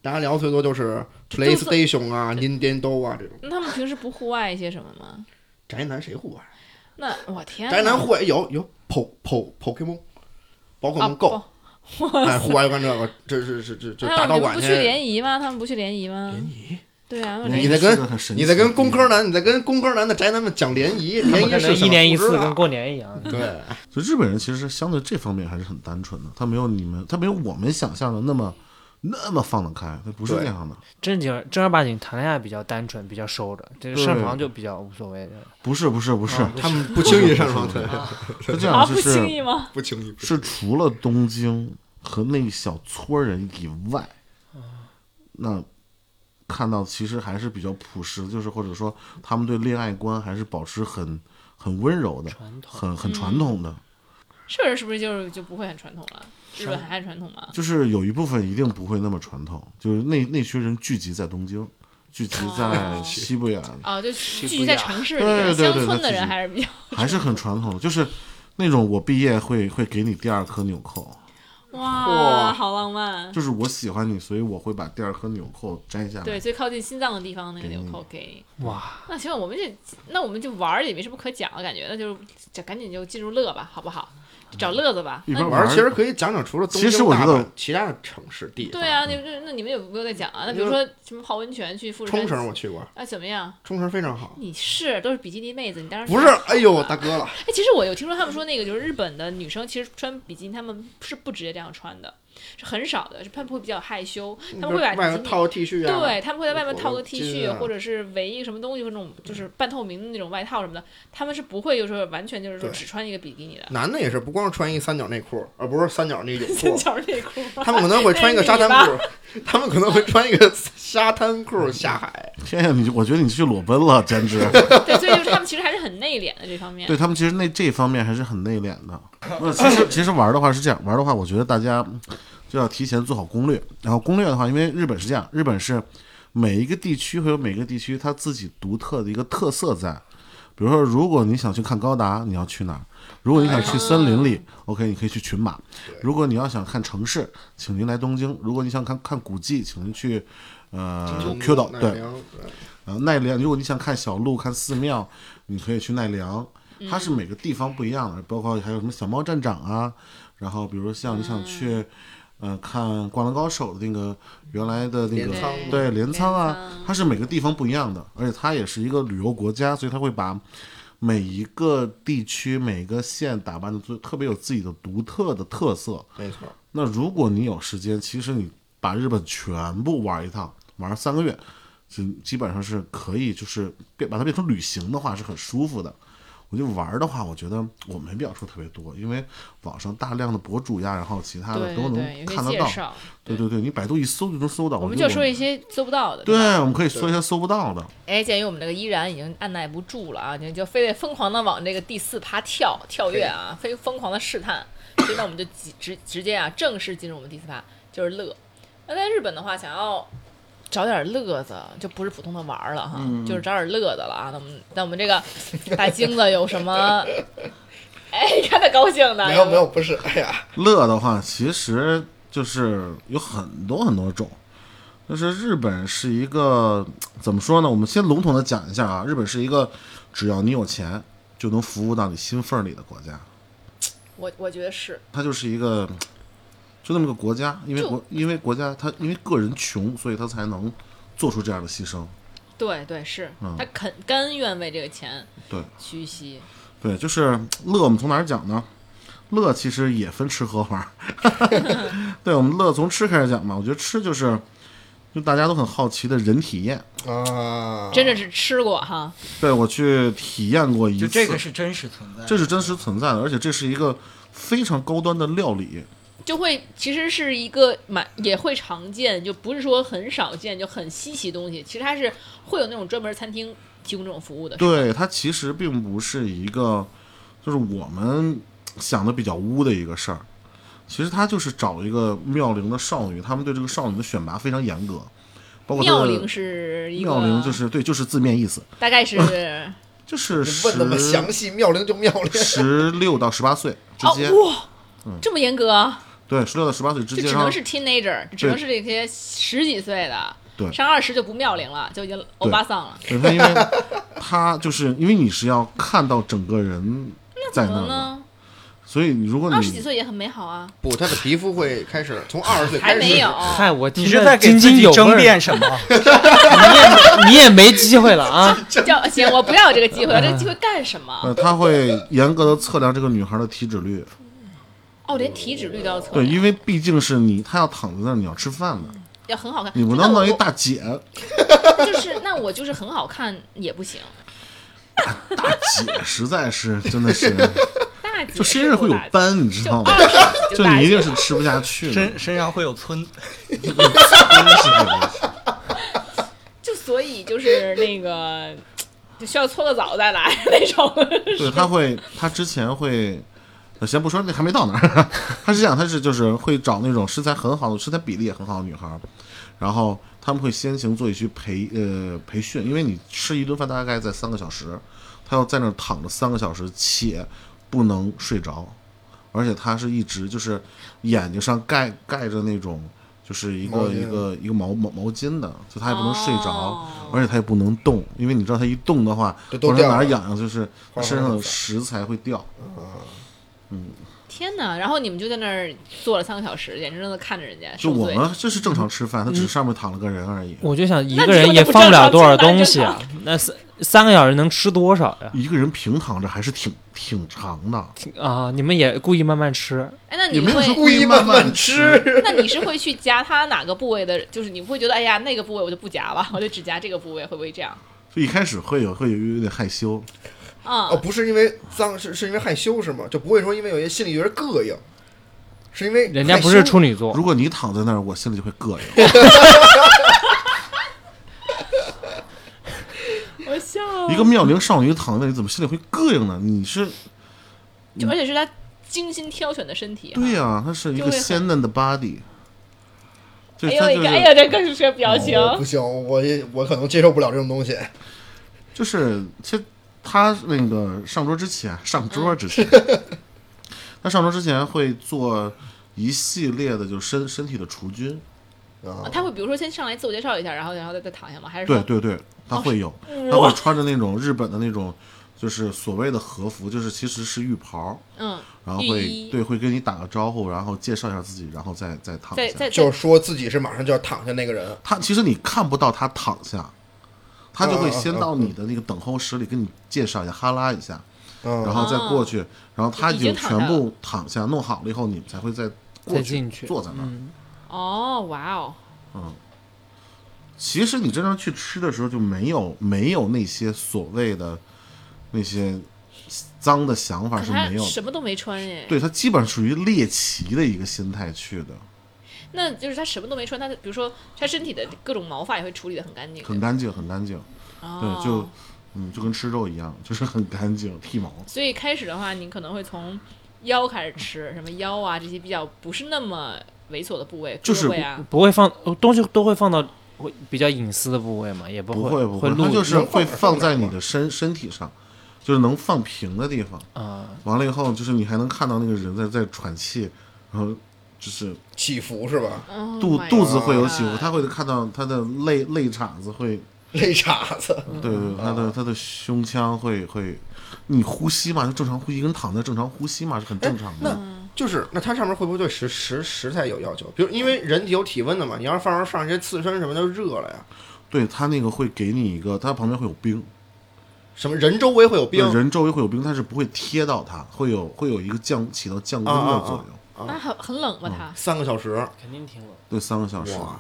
[SPEAKER 4] 大家聊的最多就是 PlayStation 啊、Nintendo 啊这种。
[SPEAKER 1] 那他们平时不户外一些什么吗？
[SPEAKER 4] 宅男谁会玩？
[SPEAKER 1] 那我天哪，
[SPEAKER 4] 宅男户外有有 Po Po Pokemon，宝可
[SPEAKER 1] 啊
[SPEAKER 4] 梦 Go，
[SPEAKER 1] 不
[SPEAKER 4] 哎，户外就干这个，这这这这这
[SPEAKER 1] 那
[SPEAKER 4] 打
[SPEAKER 1] 哎你
[SPEAKER 4] 道
[SPEAKER 1] 们
[SPEAKER 4] 馆
[SPEAKER 1] 不
[SPEAKER 4] 去
[SPEAKER 1] 去。联谊吗？他们不去联谊吗？联谊？对啊，那
[SPEAKER 5] 联
[SPEAKER 4] 你
[SPEAKER 5] 谊
[SPEAKER 1] 联
[SPEAKER 4] 在
[SPEAKER 5] 哎是
[SPEAKER 4] 跟
[SPEAKER 5] 个很神奇
[SPEAKER 4] 你在跟
[SPEAKER 5] 的
[SPEAKER 4] 工
[SPEAKER 5] 地
[SPEAKER 4] 科
[SPEAKER 5] 方
[SPEAKER 4] 男，你在跟工科男的宅男们讲联谊，
[SPEAKER 3] 可
[SPEAKER 4] 联谊
[SPEAKER 3] 能
[SPEAKER 4] 是
[SPEAKER 3] 一年一次，跟
[SPEAKER 4] 工
[SPEAKER 3] 过年一样。
[SPEAKER 4] 对，
[SPEAKER 5] 所以日本人其实相对这方面还是很单纯的，他没有你们，他没有我们想象的那么那么放得开，他不是
[SPEAKER 4] 对
[SPEAKER 5] 这样的，
[SPEAKER 3] 正经正儿八经谈恋爱比较单纯，比较收着，这个
[SPEAKER 5] 对
[SPEAKER 3] 上床就比较无所谓的。
[SPEAKER 5] 不是不是不是，
[SPEAKER 4] 他们不轻易上床，对，
[SPEAKER 5] 是这
[SPEAKER 1] 谊啊，
[SPEAKER 5] 样，就
[SPEAKER 1] 不轻
[SPEAKER 5] 是
[SPEAKER 1] 易吗？
[SPEAKER 4] 不轻易，不轻易
[SPEAKER 5] 是除了东京和那个小撮儿人以外，
[SPEAKER 1] 嗯
[SPEAKER 5] 那看到其实还是比较朴实，就是或者说
[SPEAKER 1] 嗯
[SPEAKER 5] 他们对恋爱观还是保持很很温柔的，很很传统的，
[SPEAKER 1] 日本人是不是就是就不会很传统了？日本还很传统吗？
[SPEAKER 5] 就是有一部分一定不会那么传统，就是那那群人聚集在东京，聚集在
[SPEAKER 1] 哦
[SPEAKER 5] 西部呀，
[SPEAKER 1] 啊，就聚
[SPEAKER 3] 西
[SPEAKER 1] 集
[SPEAKER 3] 部
[SPEAKER 1] 在
[SPEAKER 3] 呀
[SPEAKER 1] 城市里
[SPEAKER 5] 对
[SPEAKER 1] 边，
[SPEAKER 5] 对对
[SPEAKER 1] 乡
[SPEAKER 5] 对
[SPEAKER 1] 村的
[SPEAKER 5] 自己
[SPEAKER 1] 人还是比较。
[SPEAKER 5] 还是很传统的，就是那种我毕业会会给你第二颗纽扣，
[SPEAKER 1] 哇，好浪漫！
[SPEAKER 5] 就是我喜欢你，所以我会把第二颗纽扣摘下来。
[SPEAKER 1] 对，最靠近心脏的地方那个
[SPEAKER 5] 给
[SPEAKER 1] 纽
[SPEAKER 5] 你
[SPEAKER 1] 扣给你。
[SPEAKER 3] 哇，
[SPEAKER 1] 那行，我们就那我们就玩儿也没什么可讲了，感觉那就就赶紧就进入乐吧，好不好？就找乐子吧。
[SPEAKER 5] 一
[SPEAKER 1] 那
[SPEAKER 5] 边
[SPEAKER 1] 你
[SPEAKER 5] 玩
[SPEAKER 4] 玩
[SPEAKER 5] 儿
[SPEAKER 4] 儿其实可以讲讲除了东京、
[SPEAKER 5] 其实我
[SPEAKER 4] 大
[SPEAKER 5] 觉
[SPEAKER 4] 阪
[SPEAKER 5] 得
[SPEAKER 4] 其他的城市地方。
[SPEAKER 1] 对啊，那那那你们有没有在讲啊？那比如说什么泡温泉去富士
[SPEAKER 4] 冲
[SPEAKER 1] 山
[SPEAKER 4] 绳我去过，
[SPEAKER 1] 啊，怎么样？
[SPEAKER 4] 冲绳非常好。
[SPEAKER 1] 你是都是比基尼妹子，你当然
[SPEAKER 4] 不是，哎呦，大哥了，
[SPEAKER 1] 哎，其实我有听说他们说那个，就是日本的女生其实穿比基尼，她们是不直接这样穿的，是很少的，是她们会比较害羞，她们会把比
[SPEAKER 4] 外头
[SPEAKER 1] 基尼
[SPEAKER 4] 套个 T 恤啊，
[SPEAKER 1] 对，他们会在外面
[SPEAKER 4] 裹
[SPEAKER 1] 套
[SPEAKER 4] 个
[SPEAKER 1] 个 T
[SPEAKER 4] 巾
[SPEAKER 1] 恤，
[SPEAKER 4] 啊
[SPEAKER 1] 或者是围一个什么东西，或者那种就是半透明的那种外套什么的，他们是不会就是完全就是说
[SPEAKER 4] 对
[SPEAKER 1] 只穿一个比基尼的，
[SPEAKER 4] 男的也是不光是穿一三角内裤，而不是三角那个泳 裤，
[SPEAKER 1] 就是内裤吗。
[SPEAKER 4] 他们可能会穿一个沙滩
[SPEAKER 1] 那是
[SPEAKER 4] 裤，他们可能会穿一个沙滩裤下海。
[SPEAKER 5] 天呀，你就我觉得你去裸奔了，简直。
[SPEAKER 1] 对，所以就是他们其实还是很内敛的这方面。
[SPEAKER 5] 对他们其实那这方面还是很内敛的。 不是，其实其实玩的话是这样，玩的话我觉得大家就要提前做好攻略。然后攻略的话，因为日本是这样，日本是每一个地区会有每个地区它自己独特的一个特色在。比如说，如果你想去看高达，你要去哪儿？如果你想去森林里、o k 你可以去群马。如果你要想看城市，请您来东京；如果你想看看古迹，请您去呃 Q 岛。
[SPEAKER 4] 奈
[SPEAKER 5] 对，
[SPEAKER 4] 良
[SPEAKER 5] 呃，奈良，如果你想看小路、看寺庙，你可以去奈良。它是每个地方不一样的，包括还有什么小猫站长啊，然后比如像你想去，呃，看《灌篮高手》的那个原来的那
[SPEAKER 4] 镰
[SPEAKER 5] 个
[SPEAKER 4] 仓嘛
[SPEAKER 5] 对镰仓
[SPEAKER 1] 镰仓
[SPEAKER 5] 啊，它是每个地方不一样的，而且它也是一个旅游国家，所以它会把每一个地区、每一个县打扮的最特别有自己的独特的特色。
[SPEAKER 4] 没错，
[SPEAKER 5] 那如果你有时间，其实你把日本全部玩一趟，玩三个月，就基本上是可以，就是变把它变成旅行的话是很舒服的。我就玩的话，我觉得我没必要说特别多，因为网上大量的博主呀，然后其他的
[SPEAKER 1] 对
[SPEAKER 5] 都
[SPEAKER 1] 对
[SPEAKER 5] 能
[SPEAKER 1] 对，有
[SPEAKER 5] 看
[SPEAKER 1] 些
[SPEAKER 5] 得
[SPEAKER 1] 介
[SPEAKER 5] 到。
[SPEAKER 1] 绍，
[SPEAKER 5] 对对对，你百度一搜就能搜到。
[SPEAKER 1] 我们
[SPEAKER 5] 觉
[SPEAKER 1] 就
[SPEAKER 5] 得
[SPEAKER 1] 说一些搜不到的。
[SPEAKER 4] 啊
[SPEAKER 5] 对
[SPEAKER 1] 吧，
[SPEAKER 5] 我们可以说一下搜不到的。
[SPEAKER 1] 哎，鉴于我们这个依然已经按耐不住了啊，就就非得疯狂的往这个第四趴跳跳跃啊，非疯狂的试探，所以呢，我们就直直直接啊，正式进入我们第四趴，就是乐。那在日本的话，想要找点乐子，就不是普通的玩儿了哈，
[SPEAKER 4] 嗯
[SPEAKER 1] 就是找点乐子了啊。那我们那我们这个大金子有什 么？哎，你看他高兴的，
[SPEAKER 4] 没有没有，不是，哎呀，
[SPEAKER 5] 乐的话，其实就是有很多很多种。就是日本是一个怎么说呢？我们先笼统的讲一下啊，日本是一个只要你有钱就能服务到你心缝儿里的国家，
[SPEAKER 1] 我我觉得是，
[SPEAKER 5] 它就是一个就那么个国家，因为
[SPEAKER 1] 就
[SPEAKER 5] 国因为国家它因为个人穷，所以他才能做出这样的牺牲。
[SPEAKER 1] 对对是，
[SPEAKER 5] 嗯
[SPEAKER 1] 他肯甘愿为这个钱
[SPEAKER 5] 对
[SPEAKER 1] 屈膝。
[SPEAKER 5] 对，就是乐，我们从哪儿讲呢？乐其实也分吃喝玩儿， 对，我们乐从吃开始讲嘛。我觉得吃就是就大家都很好奇的人体验，
[SPEAKER 4] 啊，
[SPEAKER 1] 真的是吃过哈，
[SPEAKER 5] 对我去体验过一次，
[SPEAKER 6] 就这个是真实存在的，
[SPEAKER 5] 这是真实存在的，而且这是一个非常高端的料理。
[SPEAKER 1] 就会其实是一个蛮也会常见，就不是说很少见，就很稀奇东西。其实它是会有那种专门餐厅提供这种服务的。
[SPEAKER 5] 对，它其实并不是一个，就是我们想的比较污的一个事儿。其实它就是找一个妙龄的少女，他们对这个少女的选拔非常严格，包括她的
[SPEAKER 1] 妙龄是一个，
[SPEAKER 5] 妙龄就是对，嗯就是字面意思，
[SPEAKER 1] 大概是哦
[SPEAKER 5] 就是
[SPEAKER 4] 你
[SPEAKER 5] 十
[SPEAKER 4] 问那么详细，妙龄就妙龄。
[SPEAKER 5] 十六到十八岁之间，
[SPEAKER 1] 哇，这么严格，
[SPEAKER 5] 对，十六到十八岁之
[SPEAKER 1] 就
[SPEAKER 5] 间，
[SPEAKER 1] 只
[SPEAKER 5] 然后
[SPEAKER 1] 能是 teenager，只能是这些十几岁的，
[SPEAKER 5] 对
[SPEAKER 1] 上二十就不妙龄了，就已经欧巴桑了。
[SPEAKER 5] 对他，因为他就是因为你是要看到整个人在
[SPEAKER 1] 怎
[SPEAKER 5] 那
[SPEAKER 1] 么
[SPEAKER 5] 儿嗯的，
[SPEAKER 1] 呢？
[SPEAKER 5] 所以如果
[SPEAKER 1] 二十几
[SPEAKER 5] 你
[SPEAKER 1] 岁也很美好啊，
[SPEAKER 4] 不，他的皮肤会开始从二十岁开
[SPEAKER 1] 还
[SPEAKER 4] 始，
[SPEAKER 1] 没有。
[SPEAKER 6] 嗨，我
[SPEAKER 3] 你
[SPEAKER 6] 听
[SPEAKER 3] 是
[SPEAKER 6] 着
[SPEAKER 3] 在给
[SPEAKER 6] 津
[SPEAKER 3] 自
[SPEAKER 6] 津
[SPEAKER 3] 己
[SPEAKER 6] 有
[SPEAKER 3] 争
[SPEAKER 6] 味儿
[SPEAKER 3] 辩什么？
[SPEAKER 6] 你也没机会了啊！
[SPEAKER 1] 叫行，我不要这个机会，
[SPEAKER 5] 嗯
[SPEAKER 1] 这个机会干什么？
[SPEAKER 5] 呃，他会严格的测量这个女孩的体脂率，
[SPEAKER 1] 哦，连体脂率都要测
[SPEAKER 5] 对，
[SPEAKER 1] 量，
[SPEAKER 5] 因为毕竟是你，他要躺在那儿，你要吃饭的，
[SPEAKER 1] 要很好看。
[SPEAKER 5] 你不
[SPEAKER 1] 那
[SPEAKER 5] 能弄一
[SPEAKER 1] 我
[SPEAKER 5] 大姐，
[SPEAKER 1] 就是那我就是很好看也不行，
[SPEAKER 5] 大姐实在是真的是，
[SPEAKER 1] 大姐
[SPEAKER 5] 就身上会有
[SPEAKER 1] 大姐
[SPEAKER 5] 斑，你知
[SPEAKER 1] 就
[SPEAKER 5] 道吗？
[SPEAKER 1] 二十
[SPEAKER 5] 就你一定是吃不下 去的，
[SPEAKER 6] 身身上会有村，
[SPEAKER 5] 真的是这样
[SPEAKER 1] 就所以就是那个就需要搓个澡再来那种。
[SPEAKER 5] 对，他会，他之前会，呃先不说那还没到那儿， 他是这样，他是就是会找那种身材很好的、身材比例也很好的女孩儿，然后他们会先行做一些培呃培训，因为你吃一顿饭大概在三个小时，他要在那儿躺着三个小时，且不能睡着，而且他是一直就是眼睛上盖盖着那种就是一
[SPEAKER 4] 毛
[SPEAKER 5] 个
[SPEAKER 4] 巾
[SPEAKER 5] 一个一个毛毛毛巾的，就他也不能睡着，
[SPEAKER 1] 哦
[SPEAKER 5] 而且他也不能动，因为你知道他一动的话，
[SPEAKER 4] 就
[SPEAKER 5] 或
[SPEAKER 4] 都
[SPEAKER 5] 者
[SPEAKER 4] 掉
[SPEAKER 5] 哪儿
[SPEAKER 4] 了。
[SPEAKER 5] 痒痒，就是他身上的食材会掉。
[SPEAKER 1] 天哪！然后你们就在那儿坐了三个小时，眼睁睁的看着人家
[SPEAKER 5] 就
[SPEAKER 1] 受
[SPEAKER 5] 我
[SPEAKER 1] 罪。
[SPEAKER 5] 们这是正常吃饭，他只是上面躺了个人而已。
[SPEAKER 3] 我就想一
[SPEAKER 1] 那
[SPEAKER 3] 个
[SPEAKER 1] 你
[SPEAKER 3] 人
[SPEAKER 1] 说
[SPEAKER 3] 也
[SPEAKER 1] 这不
[SPEAKER 3] 放不
[SPEAKER 1] 正
[SPEAKER 3] 了
[SPEAKER 1] 常
[SPEAKER 3] 多
[SPEAKER 1] 吃
[SPEAKER 3] 少
[SPEAKER 1] 饭正
[SPEAKER 3] 东西
[SPEAKER 1] 常
[SPEAKER 3] 啊，那三三个小时能吃多少呀？
[SPEAKER 5] 一个人平躺着还是挺挺长的，
[SPEAKER 3] 啊，你们也故意慢慢吃，
[SPEAKER 1] 哎，那
[SPEAKER 5] 也
[SPEAKER 1] 你
[SPEAKER 5] 没有
[SPEAKER 1] 会，
[SPEAKER 5] 说故意慢慢吃。
[SPEAKER 1] 那你是会去夹他哪个部位的？就是你会觉得，哎呀，那个部位我就不夹了，我就只夹这个部位，会不会这样？
[SPEAKER 5] 就一开始会有会有有点害羞，
[SPEAKER 1] 啊、
[SPEAKER 4] 哦，不是因为脏，是是因为害羞是吗？就不会说因为有些心里有点膈应，是因为
[SPEAKER 3] 人家
[SPEAKER 4] 害
[SPEAKER 3] 不是
[SPEAKER 4] 羞
[SPEAKER 3] 处女座，
[SPEAKER 5] 如果你躺在那儿，我心里就会膈应。
[SPEAKER 1] 我笑了
[SPEAKER 5] 一个妙龄少女躺在那里，怎么心里会膈应呢？你是
[SPEAKER 1] 就而且是他精心挑选的身体、啊，
[SPEAKER 5] 对呀、她是一
[SPEAKER 1] 就
[SPEAKER 5] 个
[SPEAKER 1] 会很
[SPEAKER 5] 鲜嫩的 body，就
[SPEAKER 1] 哎
[SPEAKER 5] 她
[SPEAKER 1] 呦
[SPEAKER 5] 就
[SPEAKER 1] 一个，哎
[SPEAKER 5] 是
[SPEAKER 1] 呦这更是这表情，
[SPEAKER 4] 哦不行，我我可能接受不了这种东西。啊
[SPEAKER 5] 就是其实她那个上桌之前，
[SPEAKER 1] 嗯
[SPEAKER 5] 上桌之 前，她上桌之前会做一系列的就身身体的除菌，
[SPEAKER 4] 啊，
[SPEAKER 1] 哦他会比如说先上来自我介绍一下，然后然后再再躺下吗？还是
[SPEAKER 5] 对
[SPEAKER 1] 说
[SPEAKER 5] 对对，他
[SPEAKER 1] 哦
[SPEAKER 5] 会有，他会穿着那种日本的那种，就是所谓的和服，就是其实是浴袍，
[SPEAKER 1] 嗯，
[SPEAKER 5] 然后
[SPEAKER 1] 浴
[SPEAKER 5] 会
[SPEAKER 1] 衣
[SPEAKER 5] 对会跟你打个招呼，然后介绍一下自己，然后再再躺
[SPEAKER 1] 再
[SPEAKER 5] 下。
[SPEAKER 1] 再
[SPEAKER 4] 就
[SPEAKER 1] 再
[SPEAKER 4] 是说自己是马上就要躺下那个人，
[SPEAKER 5] 他其实你看不到他躺下，他就会
[SPEAKER 4] 啊啊啊
[SPEAKER 5] 先
[SPEAKER 4] 啊
[SPEAKER 5] 到你的那个等候室里跟你介绍一下，哈拉一下，然
[SPEAKER 4] 嗯，
[SPEAKER 5] 后再过去，然后他
[SPEAKER 1] 哦已
[SPEAKER 5] 已经
[SPEAKER 1] 经躺下
[SPEAKER 5] 全部躺下弄好了以后，你才会再过
[SPEAKER 3] 再进去
[SPEAKER 5] 坐在那儿。
[SPEAKER 3] 嗯，
[SPEAKER 1] 哦，哇哦，
[SPEAKER 5] 其实你真正去吃的时候，就没有没有那些所谓的那些脏的想法
[SPEAKER 1] 可
[SPEAKER 5] 是
[SPEAKER 1] 他
[SPEAKER 5] 没有的。
[SPEAKER 1] 什么都没穿耶，
[SPEAKER 5] 对他基本上属于猎奇的一个心态去的，
[SPEAKER 1] 那就是他什么都没穿，他比如说他身体的各种毛发也会处理的很干净，
[SPEAKER 5] 很干净，很干净。
[SPEAKER 1] 哦
[SPEAKER 5] 对，就嗯，就跟吃肉一样，就是很干净，剃毛。
[SPEAKER 1] 所以开始的话，你可能会从腰开始吃，什么腰啊这些比较不是那么猥琐的部位，
[SPEAKER 5] 就是
[SPEAKER 1] 胳膊啊，
[SPEAKER 3] 不会放东西都会放到会比较隐私的部位嘛，也不
[SPEAKER 5] 不
[SPEAKER 3] 会
[SPEAKER 5] 不
[SPEAKER 3] 会
[SPEAKER 5] 会，
[SPEAKER 3] 录
[SPEAKER 5] 它就是
[SPEAKER 4] 能放
[SPEAKER 5] 会
[SPEAKER 4] 哪儿
[SPEAKER 5] 放
[SPEAKER 4] 放
[SPEAKER 5] 在
[SPEAKER 4] 哪儿
[SPEAKER 5] 你
[SPEAKER 4] 吗
[SPEAKER 5] 的身身体上，就是能放平的地方。
[SPEAKER 3] 啊，
[SPEAKER 5] 完了以后，就是你还能看到那个人在在喘气，然后就是
[SPEAKER 4] 起伏是吧？
[SPEAKER 1] 哦
[SPEAKER 5] 肚
[SPEAKER 1] my
[SPEAKER 5] 肚子会有起伏，
[SPEAKER 1] God
[SPEAKER 5] 他会看到他的肋肋叉子会，
[SPEAKER 4] 肋叉子，
[SPEAKER 5] 对对，他的他的胸腔会会，你呼吸嘛，就正常呼吸，跟躺在正常呼吸嘛是很正常的。
[SPEAKER 4] 就是那它上面会不会对食食食材有要求？比如因为人体有体温的嘛，你要是放上上一些刺身什么的就热了呀，
[SPEAKER 5] 对他那个会给你一个，他旁边会有冰。
[SPEAKER 4] 什么人周围会有冰
[SPEAKER 5] 对人周围会有冰，但是不会贴到它，会有会有一个降起到降温的作用，
[SPEAKER 1] 那很啊很冷吧？他
[SPEAKER 4] 三个小时，
[SPEAKER 3] 肯定挺冷。
[SPEAKER 5] 对，三个小时。啊
[SPEAKER 4] 哇，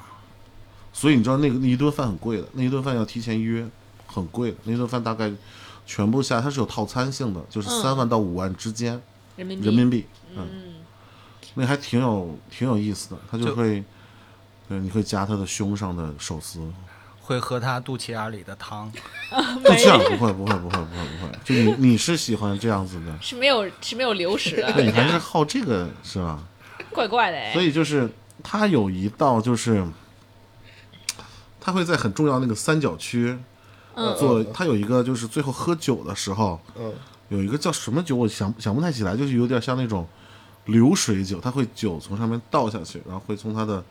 [SPEAKER 5] 所以你知道那个那一顿饭很贵的，那一顿饭要提前约，很贵的。那一顿饭大概全部下来，它是有套餐性的，就是
[SPEAKER 1] 嗯
[SPEAKER 5] 三万到五万之间、
[SPEAKER 1] 人民币，
[SPEAKER 5] 人 民币，
[SPEAKER 1] 嗯，，
[SPEAKER 5] 那还挺有挺有意思的。它就
[SPEAKER 6] 就
[SPEAKER 5] 会，对，你会夹它的胸上的手撕，
[SPEAKER 6] 会喝他肚脐眼儿里的汤。
[SPEAKER 5] 就这样，不会不会不会不会不会，就你你是喜欢这样子的
[SPEAKER 1] 是没有是没有流食
[SPEAKER 5] 那你
[SPEAKER 1] 的，
[SPEAKER 5] 还是好这个是吧？
[SPEAKER 1] 怪怪的哎。
[SPEAKER 5] 所以就是它有一道就是，它会在很重要那个三角区
[SPEAKER 1] 嗯
[SPEAKER 5] 做，它有一个就是最后喝酒的时候
[SPEAKER 4] 嗯，
[SPEAKER 5] 有一个叫什么酒，我想想不太起来，就是有点像那种流水酒，它会酒从上面倒下去，然后会从它的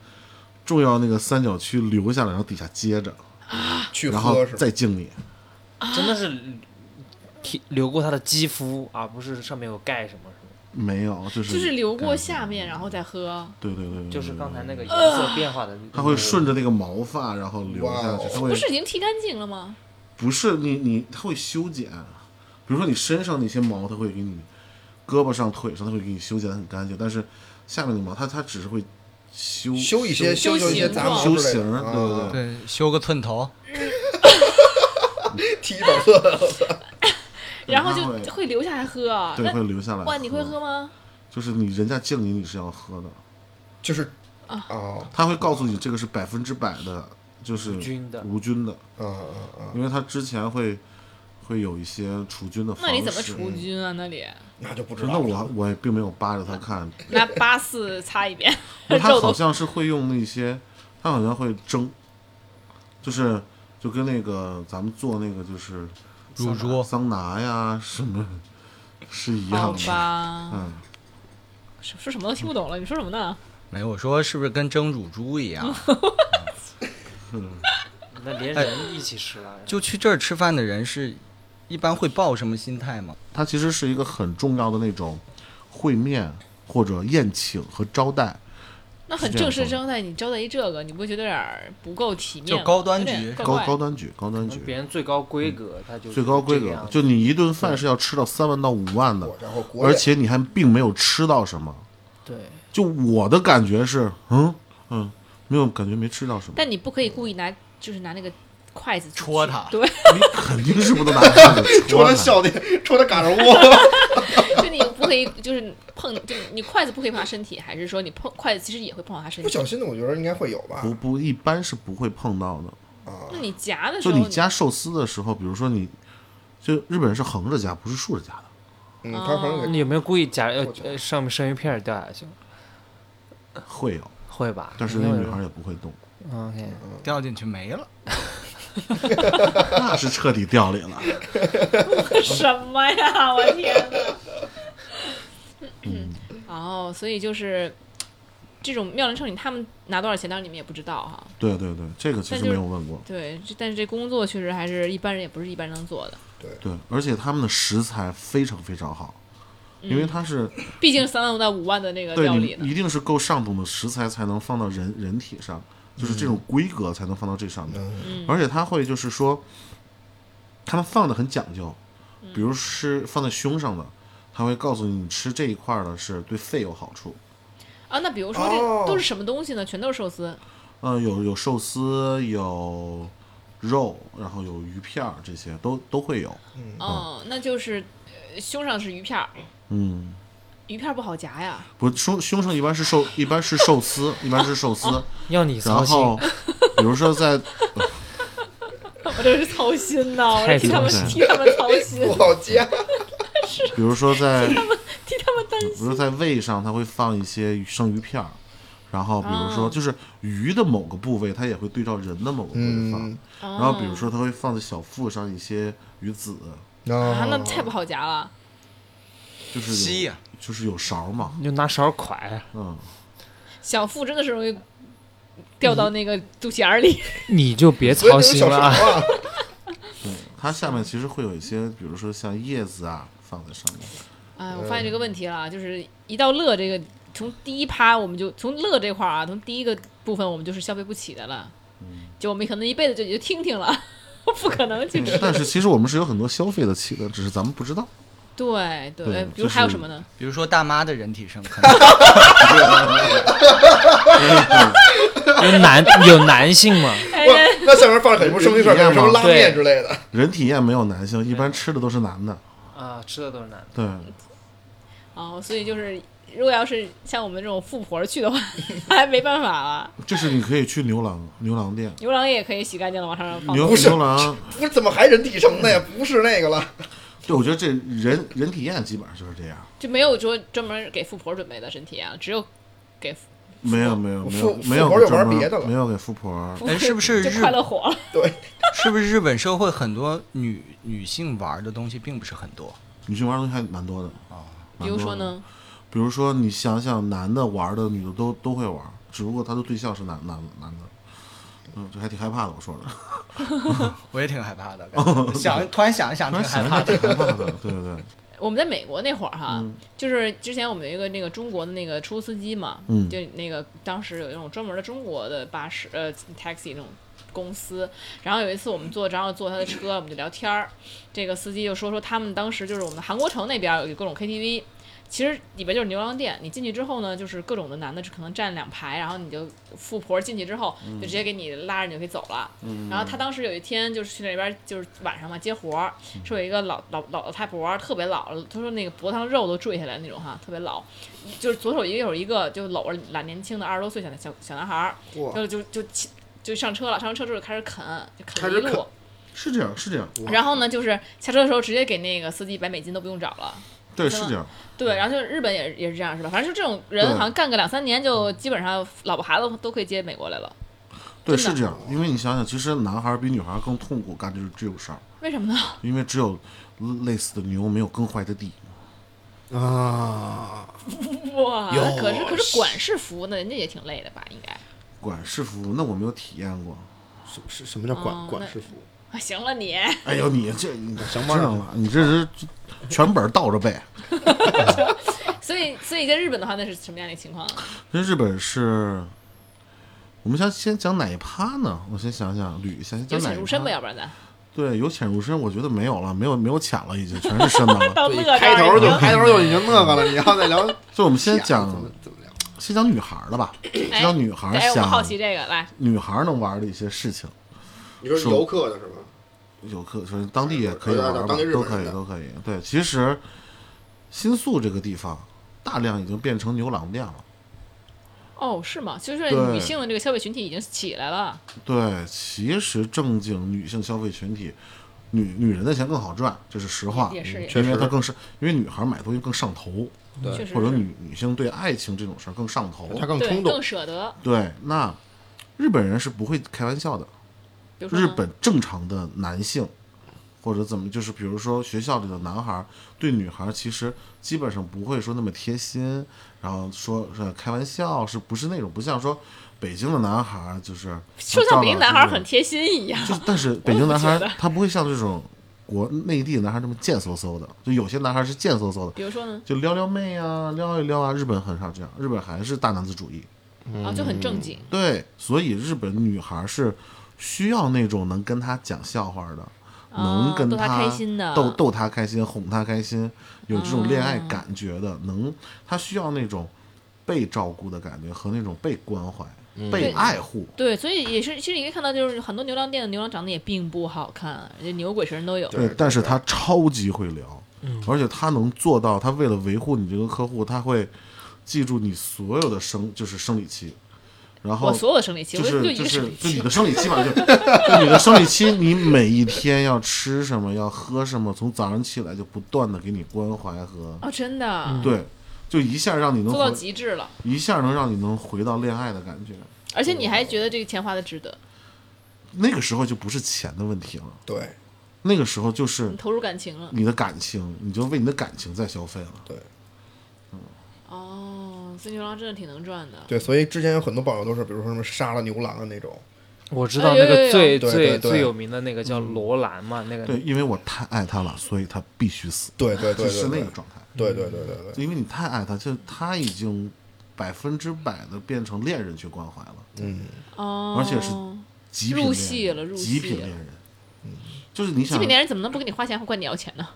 [SPEAKER 5] 重要那个三角区流下来，然后底下接着，
[SPEAKER 4] 去
[SPEAKER 5] 然后
[SPEAKER 4] 喝是吧？
[SPEAKER 5] 再敬你。
[SPEAKER 3] 真的是体流过他的肌肤，而不是上面有盖什么什么，
[SPEAKER 5] 没有，就是
[SPEAKER 1] 就是流过下面，然后再喝，
[SPEAKER 5] 对对对对，
[SPEAKER 3] 就是
[SPEAKER 5] 对
[SPEAKER 3] 刚才那个颜色变化的那个。
[SPEAKER 5] 嗯它会顺着那个毛发然后流下
[SPEAKER 4] 哦
[SPEAKER 5] 去，它会
[SPEAKER 1] 不是已经剃干净了吗？
[SPEAKER 5] 不是你你它会修剪，啊比如说你身上那些毛，它会给你胳膊上、腿上，它会给你修剪的很干净，但是下面的毛，它它只是会修
[SPEAKER 4] 修一些
[SPEAKER 1] 修
[SPEAKER 4] 修一些
[SPEAKER 1] 形
[SPEAKER 4] 杂毛
[SPEAKER 5] 修
[SPEAKER 4] 之类
[SPEAKER 5] 形
[SPEAKER 4] 的，
[SPEAKER 5] 儿对对
[SPEAKER 4] 啊，
[SPEAKER 6] 对，修个寸头，
[SPEAKER 4] 踢到这，
[SPEAKER 1] 然后
[SPEAKER 5] 它会
[SPEAKER 1] 就会留下来喝。啊
[SPEAKER 5] 对
[SPEAKER 1] 那
[SPEAKER 5] 会留下来。嗯
[SPEAKER 1] 哇，你会喝？吗？
[SPEAKER 5] 就是你人家敬你，你是要喝的，
[SPEAKER 4] 就是
[SPEAKER 1] 啊
[SPEAKER 4] 哦，
[SPEAKER 5] 他会告诉你这个是百分之百的，就是
[SPEAKER 3] 无菌的
[SPEAKER 5] 无菌的，
[SPEAKER 4] 嗯嗯嗯，
[SPEAKER 5] 因为他之前会会有一些除菌的方
[SPEAKER 1] 那
[SPEAKER 5] 式。
[SPEAKER 1] 里怎么除菌啊？那里
[SPEAKER 4] 那就不知
[SPEAKER 5] 那
[SPEAKER 4] 道
[SPEAKER 5] 我
[SPEAKER 4] 了。
[SPEAKER 5] 我也并没有扒着它看，
[SPEAKER 1] 拿八四擦一遍，
[SPEAKER 5] 不他
[SPEAKER 1] 肉
[SPEAKER 5] 好
[SPEAKER 1] 都
[SPEAKER 5] 像是会用那些，他好像会蒸，就是就跟那个咱们做那个就是
[SPEAKER 2] 乳猪
[SPEAKER 5] 桑拿呀什么是一
[SPEAKER 1] 好
[SPEAKER 5] 样的。
[SPEAKER 1] 吧？
[SPEAKER 5] 嗯，
[SPEAKER 1] 说说什么都听不懂了，你说什么呢？
[SPEAKER 2] 没哎有，我说是不是跟蒸乳猪一 样？
[SPEAKER 3] 那连人一起吃
[SPEAKER 5] 哎
[SPEAKER 3] 了，
[SPEAKER 2] 就去这儿吃饭的人是，一般会抱什么心态吗？
[SPEAKER 5] 它其实是一个很重要的那种会面或者宴请和招待。
[SPEAKER 1] 那很
[SPEAKER 5] 是这样
[SPEAKER 1] 正式的
[SPEAKER 5] 说
[SPEAKER 1] 招待，你招待一这个，你不会觉得有点儿不够体面吗？
[SPEAKER 2] 就高端
[SPEAKER 1] 有点
[SPEAKER 2] 局
[SPEAKER 1] 怪
[SPEAKER 5] 高
[SPEAKER 1] 怪
[SPEAKER 5] 高端局，高端
[SPEAKER 3] 别
[SPEAKER 5] 局，
[SPEAKER 3] 人最高规格，他就
[SPEAKER 5] 最高规
[SPEAKER 3] 这个
[SPEAKER 5] 格
[SPEAKER 3] 样，子
[SPEAKER 5] 就你一顿饭是要吃到三万到五万的，
[SPEAKER 4] 然后国
[SPEAKER 5] 而
[SPEAKER 4] 内
[SPEAKER 5] 且你还并没有吃到什么。
[SPEAKER 3] 对，
[SPEAKER 5] 就我的感觉是，嗯嗯，没有感觉没吃到什么，
[SPEAKER 1] 但你不可以故意拿，就是拿那个筷子进去
[SPEAKER 2] 戳它
[SPEAKER 1] 对，
[SPEAKER 5] 你肯定是不能拿筷子
[SPEAKER 4] 戳
[SPEAKER 5] 戳
[SPEAKER 4] 他
[SPEAKER 5] 它。
[SPEAKER 4] 笑点， 戳他嘎着窝。
[SPEAKER 1] 就你不可以，就是碰，就是你筷子不可以碰他身体，还是说你碰筷子其实也会碰到他身
[SPEAKER 4] 不
[SPEAKER 1] 体？
[SPEAKER 4] 小心的，我觉得应该会有吧。
[SPEAKER 5] 不不，一般是不会碰到的。
[SPEAKER 4] 啊
[SPEAKER 1] 那，你夹的时
[SPEAKER 5] 就
[SPEAKER 1] 候，
[SPEAKER 5] 你夹寿司的时候，比如说你，就日本人是横着夹，不是竖着夹的。
[SPEAKER 4] 嗯，他可能
[SPEAKER 1] 哦
[SPEAKER 4] 给
[SPEAKER 3] 你有没有故意夹呃
[SPEAKER 4] 我觉得
[SPEAKER 3] 呃上面生鱼片儿掉下去？
[SPEAKER 5] 会有，
[SPEAKER 3] 会吧？
[SPEAKER 5] 但是
[SPEAKER 3] 应
[SPEAKER 5] 那
[SPEAKER 3] 该
[SPEAKER 5] 女
[SPEAKER 3] 有
[SPEAKER 5] 孩也不会动，
[SPEAKER 3] 嗯 OK，
[SPEAKER 2] 掉进去没了，
[SPEAKER 5] 那是彻底掉脸了。
[SPEAKER 1] 什么呀！我天哪！哦，所以就是这种妙龄少女，他们拿多少钱，当然你们也不知道哈。
[SPEAKER 5] 对对对，这个其
[SPEAKER 1] 但
[SPEAKER 5] 实
[SPEAKER 1] 就
[SPEAKER 5] 没
[SPEAKER 1] 是
[SPEAKER 5] 有问过。
[SPEAKER 1] 对，这但是这工作确实还是一般人也不是一般能做的，
[SPEAKER 5] 对，而且他们的食材非常非常好，
[SPEAKER 1] 嗯
[SPEAKER 5] 因为它是
[SPEAKER 1] 毕竟三万到五万的那个
[SPEAKER 5] 对
[SPEAKER 1] 料
[SPEAKER 5] 你
[SPEAKER 1] 理呢。
[SPEAKER 5] 一定是够上等的食材才能放到人人体上，就是这种规格才能放到这上面。
[SPEAKER 1] 嗯
[SPEAKER 5] 而且它会就是说，他们放的很讲究，
[SPEAKER 1] 嗯
[SPEAKER 5] 比如是放在胸上的，他会告诉你你吃这一块儿的是对肺有好处。
[SPEAKER 1] 啊，那比如说这
[SPEAKER 4] 哦
[SPEAKER 1] 都是什么东西呢？全都是寿司。
[SPEAKER 5] 嗯，有有寿司，有肉，然后有鱼片儿，这些都都会有。
[SPEAKER 1] 哦，那就是呃胸上是鱼片儿，
[SPEAKER 5] 嗯，
[SPEAKER 1] 鱼片儿不好夹呀。
[SPEAKER 5] 不，胸胸上一般是寿，一般是寿司，一般是寿
[SPEAKER 1] 哦
[SPEAKER 5] 司。
[SPEAKER 3] 要你操
[SPEAKER 5] 然
[SPEAKER 3] 心，
[SPEAKER 5] 后，比如说在
[SPEAKER 1] 我这是操心呐，我
[SPEAKER 3] 太
[SPEAKER 1] 是替他们
[SPEAKER 5] 操心
[SPEAKER 1] 替
[SPEAKER 5] 了
[SPEAKER 1] 他们操心，
[SPEAKER 4] 不好接。
[SPEAKER 5] 比如说在，
[SPEAKER 1] 替他们担
[SPEAKER 5] 比如说在胃上，它会放一些生鱼片儿，然后比如
[SPEAKER 1] 哦
[SPEAKER 5] 说就是鱼的某个部位，它也会对照人的某个部位放。
[SPEAKER 4] 嗯
[SPEAKER 1] 然
[SPEAKER 5] 然后比如说它会放在小腹上一些鱼籽，
[SPEAKER 1] 啊，那太不好夹了。
[SPEAKER 5] 就是
[SPEAKER 2] 吸
[SPEAKER 5] 有
[SPEAKER 2] 呀，
[SPEAKER 5] 就是有勺嘛，
[SPEAKER 3] 你就拿勺㧟。
[SPEAKER 5] 嗯，
[SPEAKER 1] 小腹真的是容易掉到那个肚脐眼儿里。
[SPEAKER 3] 你就别
[SPEAKER 4] 所以
[SPEAKER 3] 操
[SPEAKER 4] 就是
[SPEAKER 3] 心
[SPEAKER 4] 小
[SPEAKER 3] 了
[SPEAKER 4] 勺
[SPEAKER 3] 啊，
[SPEAKER 4] 啊，
[SPEAKER 5] 它下面其实会有一些，比如说像叶子啊放在上面。 嗯
[SPEAKER 1] 哎，我发现这个问题了，就是一到乐这个，从第一趴我们就从乐这块儿啊，从第一个部分我们就是消费不起的了，
[SPEAKER 5] 嗯
[SPEAKER 1] 就我们可能一辈子就也就听听了， 不可能去吃。
[SPEAKER 5] 但是其实我们是有很多消费得起的，只是咱们 不知道。
[SPEAKER 1] 对对，
[SPEAKER 5] 对
[SPEAKER 1] 哎比
[SPEAKER 5] 就
[SPEAKER 1] 如还有
[SPEAKER 5] 是
[SPEAKER 1] 什么呢？
[SPEAKER 2] 比如说大妈的人体生 可能
[SPEAKER 3] 有男有男性嘛，
[SPEAKER 1] 哎
[SPEAKER 4] 哇那下面放什么生鱼片儿，什么拉面之类的，
[SPEAKER 5] 人体验没有男性，一般吃的都是男的。
[SPEAKER 3] 啊，吃的都是男的，
[SPEAKER 5] 对，
[SPEAKER 1] 哦，所以就是如果要是像我们这种富婆儿去的话， 还没办法了。
[SPEAKER 5] 就是你可以去牛郎牛郎店，
[SPEAKER 1] 牛郎也可以洗干净了往上放。
[SPEAKER 5] 牛
[SPEAKER 4] 不是
[SPEAKER 5] 牛郎，
[SPEAKER 4] 不是怎么还人体成的呀？不是那个了，
[SPEAKER 5] 对我觉得这人人体验基本上就是这样。
[SPEAKER 1] 就没有说专门给富婆儿准备的身体啊，只有给富
[SPEAKER 5] 没有没有没
[SPEAKER 4] 富
[SPEAKER 5] 有没有
[SPEAKER 4] 富婆
[SPEAKER 5] 给
[SPEAKER 4] 有玩
[SPEAKER 5] 专门
[SPEAKER 4] 别的了
[SPEAKER 5] 没有给富婆。
[SPEAKER 1] 富
[SPEAKER 2] 哎是不是
[SPEAKER 1] 就
[SPEAKER 2] 日
[SPEAKER 1] 快乐火了？
[SPEAKER 2] 是不是日本社会很多女女性玩的东西并不是很多？
[SPEAKER 5] 女性玩的东西还蛮多的，
[SPEAKER 1] 比如
[SPEAKER 5] 嗯
[SPEAKER 1] 说呢，
[SPEAKER 5] 比如说你想想，男的玩的，女的都都会玩，只不过他的对象是男男男的。嗯，这还挺害怕的，我说的，
[SPEAKER 2] 我也挺害怕的，感觉想突然想一想
[SPEAKER 5] 哦突
[SPEAKER 2] 挺害
[SPEAKER 5] 然想一
[SPEAKER 2] 怕
[SPEAKER 5] 下挺
[SPEAKER 2] 的。
[SPEAKER 5] 害怕的，对对对，
[SPEAKER 1] 我们在美国那会儿哈，就是之前我们有一个那个中国的那个出租司机嘛，
[SPEAKER 5] 嗯
[SPEAKER 1] 就那个当时有那种专门的中国的巴士呃 taxi 那种公司，然后有一次我们坐，然后坐他的车，我们就聊天儿，这个司机就说说他们当时就是我们韩国城那边儿有各种 KTV。其实里边就是牛郎店，你进去之后呢，就是各种的男的可能站两排，然后你就富婆进去之后，就直接给你拉着你就可以走了。然后他当时有一天就是去那边就是晚上嘛接活儿，说有一个老老老老太婆儿特别老，他说那个脖子上肉都坠下来那种哈，特别老，就是左手一个右手一个，就搂着俩年轻的二十多岁小小小男孩儿，
[SPEAKER 4] 哇
[SPEAKER 1] 就就就起就上车了，上完车之后就开始啃，就
[SPEAKER 4] 开
[SPEAKER 1] 啃了
[SPEAKER 4] 始
[SPEAKER 1] 一路
[SPEAKER 4] 啃。
[SPEAKER 5] 是这样，是这样，
[SPEAKER 1] 然后呢，就是下车的时候直接给那个司机一百美金都不用找了。
[SPEAKER 5] 对，
[SPEAKER 1] 是
[SPEAKER 5] 是
[SPEAKER 1] 吗
[SPEAKER 5] 这样，
[SPEAKER 4] 嗯
[SPEAKER 1] 对，然后就是日本也也是这样，是吧？反正就这种人，
[SPEAKER 5] 对
[SPEAKER 1] 好像干个两三年，就基本上老婆孩子都可以接美国来了。
[SPEAKER 5] 对，
[SPEAKER 1] 真的
[SPEAKER 5] 是这样。因为你想想，其实男孩比女孩更痛苦干这这种事儿，
[SPEAKER 1] 为什么呢？
[SPEAKER 5] 因为只有累死的牛，没有耕坏的地。
[SPEAKER 4] 啊，
[SPEAKER 1] 哇
[SPEAKER 4] 哟，
[SPEAKER 1] 可是可是管事服务呢，人家也挺累的吧？应该。
[SPEAKER 5] 管事服务，那我没有体验过。
[SPEAKER 4] 什什什么叫
[SPEAKER 1] 哦
[SPEAKER 4] 管管
[SPEAKER 1] 那
[SPEAKER 4] 制服？
[SPEAKER 1] 啊，行了你，
[SPEAKER 5] 哎呦，你这你
[SPEAKER 4] 行吧
[SPEAKER 5] 这样吧，你这是全本倒着背。
[SPEAKER 1] 所以所以在日本的话，那是什么样的情况啊？
[SPEAKER 5] 这日本是，我们先先讲哪一趴呢？我先想想，捋一下，先
[SPEAKER 1] 由
[SPEAKER 5] 讲哪
[SPEAKER 1] 浅
[SPEAKER 5] 一
[SPEAKER 1] 入深吧，
[SPEAKER 5] 趴？
[SPEAKER 1] 要不然咱
[SPEAKER 5] 对，由浅入深，我觉得没有了，没有没有浅了，已经全是深的了。
[SPEAKER 1] 到
[SPEAKER 4] 对
[SPEAKER 1] 乐
[SPEAKER 4] 开头就
[SPEAKER 1] 高
[SPEAKER 4] 开头就已经那个了，你要再聊
[SPEAKER 5] 就我们先
[SPEAKER 4] 假的怎
[SPEAKER 5] 讲
[SPEAKER 4] 么怎么聊？
[SPEAKER 5] 先讲女孩儿的吧，先讲女孩儿
[SPEAKER 1] 哎，我
[SPEAKER 5] 想
[SPEAKER 1] 好奇这个，来，
[SPEAKER 5] 女孩儿能玩儿的一些事情，
[SPEAKER 4] 你说是游客的是吧？
[SPEAKER 5] 有可就是当地也可以
[SPEAKER 4] 对
[SPEAKER 5] 玩
[SPEAKER 4] 对对
[SPEAKER 5] 儿吧
[SPEAKER 4] 当地，日
[SPEAKER 5] 都
[SPEAKER 4] 本
[SPEAKER 5] 可
[SPEAKER 4] 人
[SPEAKER 5] 以
[SPEAKER 4] 的
[SPEAKER 5] 都可以。对，其实新宿这个地方大量已经变成牛郎店了。
[SPEAKER 1] 哦，是吗？就是
[SPEAKER 5] 对
[SPEAKER 1] 女性的这个消费群体已经起来了，
[SPEAKER 5] 对，其实正经女性消费群体，女女人的钱更好赚，这是实话。
[SPEAKER 1] 也也是也
[SPEAKER 5] 因
[SPEAKER 4] 确
[SPEAKER 5] 为
[SPEAKER 4] 实
[SPEAKER 5] 她更是因为女孩买东西更上头，
[SPEAKER 4] 对
[SPEAKER 1] 确实
[SPEAKER 5] 或者
[SPEAKER 1] 是
[SPEAKER 5] 女女性对爱情这种事儿更上头。
[SPEAKER 4] 他更
[SPEAKER 1] 对
[SPEAKER 4] 冲
[SPEAKER 1] 更
[SPEAKER 4] 动，
[SPEAKER 1] 舍得，
[SPEAKER 5] 对，那日本人是不会开玩笑的。
[SPEAKER 1] 比如说呢
[SPEAKER 5] 日本正常的男性，或者怎么，就是比如说学校里的男孩儿对女孩，其实基本上不会说那么贴心，然后说是开玩笑，是不是那种不像说北京的男孩儿就是
[SPEAKER 1] 就像北京男孩儿很
[SPEAKER 5] 贴
[SPEAKER 1] 贴心一样，
[SPEAKER 5] 就但是北京男孩
[SPEAKER 1] 我也
[SPEAKER 5] 儿
[SPEAKER 1] 觉得
[SPEAKER 5] 他不会像这种国内地的男孩儿这么贱嗖嗖的，就有些男孩儿是贱嗖嗖的，
[SPEAKER 1] 比如说呢，
[SPEAKER 5] 就撩撩妹啊，撩一撩啊，日本很少这样，日本还是大男子主义。嗯
[SPEAKER 1] 啊，就很正经，
[SPEAKER 5] 对，所以日本女孩是需要那种能跟她讲笑话的，嗯能跟
[SPEAKER 1] 啊逗她
[SPEAKER 5] 她
[SPEAKER 1] 开心的
[SPEAKER 5] 逗逗她开心，哄她开心，有这种恋爱
[SPEAKER 1] 嗯
[SPEAKER 5] 感觉的，能她需要那种被照顾的感觉和那种被关怀、被爱护。
[SPEAKER 1] 嗯对，所以也是，其实你可以看到，就是很多牛郎店的牛郎长得也并不好看，人家牛鬼神都有，
[SPEAKER 5] 对，但是她超级会聊，而且她能做到，她为了维护你这个客户，她会记住你所有的生就是生理期，然后
[SPEAKER 1] 我所有的生理期，
[SPEAKER 5] 就
[SPEAKER 1] 我就是一
[SPEAKER 5] 就
[SPEAKER 1] 个生
[SPEAKER 5] 是
[SPEAKER 1] 理
[SPEAKER 5] 就你
[SPEAKER 1] 期，
[SPEAKER 5] 的生理期嘛，就就你的生理期，你每一天要吃什么，要喝什么，从早上起来就不断的给你关怀和
[SPEAKER 1] 哦，真的
[SPEAKER 5] 对，就一下让你嗯能
[SPEAKER 1] 做到
[SPEAKER 5] 回
[SPEAKER 1] 极致了，
[SPEAKER 5] 一下能让你能回到恋爱的感觉。
[SPEAKER 1] 而且你还觉得这个钱花的值得，
[SPEAKER 5] 那个时候就不是钱的问题了，
[SPEAKER 4] 对
[SPEAKER 5] 那个时候就是
[SPEAKER 1] 你投入感情了，
[SPEAKER 5] 你的感情，你就为你的感情在消费了。
[SPEAKER 4] 对
[SPEAKER 1] 哦，所以牛郎真的挺能赚的，
[SPEAKER 4] 对，所以之前有很多网友都是，比如说什么杀了牛郎的那种，
[SPEAKER 3] 我知道
[SPEAKER 1] 哎呦
[SPEAKER 3] 那
[SPEAKER 1] 呦
[SPEAKER 3] 个
[SPEAKER 1] 呦
[SPEAKER 3] 最
[SPEAKER 4] 对
[SPEAKER 3] 最
[SPEAKER 4] 对对
[SPEAKER 3] 最有名的那个叫罗兰嘛，那个
[SPEAKER 5] 对，因为我太爱他了，所以他必须死，
[SPEAKER 4] 对对对
[SPEAKER 5] 就
[SPEAKER 4] 对，
[SPEAKER 5] 是那
[SPEAKER 4] 对
[SPEAKER 5] 个状态。
[SPEAKER 4] 对对对对对，
[SPEAKER 5] 因为你太爱他，就他已经百分之百的变成恋人去关怀了。
[SPEAKER 4] 嗯，
[SPEAKER 1] 哦，
[SPEAKER 5] 而且是极品
[SPEAKER 1] 入
[SPEAKER 5] 恋
[SPEAKER 1] 戏
[SPEAKER 5] 人
[SPEAKER 1] 了入
[SPEAKER 5] 极
[SPEAKER 1] 戏
[SPEAKER 5] 品
[SPEAKER 1] 了
[SPEAKER 5] 恋人，
[SPEAKER 4] 嗯
[SPEAKER 5] 就是你
[SPEAKER 1] 极
[SPEAKER 5] 想
[SPEAKER 1] 品，恋人怎么能不给你花钱，还管你要钱呢？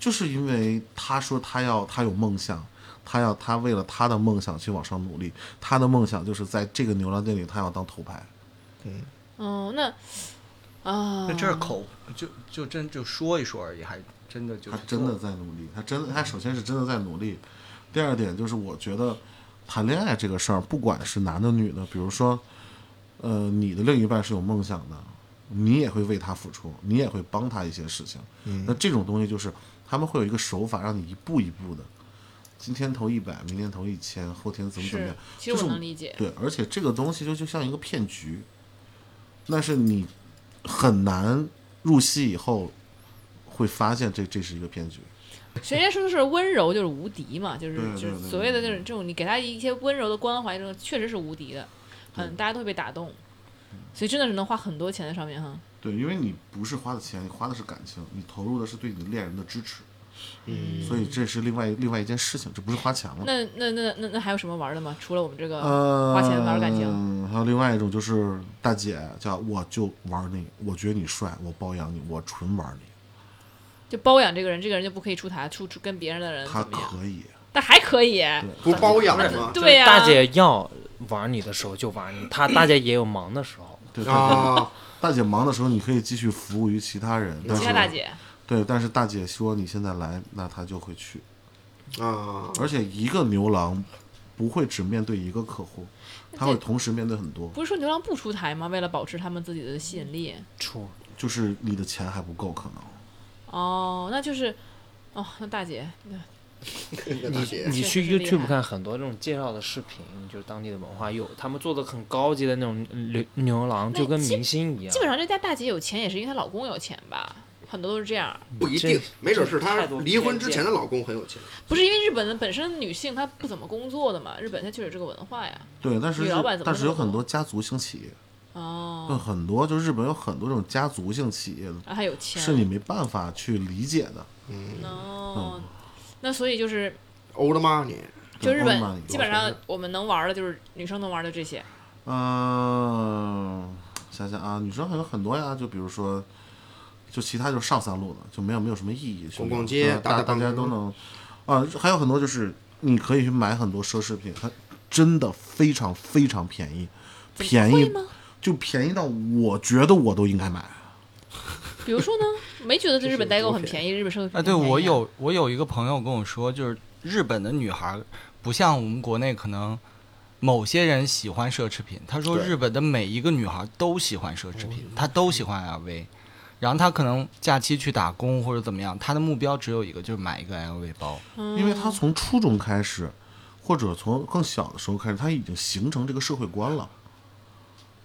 [SPEAKER 5] 就是因为他说他要他有梦想，他要他为了他的梦想去往上努力，他的梦想就是在这个牛郎店里他要当头牌。
[SPEAKER 1] 哦，那啊，
[SPEAKER 2] 那这是口就就真就说一说而已，还真的就
[SPEAKER 5] 他
[SPEAKER 2] 是
[SPEAKER 5] 真的
[SPEAKER 2] 做嗯
[SPEAKER 5] 在努力，他真的，他首先是真的在努力。第二点就是，我觉得谈恋爱这个事儿，不管是男的女的，比如说，呃，你的另一半是有梦想的，你也会为他付出，你也会帮他一些事情。
[SPEAKER 2] 嗯
[SPEAKER 5] 那这种东西就是他们会有一个手法，让你一步一步的，今天投一百，明天投一千，后天怎么怎么
[SPEAKER 1] 是
[SPEAKER 5] 样。，
[SPEAKER 1] 其实
[SPEAKER 5] 就
[SPEAKER 1] 我
[SPEAKER 5] 是
[SPEAKER 1] 能理解，
[SPEAKER 5] 对，而且这个东西就就像一个骗局，但是你很难入戏以后会发现这这是一个骗局。
[SPEAKER 1] 谁家说的是温柔就是无敌嘛，就是
[SPEAKER 5] 对对
[SPEAKER 1] 就是
[SPEAKER 5] 对
[SPEAKER 1] 所谓的
[SPEAKER 5] 对
[SPEAKER 1] 这种这种，你给他一些温柔的关怀，这种确实是无敌的，嗯，大家都会被打动，
[SPEAKER 5] 嗯
[SPEAKER 1] 所以真的是能花很多钱在上面哈。
[SPEAKER 5] 对，因为你不是花的钱，你花的是感情，你投入的是对你的恋人的支持，
[SPEAKER 4] 嗯，
[SPEAKER 5] 所以这是另外另外一件事情，这不是花钱了。
[SPEAKER 1] 那那那那那还有什么玩的吗？除了我们这个
[SPEAKER 5] 嗯呃，
[SPEAKER 1] 花钱玩感情，
[SPEAKER 5] 嗯还有另外一种就是大姐叫我就玩你，我觉得你帅，我包养你，我纯玩你，
[SPEAKER 1] 就包养这个人，这个人就不可以出台出出跟别人的人
[SPEAKER 5] 他
[SPEAKER 1] 嗯怎么样？
[SPEAKER 5] 可以。
[SPEAKER 1] 但还可以，
[SPEAKER 4] 不是包养吗？
[SPEAKER 1] 对啊呀、
[SPEAKER 3] 大姐要玩你的时候就玩你，她大姐也有忙的时候。
[SPEAKER 5] 对，大姐
[SPEAKER 4] 啊，
[SPEAKER 5] 大姐忙的时候，你可以继续服务于其他人，但
[SPEAKER 1] 其他
[SPEAKER 5] 是
[SPEAKER 1] 大姐
[SPEAKER 5] 对，但是大姐说你现在来，那她就会去。
[SPEAKER 4] 啊，
[SPEAKER 5] 而且一个牛郎不会只面对一个客户，他会同时面对很多。
[SPEAKER 1] 不是说牛郎不出台吗？为了保持他们自己的吸引力，
[SPEAKER 3] 出
[SPEAKER 5] 就是你的钱还不够，可能
[SPEAKER 1] 哦，那就是，哦，那大姐，
[SPEAKER 4] 你姐
[SPEAKER 3] 你
[SPEAKER 1] 确
[SPEAKER 3] 去
[SPEAKER 1] 实厉
[SPEAKER 3] YouTube
[SPEAKER 1] 害
[SPEAKER 3] 看很多这种介绍的视频，就是当地的文化，有他们做的很高级的那种牛牛郎，
[SPEAKER 1] 那
[SPEAKER 3] 就跟
[SPEAKER 1] 基
[SPEAKER 3] 明星一样。
[SPEAKER 1] 基本上这家大姐有钱也是因为她老公有钱吧，很多都是这样，
[SPEAKER 4] 不一
[SPEAKER 3] 这
[SPEAKER 4] 定，没准是
[SPEAKER 3] 这
[SPEAKER 4] 她
[SPEAKER 3] 态度
[SPEAKER 4] 离婚之
[SPEAKER 3] 偏见
[SPEAKER 4] 前的老公很有钱，
[SPEAKER 1] 不是因为日本的本身女性她不怎么工作的嘛，日本它就有这个文化呀。
[SPEAKER 5] 对，但是
[SPEAKER 1] 女
[SPEAKER 5] 日
[SPEAKER 1] 老板怎么
[SPEAKER 5] 但是有
[SPEAKER 1] 那么
[SPEAKER 5] 很多家族性企业，
[SPEAKER 1] 哦，
[SPEAKER 5] 有很多就日本有很多这种家族性企业，
[SPEAKER 1] 然后还有钱，
[SPEAKER 5] 是你没办法去理解的。
[SPEAKER 1] 哦，那所以就是
[SPEAKER 4] 欧了妈你
[SPEAKER 1] 就日
[SPEAKER 5] 欧曼
[SPEAKER 1] 本
[SPEAKER 5] 里
[SPEAKER 1] 基本
[SPEAKER 5] 有
[SPEAKER 1] 上
[SPEAKER 5] 钱
[SPEAKER 1] 我们能玩的就是女生能玩的这些，
[SPEAKER 5] 嗯，想想啊，女生还有很多呀，就比如说，就其他就是上三路的，就没有没有什么意义。
[SPEAKER 4] 逛逛街
[SPEAKER 5] 嗯
[SPEAKER 4] 打打
[SPEAKER 5] 大大
[SPEAKER 4] 棒
[SPEAKER 5] 家
[SPEAKER 4] 球
[SPEAKER 5] 都能，啊，还有很多就是你可以去买很多奢侈品，它真的非常非常便宜，便
[SPEAKER 1] 会
[SPEAKER 5] 宜
[SPEAKER 1] 吗？
[SPEAKER 5] 就便宜到我觉得我都应该买。
[SPEAKER 1] 比如说呢，没觉得在日本代购很
[SPEAKER 4] 这是
[SPEAKER 1] 便宜，日本奢侈品
[SPEAKER 2] 哎，对
[SPEAKER 1] 很便宜
[SPEAKER 2] 我有我有一个朋友跟我说，就是日本的女孩儿不像我们国内可能某些人喜欢奢侈品，他说
[SPEAKER 5] 对
[SPEAKER 2] 日本的每一个女孩儿都喜欢奢侈品，她都喜欢 LV。然后她可能假期去打工或者怎么样，她的目标只有一个，就是买一个 LV 包。
[SPEAKER 5] 因为他从初中开始，或者从更小的时候开始，他已经形成这个社会观了。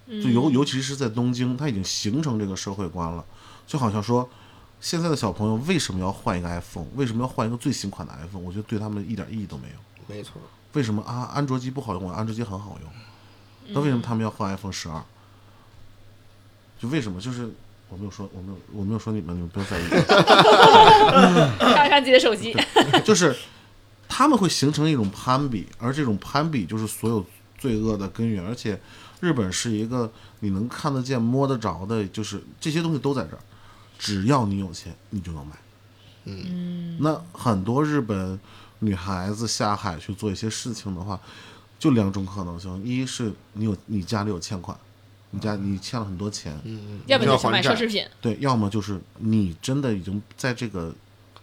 [SPEAKER 5] 就尤尤其是在东京，他已经形成这个社会观了。就好像说，现在的小朋友为什么要换一个 iPhone？为什么要换一个最新款的 iPhone？我觉得对他们一点意义都没有。
[SPEAKER 4] 没错，
[SPEAKER 5] 为什么啊？安卓机不好用，我安卓机很好用。那为什么他们要换 iPhone 十二？就为什么？就是我没有说，我没有，我没有说你们，你们不要在意。
[SPEAKER 1] 看看自己的手机，
[SPEAKER 5] 就是他们会形成一种攀比，而这种攀比就是所有罪恶的根源。而且，日本是一个你能看得见、摸得着的，就是这些东西都在这儿，只要你有钱，你就能买。嗯，那很多日本女孩子下海去做一些事情的话，就两种可能性：一是你有你家里有欠款，你家你欠了很多钱，
[SPEAKER 1] 要不然就
[SPEAKER 4] 要
[SPEAKER 1] 去
[SPEAKER 4] 还
[SPEAKER 1] 买
[SPEAKER 4] 债
[SPEAKER 1] 奢侈品。
[SPEAKER 5] 对，要么就是你真的已经在这个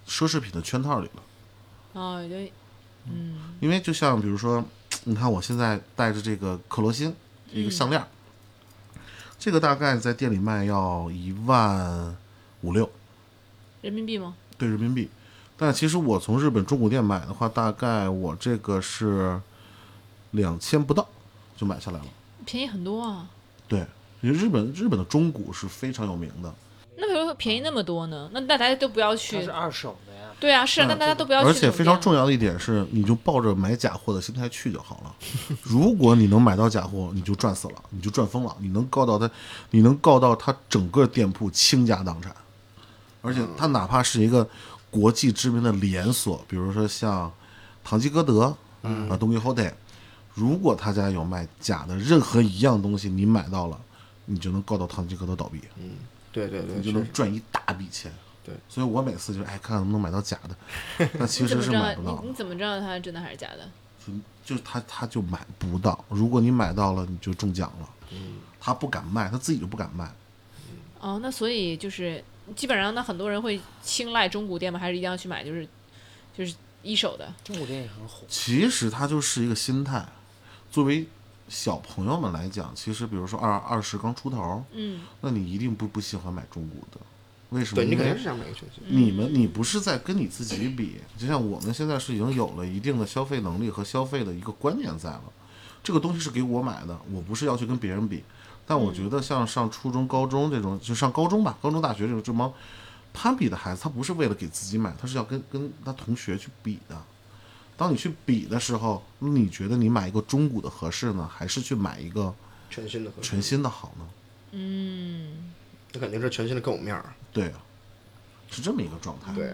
[SPEAKER 5] 奢侈品的圈套里了。
[SPEAKER 1] 哦，就
[SPEAKER 5] 因为就像比如说，你看我现在戴着这个克罗心一个项链儿，这个大概在店里卖要一万五六
[SPEAKER 1] 人民币吗？
[SPEAKER 5] 对人民币，但其实我从日本中古店买的话，大概我这个是两千不到就买下来了。
[SPEAKER 1] 便宜很多啊。
[SPEAKER 5] 对，因为日本日本的中古是非常有名的，
[SPEAKER 1] 那为什么便宜那么多呢？那大家都不要
[SPEAKER 3] 它
[SPEAKER 1] 去
[SPEAKER 3] 是。二手的呀，
[SPEAKER 1] 对啊，是啊，但大家都不要去。
[SPEAKER 5] 嗯而且非常。重要的一点是，你就抱着买假货的心态去就好了。如果你能买到假货，你就赚死了，你就赚疯了，你能告到他，你能告到他整个店铺倾家荡产。而且他哪怕是一个国际知名的连锁，比如说像唐吉诃德、嗯、啊东京 Hotel，如果他家有卖假的任何一样东西，你买到了，你就能告到唐吉诃德倒闭。
[SPEAKER 4] 对对对，
[SPEAKER 5] 你就
[SPEAKER 4] 确
[SPEAKER 5] 能
[SPEAKER 4] 实
[SPEAKER 5] 赚一大笔钱。
[SPEAKER 4] 对，
[SPEAKER 5] 所以我每次就是哎，看看能不能买到假 的，但其
[SPEAKER 1] 你怎
[SPEAKER 5] 实
[SPEAKER 1] 么
[SPEAKER 5] 是
[SPEAKER 1] 知道
[SPEAKER 5] 买不到
[SPEAKER 1] 你你
[SPEAKER 5] 的，
[SPEAKER 1] 怎么知道它真的还是假的？
[SPEAKER 5] 就就他他就买不到。如果你买到了，你就中奖了。
[SPEAKER 4] 嗯
[SPEAKER 5] 他不敢卖，他自己就不敢卖。
[SPEAKER 1] 哦，那所以就是基本上，那很多人会青睐中古店吗？还是一定要去买就是就是一手的？
[SPEAKER 3] 中古店也很火。
[SPEAKER 5] 其实他就是一个心态。作为小朋友们来讲，其实比如说二二十刚出头，
[SPEAKER 1] 嗯，
[SPEAKER 5] 那你一定不不喜欢买中古的，为什么？
[SPEAKER 4] 对你
[SPEAKER 5] 因
[SPEAKER 4] 肯
[SPEAKER 5] 为
[SPEAKER 4] 定是想买个全新。
[SPEAKER 3] 嗯
[SPEAKER 5] 你们，你不是在跟你自己比，就像我们现在是已经有了一定的消费能力和消费的一个观念在了。这个东西是给我买的，我不是要去跟别人比。但我觉得像上初中、高中这种，就上高中吧，高中、大学这种这帮攀比的孩子，他不是为了给自己买，他是要跟跟他同学去比的。当你去比的时候，你觉得你买一个中古的合适呢，还是去买一个
[SPEAKER 4] 全新的合适
[SPEAKER 5] 全，新的好呢？
[SPEAKER 1] 嗯
[SPEAKER 4] 那肯定是全新的更有面儿。
[SPEAKER 5] 对啊，是这么一个状
[SPEAKER 3] 嗯
[SPEAKER 5] 态。
[SPEAKER 4] 对，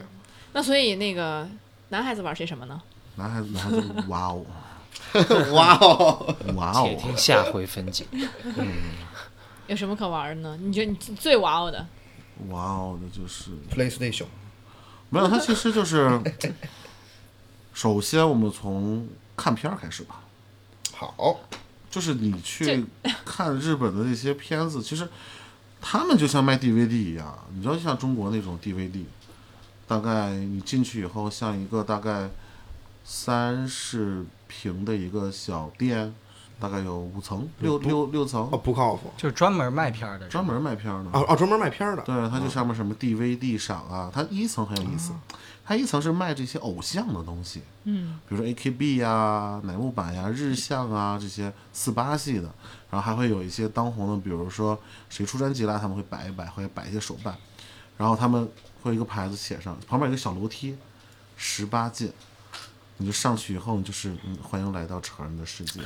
[SPEAKER 1] 那所以那个男孩子玩些什么呢？
[SPEAKER 5] 男孩子，男孩子，哇哦，
[SPEAKER 4] 哇哦，
[SPEAKER 5] 哇
[SPEAKER 3] 且
[SPEAKER 5] 哦！
[SPEAKER 3] 听下回分解。
[SPEAKER 1] 有什么可玩的呢？你觉得你最哇哦的？
[SPEAKER 5] 哇哦，那就是
[SPEAKER 4] PlayStation
[SPEAKER 5] 没有，它其实 就是，首先我们从看片儿开始吧，
[SPEAKER 4] 好，
[SPEAKER 5] 就是你去 看日本的那些片子，其实他们就像卖 DVD 一样，你知道，就像中国那种 DVD，大概你进去以后，像一个大概三十平的一个小店，大概有五层，六六六层
[SPEAKER 4] 哦，，不靠谱
[SPEAKER 6] 就是专门卖片儿的，
[SPEAKER 5] 专门卖片儿的
[SPEAKER 4] 啊啊，专门卖片儿的，
[SPEAKER 5] 对，它就上面什么 DVD 赏啊，它一层很有意思，它一层是卖这些偶像的东西，嗯，比如说 AKB 呀、啊乃木坂呀、日向啊这些四八系的，然后还会有一些当红的，比如说谁出专辑啦，他们会摆一摆，会摆一些手办，然后他们会有一个牌子写上，旁边有一个小楼梯，十八禁，你就上去以后，你就是嗯，欢迎来到成人的世界。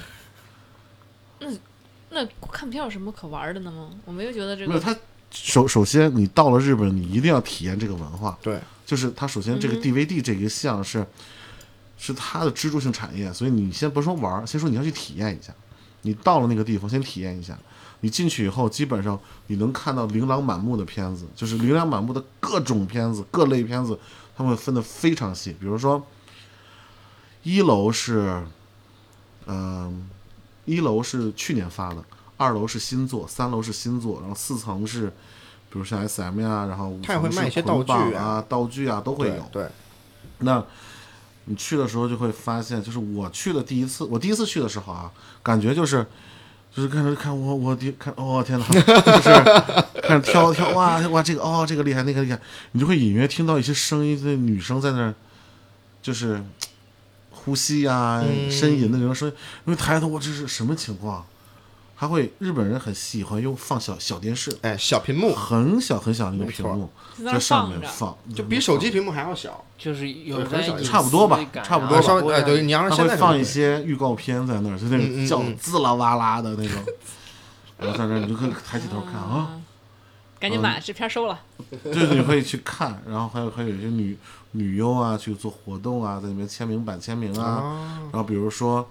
[SPEAKER 7] 那看片有什么可玩的呢吗？我没有觉得这
[SPEAKER 5] 没
[SPEAKER 7] 个
[SPEAKER 5] 有，它首首先你到了日本，你一定要体验这个文化。
[SPEAKER 4] 对，
[SPEAKER 5] 就是它首先这个 DVD 这个项是、是它的支柱性产业，所以你先不说玩儿，先说你要去体验一下。你到了那个地方，先体验一下。你进去以后，基本上你能看到琳琅满目的片子，就是琳琅满目的各种片子、各类片子，他们会分得非常细。比如说，一楼是，嗯、一楼是去年发的，二楼是新作，三楼是新作，然后四层是，比如像 S M 呀、然后五
[SPEAKER 4] 它也会
[SPEAKER 5] 层是
[SPEAKER 4] 卖一些
[SPEAKER 5] 捆
[SPEAKER 4] 道具
[SPEAKER 5] 绑
[SPEAKER 4] 啊
[SPEAKER 5] 啊、道具啊都会
[SPEAKER 4] 对
[SPEAKER 5] 有。
[SPEAKER 4] 对，
[SPEAKER 5] 那你去的时候就会发现，就是我去的第一次，我第一次去的时候啊，感觉就是就是看着看我我的看哦天哪， 就是看挑挑哇哇这个哦这个厉害那个厉害，你就会隐约听到一些声音，那女生在那儿就是呼吸呀、呻吟的那种声音，因为抬头我这是什么情况？还会日本人很喜欢用放小小电视，
[SPEAKER 4] 哎，小屏幕
[SPEAKER 5] 很小很小的一个屏幕
[SPEAKER 7] 就在那
[SPEAKER 5] 在上
[SPEAKER 7] 放
[SPEAKER 5] 面
[SPEAKER 7] 着，
[SPEAKER 5] 放，
[SPEAKER 4] 就比手机屏幕还要小，
[SPEAKER 3] 就是有
[SPEAKER 4] 对很少
[SPEAKER 3] 在
[SPEAKER 4] 有
[SPEAKER 5] 差不多吧
[SPEAKER 3] 啊
[SPEAKER 5] 差不多吧
[SPEAKER 4] 稍微哎，对，你要是
[SPEAKER 5] 他
[SPEAKER 4] 现
[SPEAKER 5] 会
[SPEAKER 4] 在
[SPEAKER 5] 放
[SPEAKER 4] 就可
[SPEAKER 5] 一
[SPEAKER 4] 以
[SPEAKER 5] 些预告片在那儿，就那
[SPEAKER 4] 嗯嗯
[SPEAKER 5] 种
[SPEAKER 4] 嗯
[SPEAKER 5] 叫滋啦哇啦的那种，然后在那儿你就可以抬起头看
[SPEAKER 1] 嗯
[SPEAKER 5] 啊，
[SPEAKER 7] 赶紧把这片收了。
[SPEAKER 5] 就是你会去看，然后还有还有一些女女优啊去做活动啊，在里面签名版签名啊，
[SPEAKER 4] 啊，
[SPEAKER 5] 然后比如说，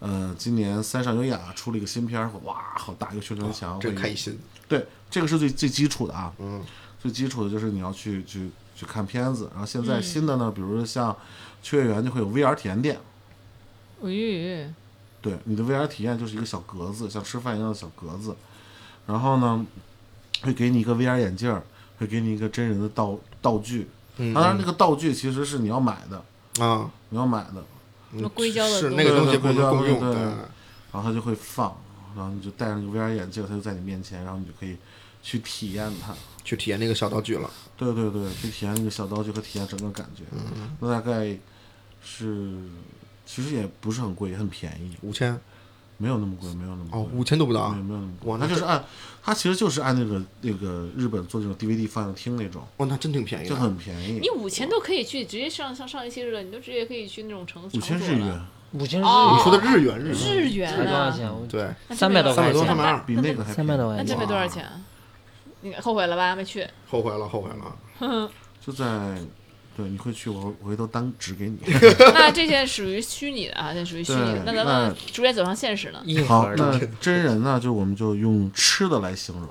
[SPEAKER 5] 呃，今年三上优雅出了一个新片儿，哇，好大一个宣传墙，
[SPEAKER 4] 哦这
[SPEAKER 5] 会有
[SPEAKER 4] 开心，
[SPEAKER 5] 对，这个是最最基础的啊，
[SPEAKER 4] 嗯，
[SPEAKER 5] 最基础的就是你要去去去看片子，然后现在新的呢，比如说像秋叶原就会有 VR 体验店。
[SPEAKER 7] 咦，
[SPEAKER 5] 对，你的 VR 体验就是一个小格子，像吃饭一样的小格子。然后呢，会给你一个 VR 眼镜儿，会给你一个真人的道道具。
[SPEAKER 4] 嗯
[SPEAKER 5] 当然，那个道具其实是你要买的，
[SPEAKER 4] 啊，
[SPEAKER 5] 你要买的，
[SPEAKER 7] 什么硅胶的
[SPEAKER 4] 是
[SPEAKER 7] 东
[SPEAKER 4] 那个
[SPEAKER 5] 西
[SPEAKER 4] 东西
[SPEAKER 5] 对
[SPEAKER 4] 不
[SPEAKER 5] 硅
[SPEAKER 4] 能
[SPEAKER 5] 胶
[SPEAKER 4] 共用，
[SPEAKER 5] 对
[SPEAKER 4] 对
[SPEAKER 5] 然后它就会放，然后你就戴上那个 VR 眼镜，它就在你面前，然后你就可以去体验它。
[SPEAKER 4] 去体验那个小道具了，
[SPEAKER 5] 对对对，去体验那个小道具和体验整个感觉。
[SPEAKER 4] 嗯
[SPEAKER 5] 那大概是，其实也不是很贵，也很便宜，
[SPEAKER 4] 五千
[SPEAKER 5] 没有那么贵，没有那么贵。
[SPEAKER 4] 哦，五千都不到
[SPEAKER 5] 没有，没有那么
[SPEAKER 4] 哇
[SPEAKER 5] 多，
[SPEAKER 4] 那
[SPEAKER 5] 它就是
[SPEAKER 4] 这
[SPEAKER 5] 按，它其实就是按那个那个日本做这种 DVD 放映厅那种，
[SPEAKER 4] 哦，那真挺便宜
[SPEAKER 5] 就
[SPEAKER 4] 的，
[SPEAKER 5] 很便宜
[SPEAKER 7] 你，五千都可以去，直接上像上一期似的，你都直接可以去那种城
[SPEAKER 5] 五千
[SPEAKER 7] 场所
[SPEAKER 5] 日
[SPEAKER 7] 了
[SPEAKER 5] 元，
[SPEAKER 3] 五千
[SPEAKER 7] 哦
[SPEAKER 4] 你说的日元，日元，
[SPEAKER 7] 日元
[SPEAKER 3] 才多少
[SPEAKER 7] 呢？
[SPEAKER 3] 钱？我
[SPEAKER 4] 对，
[SPEAKER 7] 那这
[SPEAKER 3] 三
[SPEAKER 7] 没
[SPEAKER 3] 百多
[SPEAKER 7] 多
[SPEAKER 4] 三
[SPEAKER 3] 块
[SPEAKER 4] 百多
[SPEAKER 7] 钱
[SPEAKER 4] 三百二，
[SPEAKER 5] 比那个还
[SPEAKER 3] 三百多
[SPEAKER 7] 啊那
[SPEAKER 3] 块
[SPEAKER 7] 这
[SPEAKER 3] 钱。
[SPEAKER 7] 没多少钱啊，你后悔了吧？没 去，
[SPEAKER 4] 后悔了，后悔了，
[SPEAKER 5] 就在，对，你会去，我我回头单指给 你。
[SPEAKER 7] 那这些属于虚拟的啊，这属于虚拟的。
[SPEAKER 5] 对
[SPEAKER 7] 咱
[SPEAKER 5] 那
[SPEAKER 7] 们逐渐走向现实呢？
[SPEAKER 3] 硬
[SPEAKER 5] 好
[SPEAKER 3] 核，
[SPEAKER 5] 那
[SPEAKER 3] 的，
[SPEAKER 5] 真人呢，就我们就用吃的来形容，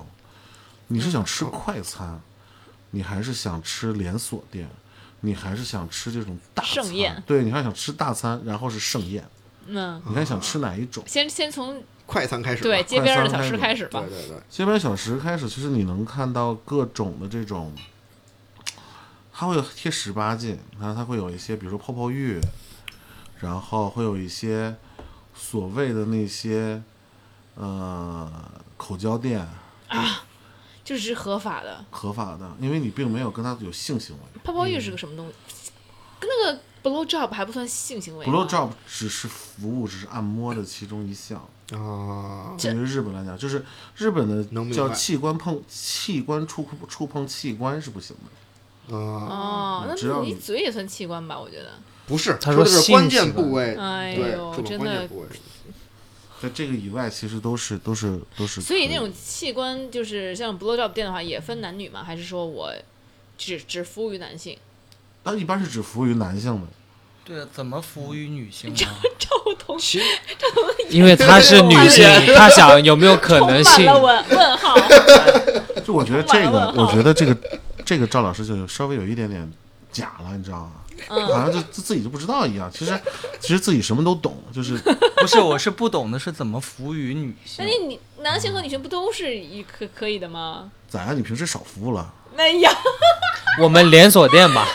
[SPEAKER 5] 你是想吃
[SPEAKER 4] 嗯
[SPEAKER 5] 快餐，你还是想吃连锁店，你还是想吃这种大
[SPEAKER 7] 盛
[SPEAKER 5] 餐
[SPEAKER 7] 宴
[SPEAKER 5] 对，你还想吃大餐，然后是盛宴，
[SPEAKER 7] 嗯，
[SPEAKER 5] 你还想吃哪一种？
[SPEAKER 7] 先先从
[SPEAKER 4] 快餐开始吧，
[SPEAKER 7] 对街边的
[SPEAKER 5] 快
[SPEAKER 7] 小
[SPEAKER 5] 餐
[SPEAKER 7] 吃开
[SPEAKER 5] 开
[SPEAKER 7] 始吧
[SPEAKER 4] 对。对对，
[SPEAKER 5] 街边小食开始，其实你能看到各种的这种，它会有贴十八禁，然后它会有一些，比如说泡泡浴，然后会有一些所谓的那些呃口交店
[SPEAKER 7] 就是合法的。
[SPEAKER 5] 合法的，因为你并没有跟他有性行为
[SPEAKER 7] 泡泡浴
[SPEAKER 5] 嗯
[SPEAKER 7] 是个什么东西？跟那个 blow job 还不算性行为吗。
[SPEAKER 5] ，blow job 只是服务，只是按摩的其中一项。
[SPEAKER 4] 啊，
[SPEAKER 5] 对于日本来讲，就是日本
[SPEAKER 4] 能
[SPEAKER 5] 的
[SPEAKER 4] 明
[SPEAKER 5] 叫
[SPEAKER 4] 白
[SPEAKER 5] 器官碰器官触碰触碰器官是不行
[SPEAKER 4] 啊，
[SPEAKER 5] 的。
[SPEAKER 7] 哦，那
[SPEAKER 5] 嗯只要
[SPEAKER 7] 你
[SPEAKER 5] 你
[SPEAKER 7] 嘴也算器官吧？我觉得。
[SPEAKER 4] 不是，
[SPEAKER 3] 他说
[SPEAKER 4] 说的是
[SPEAKER 3] 性
[SPEAKER 4] 关
[SPEAKER 3] 器
[SPEAKER 4] 键
[SPEAKER 3] 官
[SPEAKER 4] 部位，
[SPEAKER 7] 哎
[SPEAKER 4] 对，
[SPEAKER 7] 呦
[SPEAKER 4] 说的
[SPEAKER 7] 真
[SPEAKER 4] 关
[SPEAKER 7] 的
[SPEAKER 4] 键部位，
[SPEAKER 5] 在这个以外，其实都是都是都是可的。
[SPEAKER 7] 所以那种器官就是像 blow job 店的话，也分男女吗？还是说我只只服务于男 性？
[SPEAKER 5] 它一般是只服务于男性的，
[SPEAKER 6] 对，
[SPEAKER 2] 啊
[SPEAKER 6] 怎么服务于女性呢？
[SPEAKER 7] 赵同学
[SPEAKER 4] 其实
[SPEAKER 3] 因为她是女 性，她想有没有可能
[SPEAKER 7] 充满
[SPEAKER 3] 性？
[SPEAKER 7] 了问问 号。
[SPEAKER 5] 就我觉得这个
[SPEAKER 7] 完了，
[SPEAKER 5] 我觉得这个这个赵老师就稍微有一点点假了，你知道吗？
[SPEAKER 7] 嗯
[SPEAKER 5] 好像就自自己就不知道一样。其 实其实自己什么都懂，就是
[SPEAKER 6] 不是，我是不懂的是怎么服务于女
[SPEAKER 7] 那
[SPEAKER 6] 性。
[SPEAKER 7] 你你男性和女性不都是一可可以的吗？
[SPEAKER 5] 咋样？你平时少服务了？
[SPEAKER 7] 哎呀，
[SPEAKER 3] 我们连锁店 吧，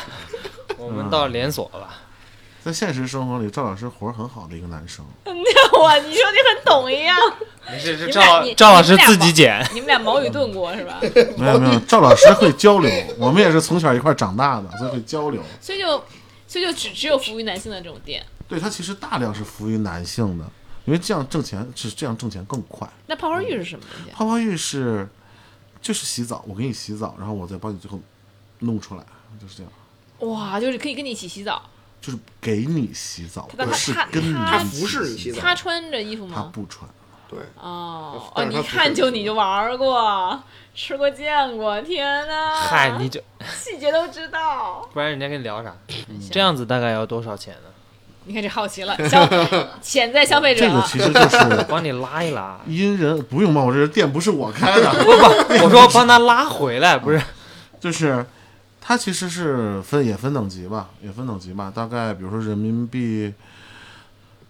[SPEAKER 3] 我们到连锁吧。
[SPEAKER 5] 在现实生活里，赵老师活儿很好的一个男生，
[SPEAKER 1] 懂啊，你说你很懂一样。
[SPEAKER 3] 没事，是
[SPEAKER 1] 你
[SPEAKER 3] 赵
[SPEAKER 1] 们俩
[SPEAKER 3] 老
[SPEAKER 1] 你
[SPEAKER 3] 赵老师
[SPEAKER 1] 你们俩啊
[SPEAKER 3] 自己剪。
[SPEAKER 1] 你们俩毛与盾过是吧？
[SPEAKER 5] 没有没有，赵老师会交流，我们也是从小一块儿长大的，所以会交流。
[SPEAKER 1] 所以就所以就只只有服务于男性的这种店。
[SPEAKER 5] 对他其实大量是服务于男性的，因为这样挣钱是这样挣钱更快。
[SPEAKER 1] 那泡泡浴是什么东西？啊
[SPEAKER 5] 泡泡浴是就是洗澡，我给你洗澡，然后我再帮你最后弄出来，就是这样，
[SPEAKER 1] 哇，就是可以跟你一起洗澡，
[SPEAKER 5] 就是给你洗澡，
[SPEAKER 1] 他
[SPEAKER 5] 不是
[SPEAKER 1] 他
[SPEAKER 5] 跟你
[SPEAKER 1] 他
[SPEAKER 5] 一起
[SPEAKER 4] 服侍你洗澡
[SPEAKER 1] 他穿着衣服
[SPEAKER 5] 他
[SPEAKER 1] 吗？
[SPEAKER 5] 不穿。
[SPEAKER 4] 对，
[SPEAKER 1] 哦哦，
[SPEAKER 4] 但是
[SPEAKER 1] 你
[SPEAKER 4] 他不是
[SPEAKER 1] 看就你就玩过，吃过见过，天呐！
[SPEAKER 3] 嗨，你这
[SPEAKER 1] 细节都知道。
[SPEAKER 3] 不然人家跟你聊啥？这样子大概要多少钱呢？
[SPEAKER 1] 你看这好奇了， 消潜在消费者
[SPEAKER 5] 这个其实就是。
[SPEAKER 3] 帮你拉一拉
[SPEAKER 5] 因人不用帮我这店不是我开的，
[SPEAKER 3] 不 不，我说帮他拉回来，不是
[SPEAKER 5] 就是它其实是分也分等级吧，也分等级吧，大概比如说人民币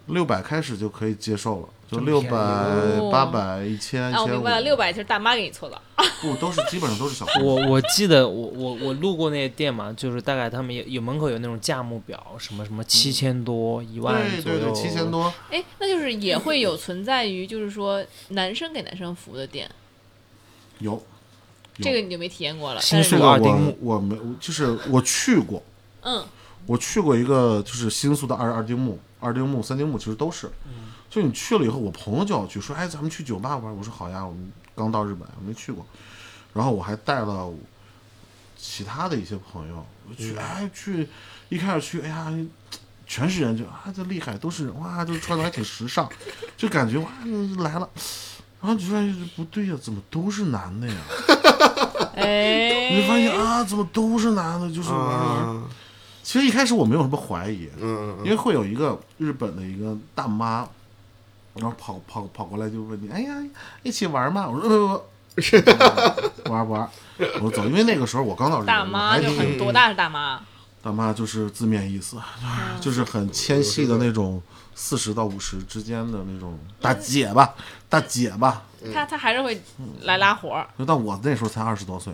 [SPEAKER 5] 六百开始就可以接受了，
[SPEAKER 2] 这
[SPEAKER 5] 就
[SPEAKER 2] 么
[SPEAKER 5] 六
[SPEAKER 2] 便宜
[SPEAKER 5] 百、八百、一千、一
[SPEAKER 1] 啊，我
[SPEAKER 5] 千
[SPEAKER 1] 明
[SPEAKER 5] 五，
[SPEAKER 1] 白了，六百就是大妈给你搓澡，
[SPEAKER 5] 不都是基本上都是小
[SPEAKER 3] 我我记得我我我路过那些店嘛，就是大概他们有有门口有那种价目表，什么什么七千多、一万
[SPEAKER 5] 对
[SPEAKER 3] 左
[SPEAKER 5] 对
[SPEAKER 3] 右，
[SPEAKER 5] 对，七千。多，
[SPEAKER 1] 哎，那就是也会有存在于，就是说男生给男生服务的店，
[SPEAKER 5] 有有
[SPEAKER 1] 这个你就没体验过了。
[SPEAKER 3] 新
[SPEAKER 1] 但
[SPEAKER 5] 这
[SPEAKER 1] 是
[SPEAKER 3] 宿
[SPEAKER 5] 个
[SPEAKER 3] 二丁目
[SPEAKER 5] 我我没就是我去过，
[SPEAKER 1] 嗯，
[SPEAKER 5] 我去过一个就是新宿的二二丁目、二丁目、三丁目，其实都是。
[SPEAKER 1] 嗯
[SPEAKER 5] 就你去了以后，我朋友叫我去，说：“哎，咱们去酒吧玩。”我说：“好呀，我们刚到日本，我没去过。”然后我还带了其他的一些朋友我
[SPEAKER 1] 嗯
[SPEAKER 5] 去，哎，去一开始去，哎呀，全是人，就啊，这厉害，都是人，哇，就穿的还挺时尚，就感觉哇来了。然后你发现不对呀、怎么都是男的呀？
[SPEAKER 1] 哎，
[SPEAKER 5] 你就发现啊，怎么都是男的？就是玩玩玩。
[SPEAKER 4] 啊，
[SPEAKER 5] 其实一开始我没有什么怀疑，
[SPEAKER 4] 嗯
[SPEAKER 5] 因为会有一个日本的一个大妈，然后跑跑跑过来就问你，哎呀，一起玩嘛？我说呃不不不，玩不玩？我说走，因为那个时候我刚到日本，
[SPEAKER 1] 大
[SPEAKER 5] 我
[SPEAKER 1] 妈
[SPEAKER 5] 还
[SPEAKER 1] 就很
[SPEAKER 5] 挺
[SPEAKER 1] 多大是大妈，
[SPEAKER 5] 大妈就是字面意思，就是很纤细的那种，四十到五十之间的那种大姐吧，大姐吧。
[SPEAKER 1] 她她还是会来拉活儿。
[SPEAKER 5] 就但我那时候才二十多岁，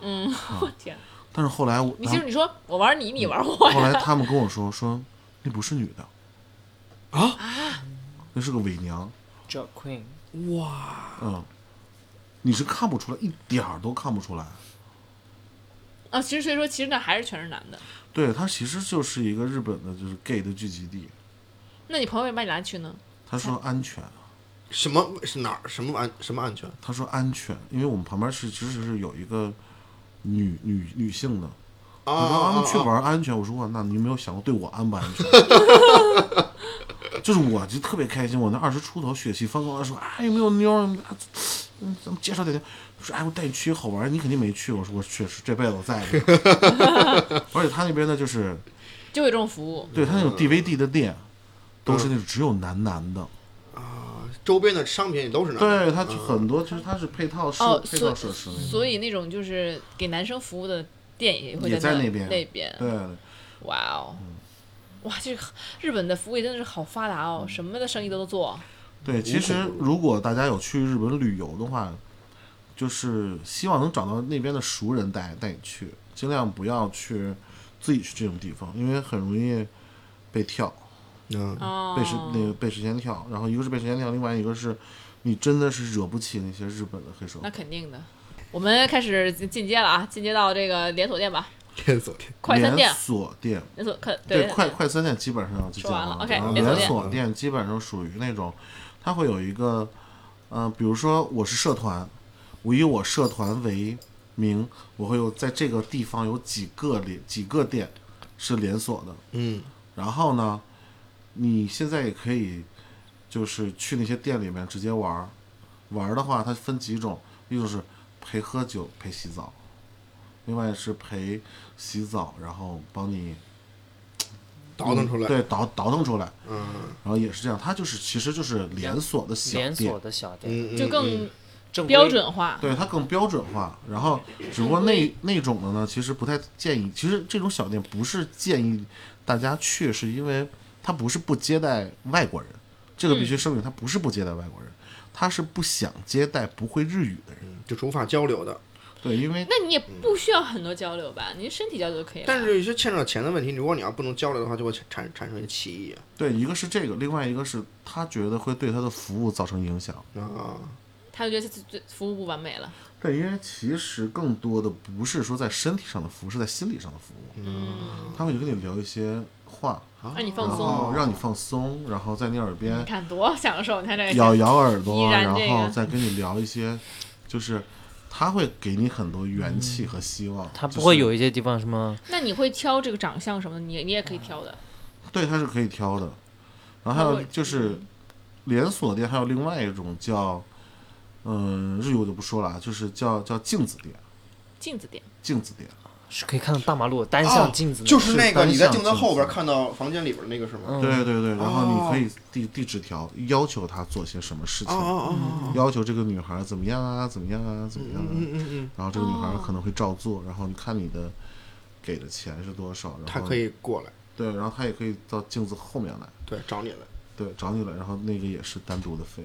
[SPEAKER 1] 嗯， 我天，
[SPEAKER 5] 但是后来我，
[SPEAKER 1] 你就是你说我玩你，你玩我
[SPEAKER 5] 后来
[SPEAKER 1] 呀，
[SPEAKER 5] 他们跟我说说那不是女的啊，那是个伪娘。
[SPEAKER 3] j o Queen，
[SPEAKER 5] 嗯，你是看不出来，一点儿都看不出来。
[SPEAKER 1] 啊，其实所以说其实那还是全是男的。
[SPEAKER 5] 对，它其实就是一个日本的，就是 gay 的聚集地。
[SPEAKER 1] 那你朋友为什么把你拉去呢？
[SPEAKER 5] 他说安全，
[SPEAKER 4] 什么是哪儿什么安什么安全？
[SPEAKER 5] 他说安全，因为我们旁边是其实是有一个女女女性的，
[SPEAKER 4] 啊
[SPEAKER 5] 我说
[SPEAKER 4] 啊
[SPEAKER 5] 啊，
[SPEAKER 4] 啊
[SPEAKER 5] 那去！玩安全。我说哇，那你有没有想过对我安不安全？就是我就特别开心，我那二十出头血气方刚的说，哎有没有妞儿？啊嗯，咱们介绍点妞儿。说哎，我带你去好玩儿，你肯定没去。我说我确实这辈子我再也没有。而且他那边呢，就是
[SPEAKER 1] 就有这种服务，
[SPEAKER 5] 对他那种 DVD 的店，都是那种只有男男的。
[SPEAKER 4] 周边的商品也都是男的。
[SPEAKER 5] 对，他就很多，就是他是配套设、
[SPEAKER 1] 哦
[SPEAKER 5] 配套设施那种。
[SPEAKER 1] 所以那种就是给男生服务的店也会
[SPEAKER 5] 也在
[SPEAKER 1] 那
[SPEAKER 5] 那边
[SPEAKER 1] 那边。
[SPEAKER 5] 对，嗯
[SPEAKER 1] 哇哦，哇，这个日本的服务业真的是好发达
[SPEAKER 5] 嗯
[SPEAKER 1] 哦，什么的生意都能做。
[SPEAKER 5] 对，其实如果大家有去日本旅游的话，就是希望能找到那边的熟人带带你去，尽量不要去自己去这种地方，因为很容易被跳，
[SPEAKER 4] 嗯，
[SPEAKER 1] 哦，
[SPEAKER 5] 被时那个被时间跳。然后一个是被时间跳，另外一个是你真的是惹不起那些日本的黑手
[SPEAKER 1] 那。肯定的。我们开始进阶了啊，进阶到这个连锁店吧，
[SPEAKER 4] 连锁店
[SPEAKER 1] 快餐店
[SPEAKER 5] 连，锁店，
[SPEAKER 1] 连锁快
[SPEAKER 5] 对快快餐店基本上就
[SPEAKER 1] 说
[SPEAKER 5] 这
[SPEAKER 1] 完
[SPEAKER 5] 样
[SPEAKER 1] 了，OK，
[SPEAKER 5] 然后
[SPEAKER 1] 连锁
[SPEAKER 5] 连
[SPEAKER 1] 店
[SPEAKER 5] 锁店基本上属于那种，它会有一个，呃，比如说我是社团，我以我社团为名，我会有在这个地方有几个连几个店是连锁的，
[SPEAKER 4] 嗯，
[SPEAKER 5] 然后呢，你现在也可以就是去那些店里面直接玩儿，玩儿的话它分几种，一种是陪喝酒陪洗澡，另外是陪洗澡，然后帮你。
[SPEAKER 4] 倒腾出来。
[SPEAKER 5] 对，嗯倒倒腾出来，
[SPEAKER 4] 嗯，
[SPEAKER 5] 然后也是这样，它就是其实就是连锁的小
[SPEAKER 3] 连
[SPEAKER 5] 店
[SPEAKER 3] 锁，的小店，
[SPEAKER 4] 嗯嗯，
[SPEAKER 1] 就更
[SPEAKER 4] 嗯
[SPEAKER 3] 正规
[SPEAKER 1] 标。准化。
[SPEAKER 5] 对它更标准化。然后只不过那那种的呢，其实不太建议。其实这种小店不是建议大家去，是因为它不是不接待外国人，这个必须声明，它不
[SPEAKER 4] 嗯
[SPEAKER 5] 是不接待外国人，它是不想接待不会日语的人。
[SPEAKER 4] 就是无法交流的。
[SPEAKER 5] 对，因为
[SPEAKER 7] 那你也不需要很多交流吧？你身体交流就可以了。
[SPEAKER 4] 但是有些牵扯钱的问题，如果你要不能交流的话，就会产产生一些歧义啊
[SPEAKER 5] 对一个是这个，另外一个是他觉得会对他的服务造成影响。
[SPEAKER 4] 啊。
[SPEAKER 7] 他就觉得自己服务不完美了。
[SPEAKER 5] 对，因为其实更多的不是说在身体上的服务，是在心理上的服务。
[SPEAKER 7] 嗯，
[SPEAKER 5] 他会跟你聊一些话，
[SPEAKER 7] 让你
[SPEAKER 5] 然
[SPEAKER 7] 放松，
[SPEAKER 5] 后让你放松，然后在你耳边
[SPEAKER 7] 你看多享受，你看这
[SPEAKER 5] 咬咬耳
[SPEAKER 7] 依
[SPEAKER 5] 朵，
[SPEAKER 7] 然
[SPEAKER 5] 然
[SPEAKER 7] 这
[SPEAKER 5] 后
[SPEAKER 7] 个
[SPEAKER 5] 再跟你聊一些，就是他会给你很多元气
[SPEAKER 7] 嗯
[SPEAKER 5] 和希望。
[SPEAKER 3] 他
[SPEAKER 5] 就
[SPEAKER 3] 不会
[SPEAKER 5] 是
[SPEAKER 3] 有一些地方什么，
[SPEAKER 7] 那你会挑这个长相什么的，你你也可以挑的。
[SPEAKER 5] 对，它是可以挑的。然后还
[SPEAKER 7] 那我
[SPEAKER 5] 有就是连锁店，还有另外一种叫，嗯、日语我就不说了，啊，就是叫叫镜子店，
[SPEAKER 7] 镜子店，
[SPEAKER 5] 镜子店。
[SPEAKER 3] 是可以看到大马路单向镜子的，
[SPEAKER 4] 哦就是那个
[SPEAKER 5] 是单向
[SPEAKER 4] 你在镜子后
[SPEAKER 5] 镜
[SPEAKER 4] 边
[SPEAKER 5] 子
[SPEAKER 4] 看到房间里边那个是吗？
[SPEAKER 3] 嗯
[SPEAKER 5] 对对对，然后
[SPEAKER 4] 哦
[SPEAKER 5] 你可以递递纸条，要求他做些什么事
[SPEAKER 4] 哦
[SPEAKER 5] 情，
[SPEAKER 4] 哦哦，
[SPEAKER 5] 要求这个女孩怎么样啊，怎么样啊，怎么样、
[SPEAKER 4] 嗯
[SPEAKER 5] 啊。
[SPEAKER 4] 嗯嗯
[SPEAKER 5] 然后这个女孩
[SPEAKER 7] 哦
[SPEAKER 5] 可能会照做，然后你看你的给的钱是多少，
[SPEAKER 4] 嗯，
[SPEAKER 5] 然
[SPEAKER 4] 他
[SPEAKER 5] 后
[SPEAKER 4] 可以过来，
[SPEAKER 5] 对，然后她也可以到镜子后面来，
[SPEAKER 4] 对，找你来。
[SPEAKER 5] 对，找你来，然后那个也是单独的费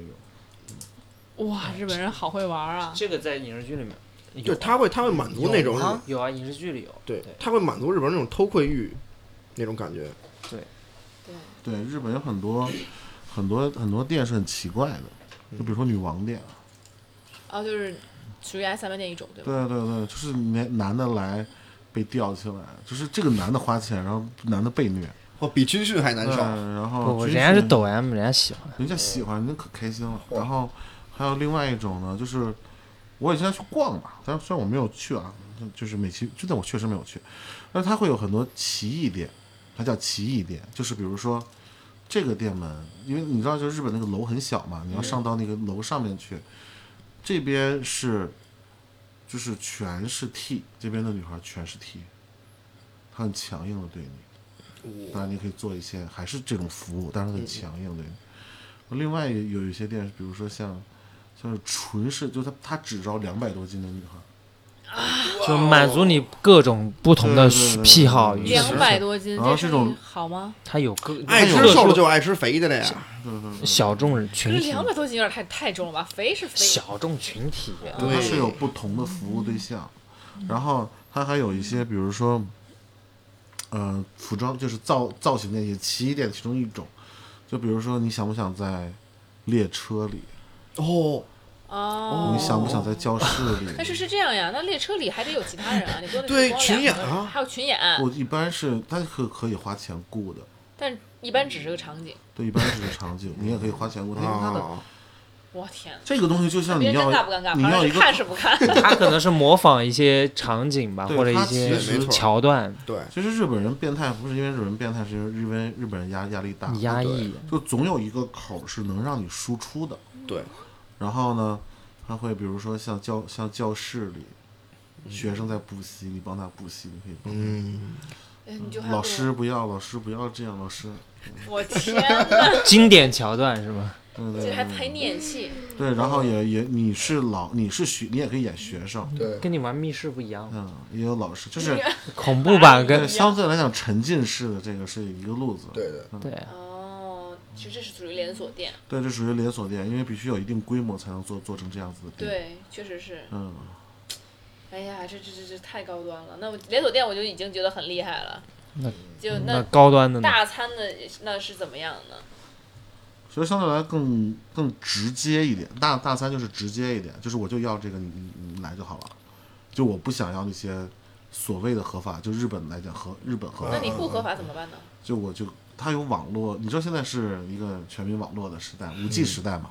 [SPEAKER 5] 用。
[SPEAKER 7] 哇，日本人好会玩啊！
[SPEAKER 3] 这个在影视剧里面有
[SPEAKER 4] 对，
[SPEAKER 3] 啊，
[SPEAKER 4] 他会他会满足那种
[SPEAKER 2] 有
[SPEAKER 4] 日本
[SPEAKER 2] 啊，
[SPEAKER 3] 有啊，影视剧里有，
[SPEAKER 4] 对
[SPEAKER 3] 对，
[SPEAKER 4] 他会满足日本那种偷窥欲，那种感觉。
[SPEAKER 5] 对，日本有很多很多很多店是很奇怪的，就比如
[SPEAKER 3] 嗯
[SPEAKER 5] 说女王店，
[SPEAKER 7] 啊，就是属于 S M 店一种，对吧？
[SPEAKER 5] 对对对，就是男男的来被吊起来，就是这个男的花钱，然后男的被虐，
[SPEAKER 4] 哦，比军训还难
[SPEAKER 5] 对，
[SPEAKER 4] 受。
[SPEAKER 5] 然后
[SPEAKER 3] 不，
[SPEAKER 5] 军
[SPEAKER 3] 人家是
[SPEAKER 5] 训
[SPEAKER 3] 抖 M，人家喜欢。
[SPEAKER 5] 人家喜欢，人家可开心了。然后还有另外一种呢，就是我以前去逛嘛，但虽然我没有去啊，就就是美其，真的我确实没有去，但是它会有很多奇异店，它叫奇异店，就是比如说这个店门，因为你知道，就是日本那个楼很小嘛，你要上到那个楼上面去，这边是就是全是 T，这边的女孩全是 T，她很强硬的对你。当然你可以做一些还是这种服务，但是很强硬的。另外有一些店，比如说像像是纯是，就他他只招两百多斤的女孩，
[SPEAKER 4] 哦
[SPEAKER 3] 就满足你各种不同的
[SPEAKER 5] 对对对
[SPEAKER 3] 癖好
[SPEAKER 5] 对
[SPEAKER 3] 与
[SPEAKER 5] 对
[SPEAKER 3] 嗜
[SPEAKER 5] 是
[SPEAKER 7] 两
[SPEAKER 3] 好，
[SPEAKER 7] 百多斤，
[SPEAKER 5] 然后
[SPEAKER 7] 这
[SPEAKER 5] 这
[SPEAKER 7] 生意
[SPEAKER 5] 种
[SPEAKER 7] 好吗？
[SPEAKER 3] 它有各
[SPEAKER 4] 爱吃
[SPEAKER 3] 各
[SPEAKER 4] 瘦
[SPEAKER 3] 种
[SPEAKER 4] 的就爱吃肥的了呀。
[SPEAKER 5] 对对对，
[SPEAKER 3] 小众
[SPEAKER 7] 可
[SPEAKER 3] 群
[SPEAKER 7] 是
[SPEAKER 3] 体，
[SPEAKER 7] 两百多斤有点太太重了吧？肥是肥，
[SPEAKER 3] 小众群体，
[SPEAKER 5] 对，它是有不同的服务对象，
[SPEAKER 7] 嗯
[SPEAKER 5] 然后它还有一些，比如说，呃，服装就是造造型店、也奇异店其中一种，就比如说你想不想在列车里，
[SPEAKER 4] 哦，
[SPEAKER 7] 哦
[SPEAKER 5] 你想不想在教室里？
[SPEAKER 7] 但是是这样呀，那列车里还得有其他人啊， 你不能
[SPEAKER 4] 对
[SPEAKER 7] 光
[SPEAKER 4] 群
[SPEAKER 7] 两个
[SPEAKER 4] 演啊
[SPEAKER 7] 还有群演，
[SPEAKER 5] 我一般是它可可以花钱雇的，
[SPEAKER 7] 但一般只是个场景。
[SPEAKER 5] 对，一般是这个场景，你也可以花钱雇它，因为它的
[SPEAKER 4] 啊，
[SPEAKER 7] 我天，
[SPEAKER 5] 这个东西就像
[SPEAKER 7] 别
[SPEAKER 5] 你
[SPEAKER 7] 人
[SPEAKER 5] 要
[SPEAKER 7] 尴尬不尴尬？
[SPEAKER 5] 你
[SPEAKER 7] 反
[SPEAKER 5] 要
[SPEAKER 7] 正
[SPEAKER 5] 一
[SPEAKER 7] 是
[SPEAKER 5] 个
[SPEAKER 7] 看是不 看？
[SPEAKER 3] 它可能是模仿一些场景吧，
[SPEAKER 5] 对
[SPEAKER 3] 或者一
[SPEAKER 5] 它其
[SPEAKER 3] 些
[SPEAKER 5] 实
[SPEAKER 4] 没错
[SPEAKER 3] 桥段，
[SPEAKER 4] 对，
[SPEAKER 5] 其实日本人变态不是因为日本人变态，是因为日本日本人压压力
[SPEAKER 4] 啊
[SPEAKER 5] 大，
[SPEAKER 3] 压抑，
[SPEAKER 5] 就总有一个口儿是能让你输出的。
[SPEAKER 4] 对，
[SPEAKER 5] 然后呢，他会比如说像教像教室里，学生在补习，你帮他补习，你可以帮。
[SPEAKER 4] 嗯，
[SPEAKER 7] 哎你就还
[SPEAKER 5] 老师不要，老师不要这样，老师。
[SPEAKER 7] 我，我天 哪，
[SPEAKER 3] 经典桥段是吧？
[SPEAKER 5] 对对
[SPEAKER 7] 这还
[SPEAKER 5] 对
[SPEAKER 7] 拍念戏，
[SPEAKER 5] 对，然后也也你是老你是学，你也可以演学生，
[SPEAKER 4] 对，
[SPEAKER 3] 跟你玩密室不一样，
[SPEAKER 5] 嗯，也有老师，就是
[SPEAKER 3] 恐怖版
[SPEAKER 5] 对
[SPEAKER 3] 跟
[SPEAKER 5] 相对来讲沉浸式的这个是一个路子。
[SPEAKER 4] 对对，
[SPEAKER 3] 对
[SPEAKER 7] 哦，其实这是属于连锁店，
[SPEAKER 5] 对，这属于连锁店，因为必须有一定规模才能做做成这样子的店。，
[SPEAKER 7] 对，确实是。
[SPEAKER 5] 嗯，
[SPEAKER 7] 哎呀，这这这这太高端了。那我连锁店我就已经觉得很厉害了，
[SPEAKER 3] 那
[SPEAKER 7] 就
[SPEAKER 5] 嗯
[SPEAKER 3] 那
[SPEAKER 7] 那
[SPEAKER 3] 高端的呢？
[SPEAKER 7] 大餐的那是怎么样呢？
[SPEAKER 5] 其实相对来更更直接一点，大大餐就是直接一点，就是我就要这个，你你你来就好了，就我不想要那些所谓的合法，就日本来讲合日本合
[SPEAKER 7] 那
[SPEAKER 5] 法，
[SPEAKER 7] 你不合法怎么办呢？
[SPEAKER 5] 就我就它有网络，你知道现在是一个全民网络的时代，五 G 时代嘛，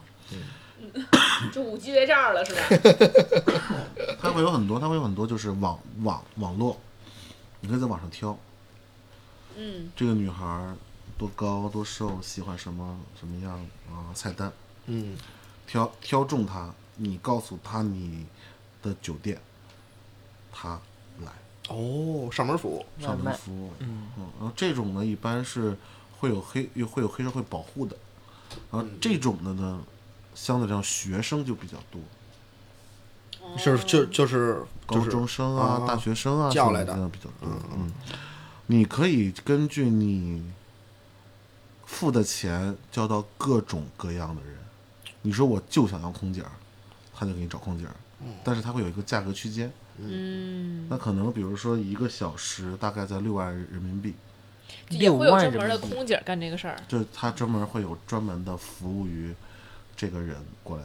[SPEAKER 7] 就五 G 为账了是吧？
[SPEAKER 5] 它会有很多，它会有很多就是网网网络，你可以在网上挑，
[SPEAKER 7] 嗯，
[SPEAKER 5] 这个女孩儿多高多瘦，喜欢什么什么样啊、菜单，
[SPEAKER 4] 嗯，
[SPEAKER 5] 挑挑中她，你告诉她你的酒店，她来
[SPEAKER 4] 哦，上门服务，
[SPEAKER 5] 上
[SPEAKER 3] 外
[SPEAKER 5] 门
[SPEAKER 3] 卖
[SPEAKER 5] 服务。
[SPEAKER 3] 嗯，
[SPEAKER 5] 嗯，然后这种呢一般是会有黑又会有黑社会保护的，然后这种的呢，相对来讲学生就比较多，
[SPEAKER 7] 哦
[SPEAKER 4] 就是就就是
[SPEAKER 5] 高
[SPEAKER 4] 就是
[SPEAKER 5] 中生啊、
[SPEAKER 4] 啊
[SPEAKER 5] 大学生啊
[SPEAKER 4] 叫
[SPEAKER 5] 什么
[SPEAKER 4] 来的
[SPEAKER 5] 比较多。嗯，你可以根据你付的钱叫到各种各样的人。你说我就想要空姐儿，他就给你找空姐儿；
[SPEAKER 4] 嗯
[SPEAKER 5] 但是它会有一个价格区间。
[SPEAKER 1] 嗯，
[SPEAKER 5] 那可能比如说一个小时大概在六万人民币，
[SPEAKER 1] 就也会有专门
[SPEAKER 5] 六
[SPEAKER 1] 的
[SPEAKER 5] 万人民币
[SPEAKER 1] 空姐儿干这个事儿。
[SPEAKER 5] 就是它专门会有专门的服务于这个人过来。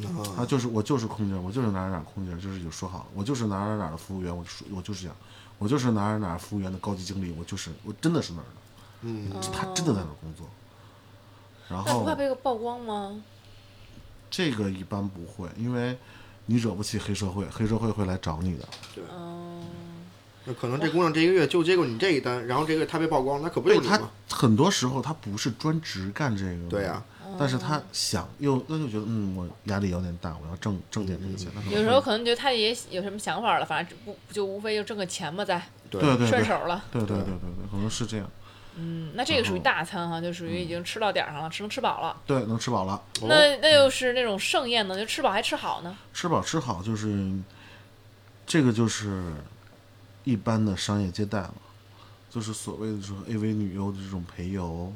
[SPEAKER 4] 嗯啊
[SPEAKER 5] 他就是我就是空姐，我就是哪儿哪儿空姐，就是有说好了，我就是哪儿哪儿哪儿的服务员，我说我就是这样，我就是哪儿哪儿哪儿服务员的高级经理，我就是我真的是哪儿的，
[SPEAKER 4] 嗯，
[SPEAKER 5] 他真的在那儿工作。然
[SPEAKER 1] 哦那不
[SPEAKER 5] 后
[SPEAKER 1] 怕被曝光吗？
[SPEAKER 5] 这个一般不会，因为你惹不起黑社会，黑社会会来找你的。
[SPEAKER 1] 嗯，
[SPEAKER 4] 那可能这姑娘这一个月就接过你这一单，然后这个月她被曝光，那可不就
[SPEAKER 5] 对
[SPEAKER 4] 你
[SPEAKER 5] 他
[SPEAKER 4] 吗？
[SPEAKER 5] 很多时候他不是专职干这个，
[SPEAKER 4] 对呀、，
[SPEAKER 1] 嗯
[SPEAKER 5] 但是他想又那就觉得嗯，我压力有点大，我要挣挣点这个钱。那可能
[SPEAKER 1] 有时
[SPEAKER 5] 会
[SPEAKER 1] 候可能觉得他也有什么想法了，反正不就无非就挣个钱嘛，在
[SPEAKER 4] 对
[SPEAKER 5] 对对对
[SPEAKER 1] 顺手了。
[SPEAKER 5] 对对对对对，可能是这样。
[SPEAKER 1] 嗯，那这个属于大餐哈，就属于已经吃到点儿上了，吃能吃饱了。
[SPEAKER 5] 对，能吃饱了。
[SPEAKER 4] 哦
[SPEAKER 1] 那那又是那种盛宴呢，就吃饱还吃好呢。
[SPEAKER 5] 吃饱吃好就是，这个就是一般的商业接待了，就是所谓的说 AV 女优的这种陪游，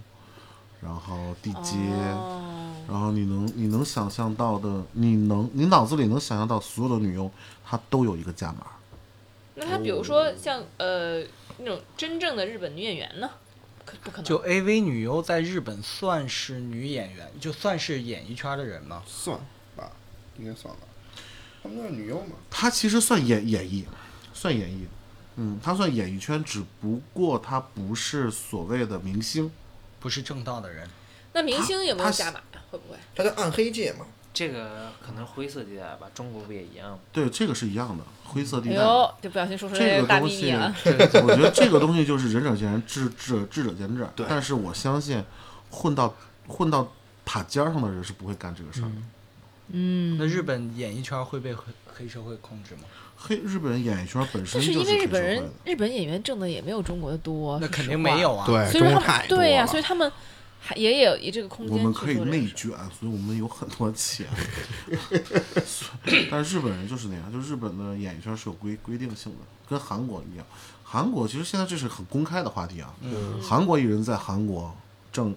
[SPEAKER 5] 然后地接，
[SPEAKER 1] 哦，
[SPEAKER 5] 然后你能你能想象到的，你能你脑子里能想象到所有的女优，她都有一个价码。
[SPEAKER 1] 那他比如
[SPEAKER 5] 哦
[SPEAKER 1] 说像呃那种真正的日本女演员呢，可不可能？
[SPEAKER 2] 就 AV 女优在日本算是女演员，就算是演艺圈的人嘛。
[SPEAKER 4] 算吧，应该算吧。他们都是女优嘛，
[SPEAKER 5] 她其实算演演艺，算演艺，嗯，她算演艺圈，只不过她不是所谓的明星。
[SPEAKER 2] 不是正道的人，
[SPEAKER 1] 那明星有没有
[SPEAKER 5] 他
[SPEAKER 1] 加码呀？会不会？
[SPEAKER 4] 她叫暗黑界嘛。
[SPEAKER 3] 这个可能灰色地带吧，中国不也一样吗？
[SPEAKER 5] 对，这个是一样的，灰色地
[SPEAKER 1] 哎
[SPEAKER 5] 带。
[SPEAKER 1] 呦，就不小心说出来
[SPEAKER 5] 这个
[SPEAKER 1] 大
[SPEAKER 5] 东
[SPEAKER 1] 秘密啊
[SPEAKER 5] 西
[SPEAKER 1] 了。，
[SPEAKER 5] 我觉得这个东西就是仁者见仁，智智智者见智。
[SPEAKER 4] 对
[SPEAKER 5] 但是我相信，混到混到塔尖儿上的人是不会干这个事儿
[SPEAKER 1] 嗯
[SPEAKER 5] 的。
[SPEAKER 2] 那日本演艺圈会被黑黑社会控制吗？
[SPEAKER 5] 黑日本演艺圈本身
[SPEAKER 1] 但是
[SPEAKER 5] 就
[SPEAKER 1] 因
[SPEAKER 5] 黑
[SPEAKER 1] 为
[SPEAKER 5] 社
[SPEAKER 1] 日
[SPEAKER 5] 会
[SPEAKER 1] 本人
[SPEAKER 5] 的，哎
[SPEAKER 1] 日本演员挣的也没有中国的多，
[SPEAKER 2] 那
[SPEAKER 1] 说哦
[SPEAKER 2] 肯
[SPEAKER 1] 实
[SPEAKER 2] 定
[SPEAKER 1] 话
[SPEAKER 2] 没有啊。
[SPEAKER 4] 对
[SPEAKER 1] 所以说
[SPEAKER 4] 中
[SPEAKER 1] 他
[SPEAKER 4] 太
[SPEAKER 1] 们
[SPEAKER 4] 多
[SPEAKER 1] 对呀、
[SPEAKER 4] 了
[SPEAKER 1] 所以他们还也有一这个空间
[SPEAKER 5] 我们可
[SPEAKER 1] 去
[SPEAKER 5] 以
[SPEAKER 1] 做这个
[SPEAKER 5] 内
[SPEAKER 1] 事
[SPEAKER 5] 卷，所以我们有很多钱。 但是日本人就是那样，就日本的演艺圈是有规规定性的，跟韩国一样。韩国其实现在这是很公开的话题啊，
[SPEAKER 2] 嗯
[SPEAKER 5] 韩国艺人在韩国挣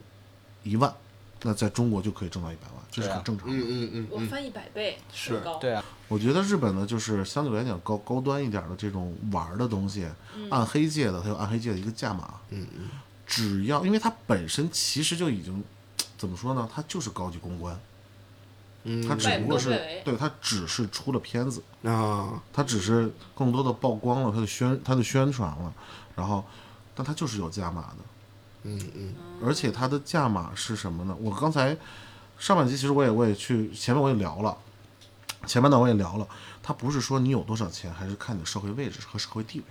[SPEAKER 5] 一万，那在中国就可以挣到一百万，这是
[SPEAKER 2] 对啊
[SPEAKER 5] 很正常的。
[SPEAKER 4] 嗯嗯
[SPEAKER 1] 我翻一百倍
[SPEAKER 4] 是
[SPEAKER 1] 高，
[SPEAKER 2] 对啊，
[SPEAKER 5] 我觉得日本呢，就是相对来讲高高端一点的这种玩儿的东西，
[SPEAKER 1] 嗯
[SPEAKER 5] 暗黑界的它有暗黑界的一个价码。
[SPEAKER 4] 嗯嗯，
[SPEAKER 5] 只要因为它本身其实就已经怎么说呢，它就是高级公关，
[SPEAKER 4] 嗯，
[SPEAKER 5] 它只不过是
[SPEAKER 1] 外部氛围
[SPEAKER 5] 对它只是出了片子，
[SPEAKER 4] 啊，
[SPEAKER 5] 它只是更多的曝光了它的宣它的宣传了，然后但它就是有价码的。
[SPEAKER 4] 嗯嗯，
[SPEAKER 5] 而且它的价码是什么呢？我刚才上半集其实我也我也去前面我也聊了，前半段我也聊了，它不是说你有多少钱，还是看你的社会位置和社会地位。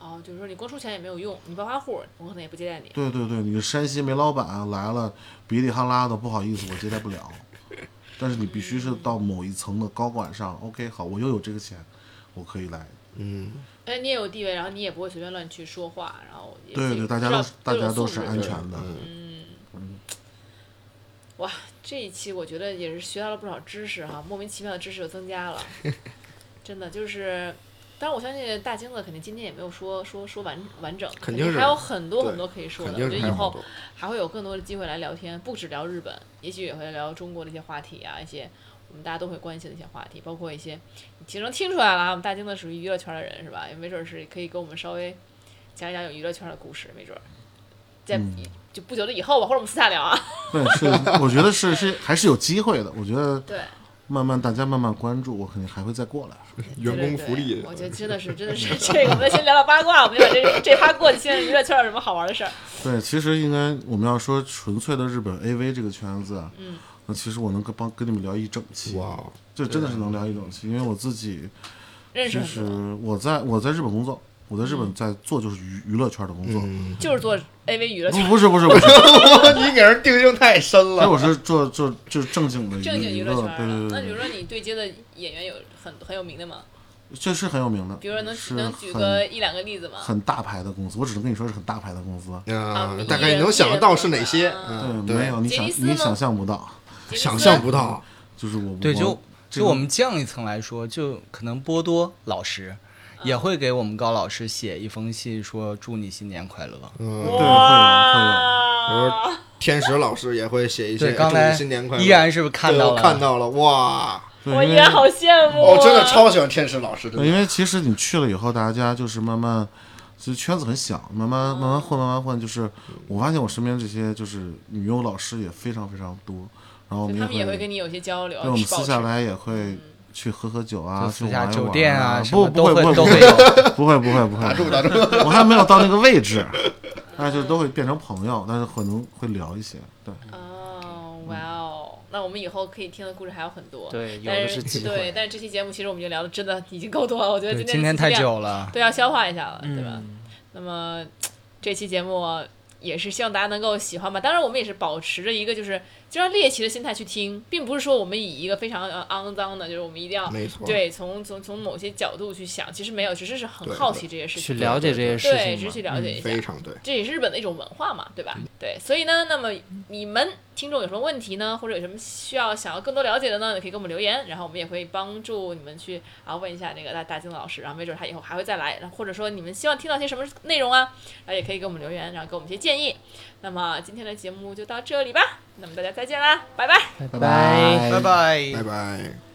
[SPEAKER 1] 哦，就是说你光出钱也没有用，你暴发户，我可能也不接待你。
[SPEAKER 5] 对对对，你是山西煤老板来了，鼻涕哈拉的，不好意思，我接待不了。但是你必须是到某一层的高管上，OK，好，我又有这个钱，我可以来。
[SPEAKER 4] 嗯
[SPEAKER 1] 哎，你也有地位，然后你也不会随便乱去说话，然后也
[SPEAKER 5] 对
[SPEAKER 1] 自己
[SPEAKER 5] 对，大家
[SPEAKER 1] 知道
[SPEAKER 5] 都是大
[SPEAKER 1] 有
[SPEAKER 5] 家
[SPEAKER 1] 素
[SPEAKER 5] 都是
[SPEAKER 1] 质
[SPEAKER 5] 安全的。
[SPEAKER 1] 哇，这一期我觉得也是学到了不少知识哈，莫名其妙的知识又增加 了，真的就是。当然，我相信大京子肯定今天也没有说说说完完整，
[SPEAKER 4] 肯
[SPEAKER 1] 肯
[SPEAKER 4] 定是
[SPEAKER 1] 还有很多很
[SPEAKER 4] 对
[SPEAKER 1] 多可以说的。
[SPEAKER 4] 肯
[SPEAKER 1] 我
[SPEAKER 4] 定
[SPEAKER 1] 觉
[SPEAKER 4] 是
[SPEAKER 1] 得以
[SPEAKER 4] 还有
[SPEAKER 1] 后
[SPEAKER 4] 好多
[SPEAKER 1] 还会有更多的机会来聊天，不只聊日本，也许也会聊中国的一些话题啊，一些我们大家都会关心的一些话题，包括一些你其实能听出来了啊，我们大京子属于娱乐圈的人是吧？也没准是可以给我们稍微讲一讲有娱乐圈的故事，没准儿在、
[SPEAKER 4] 嗯
[SPEAKER 1] 就不久的以后吧，或者我们私下聊啊。
[SPEAKER 5] 对，是，我觉得是是还是有机会的。我觉得
[SPEAKER 1] 对。
[SPEAKER 5] 慢慢大家慢慢关注，我肯定还会再过来。
[SPEAKER 4] 员工福利
[SPEAKER 1] 对对对我觉得真的是，真的 是这个。我们先聊聊八卦，我们就把这这趴过去。现在娱乐圈有什么好玩的事儿？
[SPEAKER 5] 对，其实应该我们要说纯粹的日本 AV 这个圈子，嗯，那其实我能跟帮跟你们聊一整期，
[SPEAKER 4] 哇，哦
[SPEAKER 5] 这真的是能聊一整期，因为我自己
[SPEAKER 1] 认识
[SPEAKER 5] 其
[SPEAKER 1] 很
[SPEAKER 5] 实
[SPEAKER 1] 多，嗯
[SPEAKER 5] 我在我在日本工作，我在日本在做就是娱娱乐圈的工作，
[SPEAKER 4] 嗯
[SPEAKER 1] 就是做 AV 娱乐
[SPEAKER 5] 不
[SPEAKER 1] 圈，
[SPEAKER 5] 不是不 是不是，因
[SPEAKER 4] 你给人定性太深
[SPEAKER 5] 为
[SPEAKER 4] 了。
[SPEAKER 5] 我是做做就是正经的
[SPEAKER 1] 正经
[SPEAKER 5] 娱
[SPEAKER 1] 娱乐圈
[SPEAKER 5] 对
[SPEAKER 1] 的。
[SPEAKER 5] 对
[SPEAKER 1] 那
[SPEAKER 5] 对
[SPEAKER 1] 比如
[SPEAKER 5] 对
[SPEAKER 1] 说你对接的演员有很很有名的吗？
[SPEAKER 5] 对，这是很有名的，
[SPEAKER 1] 比如说能
[SPEAKER 5] 是
[SPEAKER 1] 能举
[SPEAKER 5] 很
[SPEAKER 1] 个一两个例子吗？
[SPEAKER 5] 很大牌的公司，我只能跟你说是很大牌的公司，
[SPEAKER 4] 啊
[SPEAKER 1] 啊，
[SPEAKER 4] 大概你能想得到是哪些？嗯，
[SPEAKER 5] 对，没有你
[SPEAKER 1] 杰
[SPEAKER 5] 想
[SPEAKER 1] 尼斯
[SPEAKER 5] 你
[SPEAKER 1] 吗
[SPEAKER 5] 想象不到，
[SPEAKER 1] 杰尼斯
[SPEAKER 4] 想象不到。
[SPEAKER 5] 就是我
[SPEAKER 2] 对，
[SPEAKER 5] 我
[SPEAKER 2] 就
[SPEAKER 5] 这
[SPEAKER 2] 就
[SPEAKER 5] 个
[SPEAKER 2] 我们降一层来说，就可能波多老师
[SPEAKER 1] 嗯
[SPEAKER 2] 也会给我们高老师写一封信，说祝你新年快乐。
[SPEAKER 5] 对
[SPEAKER 4] 嗯，
[SPEAKER 5] 会有会有。
[SPEAKER 1] 哇
[SPEAKER 4] 天使老师也会写一些
[SPEAKER 2] 对，刚才
[SPEAKER 4] 祝你新年快乐，
[SPEAKER 2] 依然是看
[SPEAKER 4] 对
[SPEAKER 2] 到
[SPEAKER 4] 我
[SPEAKER 2] 了，
[SPEAKER 4] 看到了，哇，
[SPEAKER 5] 对
[SPEAKER 1] 我依
[SPEAKER 5] 因
[SPEAKER 1] 然
[SPEAKER 5] 为
[SPEAKER 1] 好羡慕、啊
[SPEAKER 4] 我哦真的超喜欢天使老师，真
[SPEAKER 5] 对，因
[SPEAKER 4] 的。
[SPEAKER 5] 为其实你去了以后，大家就是慢慢，就是圈子很小，
[SPEAKER 1] 嗯
[SPEAKER 5] 慢慢慢慢混，慢慢混。就是我发现我身边这些就是女优老师也非常非常多，然后我
[SPEAKER 1] 就
[SPEAKER 5] 们
[SPEAKER 1] 他们也
[SPEAKER 5] 会
[SPEAKER 1] 会跟你有些交流，
[SPEAKER 5] 对，我们
[SPEAKER 1] 保
[SPEAKER 5] 私
[SPEAKER 1] 持
[SPEAKER 5] 下来也会去喝喝酒啊，
[SPEAKER 2] 就
[SPEAKER 5] 去
[SPEAKER 2] 私
[SPEAKER 5] 玩
[SPEAKER 2] 下
[SPEAKER 5] 一
[SPEAKER 2] 酒
[SPEAKER 5] 玩
[SPEAKER 2] 店
[SPEAKER 5] 啊
[SPEAKER 2] 啊，什
[SPEAKER 5] 不
[SPEAKER 2] 么
[SPEAKER 5] 不
[SPEAKER 2] 都
[SPEAKER 5] 会
[SPEAKER 2] 会
[SPEAKER 5] 不
[SPEAKER 2] 都
[SPEAKER 5] 会
[SPEAKER 2] 会有。
[SPEAKER 5] 不会不会不会
[SPEAKER 4] 打，住打住！
[SPEAKER 5] 我还没有到那个位置，但是就都会变成朋友，但是可能会聊一些，对，
[SPEAKER 1] 哦，哇哦，那我们以后可以听的故事还有很多。
[SPEAKER 3] 对，有
[SPEAKER 1] 但
[SPEAKER 3] 的
[SPEAKER 1] 是
[SPEAKER 3] 是机
[SPEAKER 1] 对，
[SPEAKER 3] 会。
[SPEAKER 1] 但是这期节目其实我们就聊的真的已经够多了，我觉得
[SPEAKER 2] 对，
[SPEAKER 1] 今
[SPEAKER 2] 今天
[SPEAKER 1] 的
[SPEAKER 2] 太
[SPEAKER 1] 信息量，
[SPEAKER 2] 久了，
[SPEAKER 1] 对，要消化一下了，
[SPEAKER 3] 嗯
[SPEAKER 1] 对吧？？那么这期节目也是希望大家能够喜欢吧。当然，我们也是保持着一个就是就让猎奇的心态去听，并不是说我们以一个非常呃肮脏的，就是我们一定
[SPEAKER 2] 嗯
[SPEAKER 1] 要
[SPEAKER 4] 没错，
[SPEAKER 1] 对从从从某些角度去想，其实没有，只是是很
[SPEAKER 4] 对嗯
[SPEAKER 1] 好奇这些事
[SPEAKER 3] 去
[SPEAKER 1] 情，
[SPEAKER 3] 了解这些事
[SPEAKER 1] 对，只
[SPEAKER 3] 情
[SPEAKER 1] 是
[SPEAKER 3] 嘛
[SPEAKER 1] 去了解一下。
[SPEAKER 4] 非常对。
[SPEAKER 1] 这也是日本的一种文化嘛，对吧？对，所以呢，那么你们听众有什么问题呢，或者有什么需要想要更多了解的呢，也可以给我们留言，然后我们也会帮助你们去啊问一下那个大大金老师，然后没准他以后还会再来，然后或者说你们希望听到些什么内容啊，然后也可以给我们留言，然后给我们一些建议。那么今天的节目就到这里吧，那么大家再见啦，拜拜。
[SPEAKER 3] 拜拜。
[SPEAKER 2] 拜拜
[SPEAKER 4] 拜拜。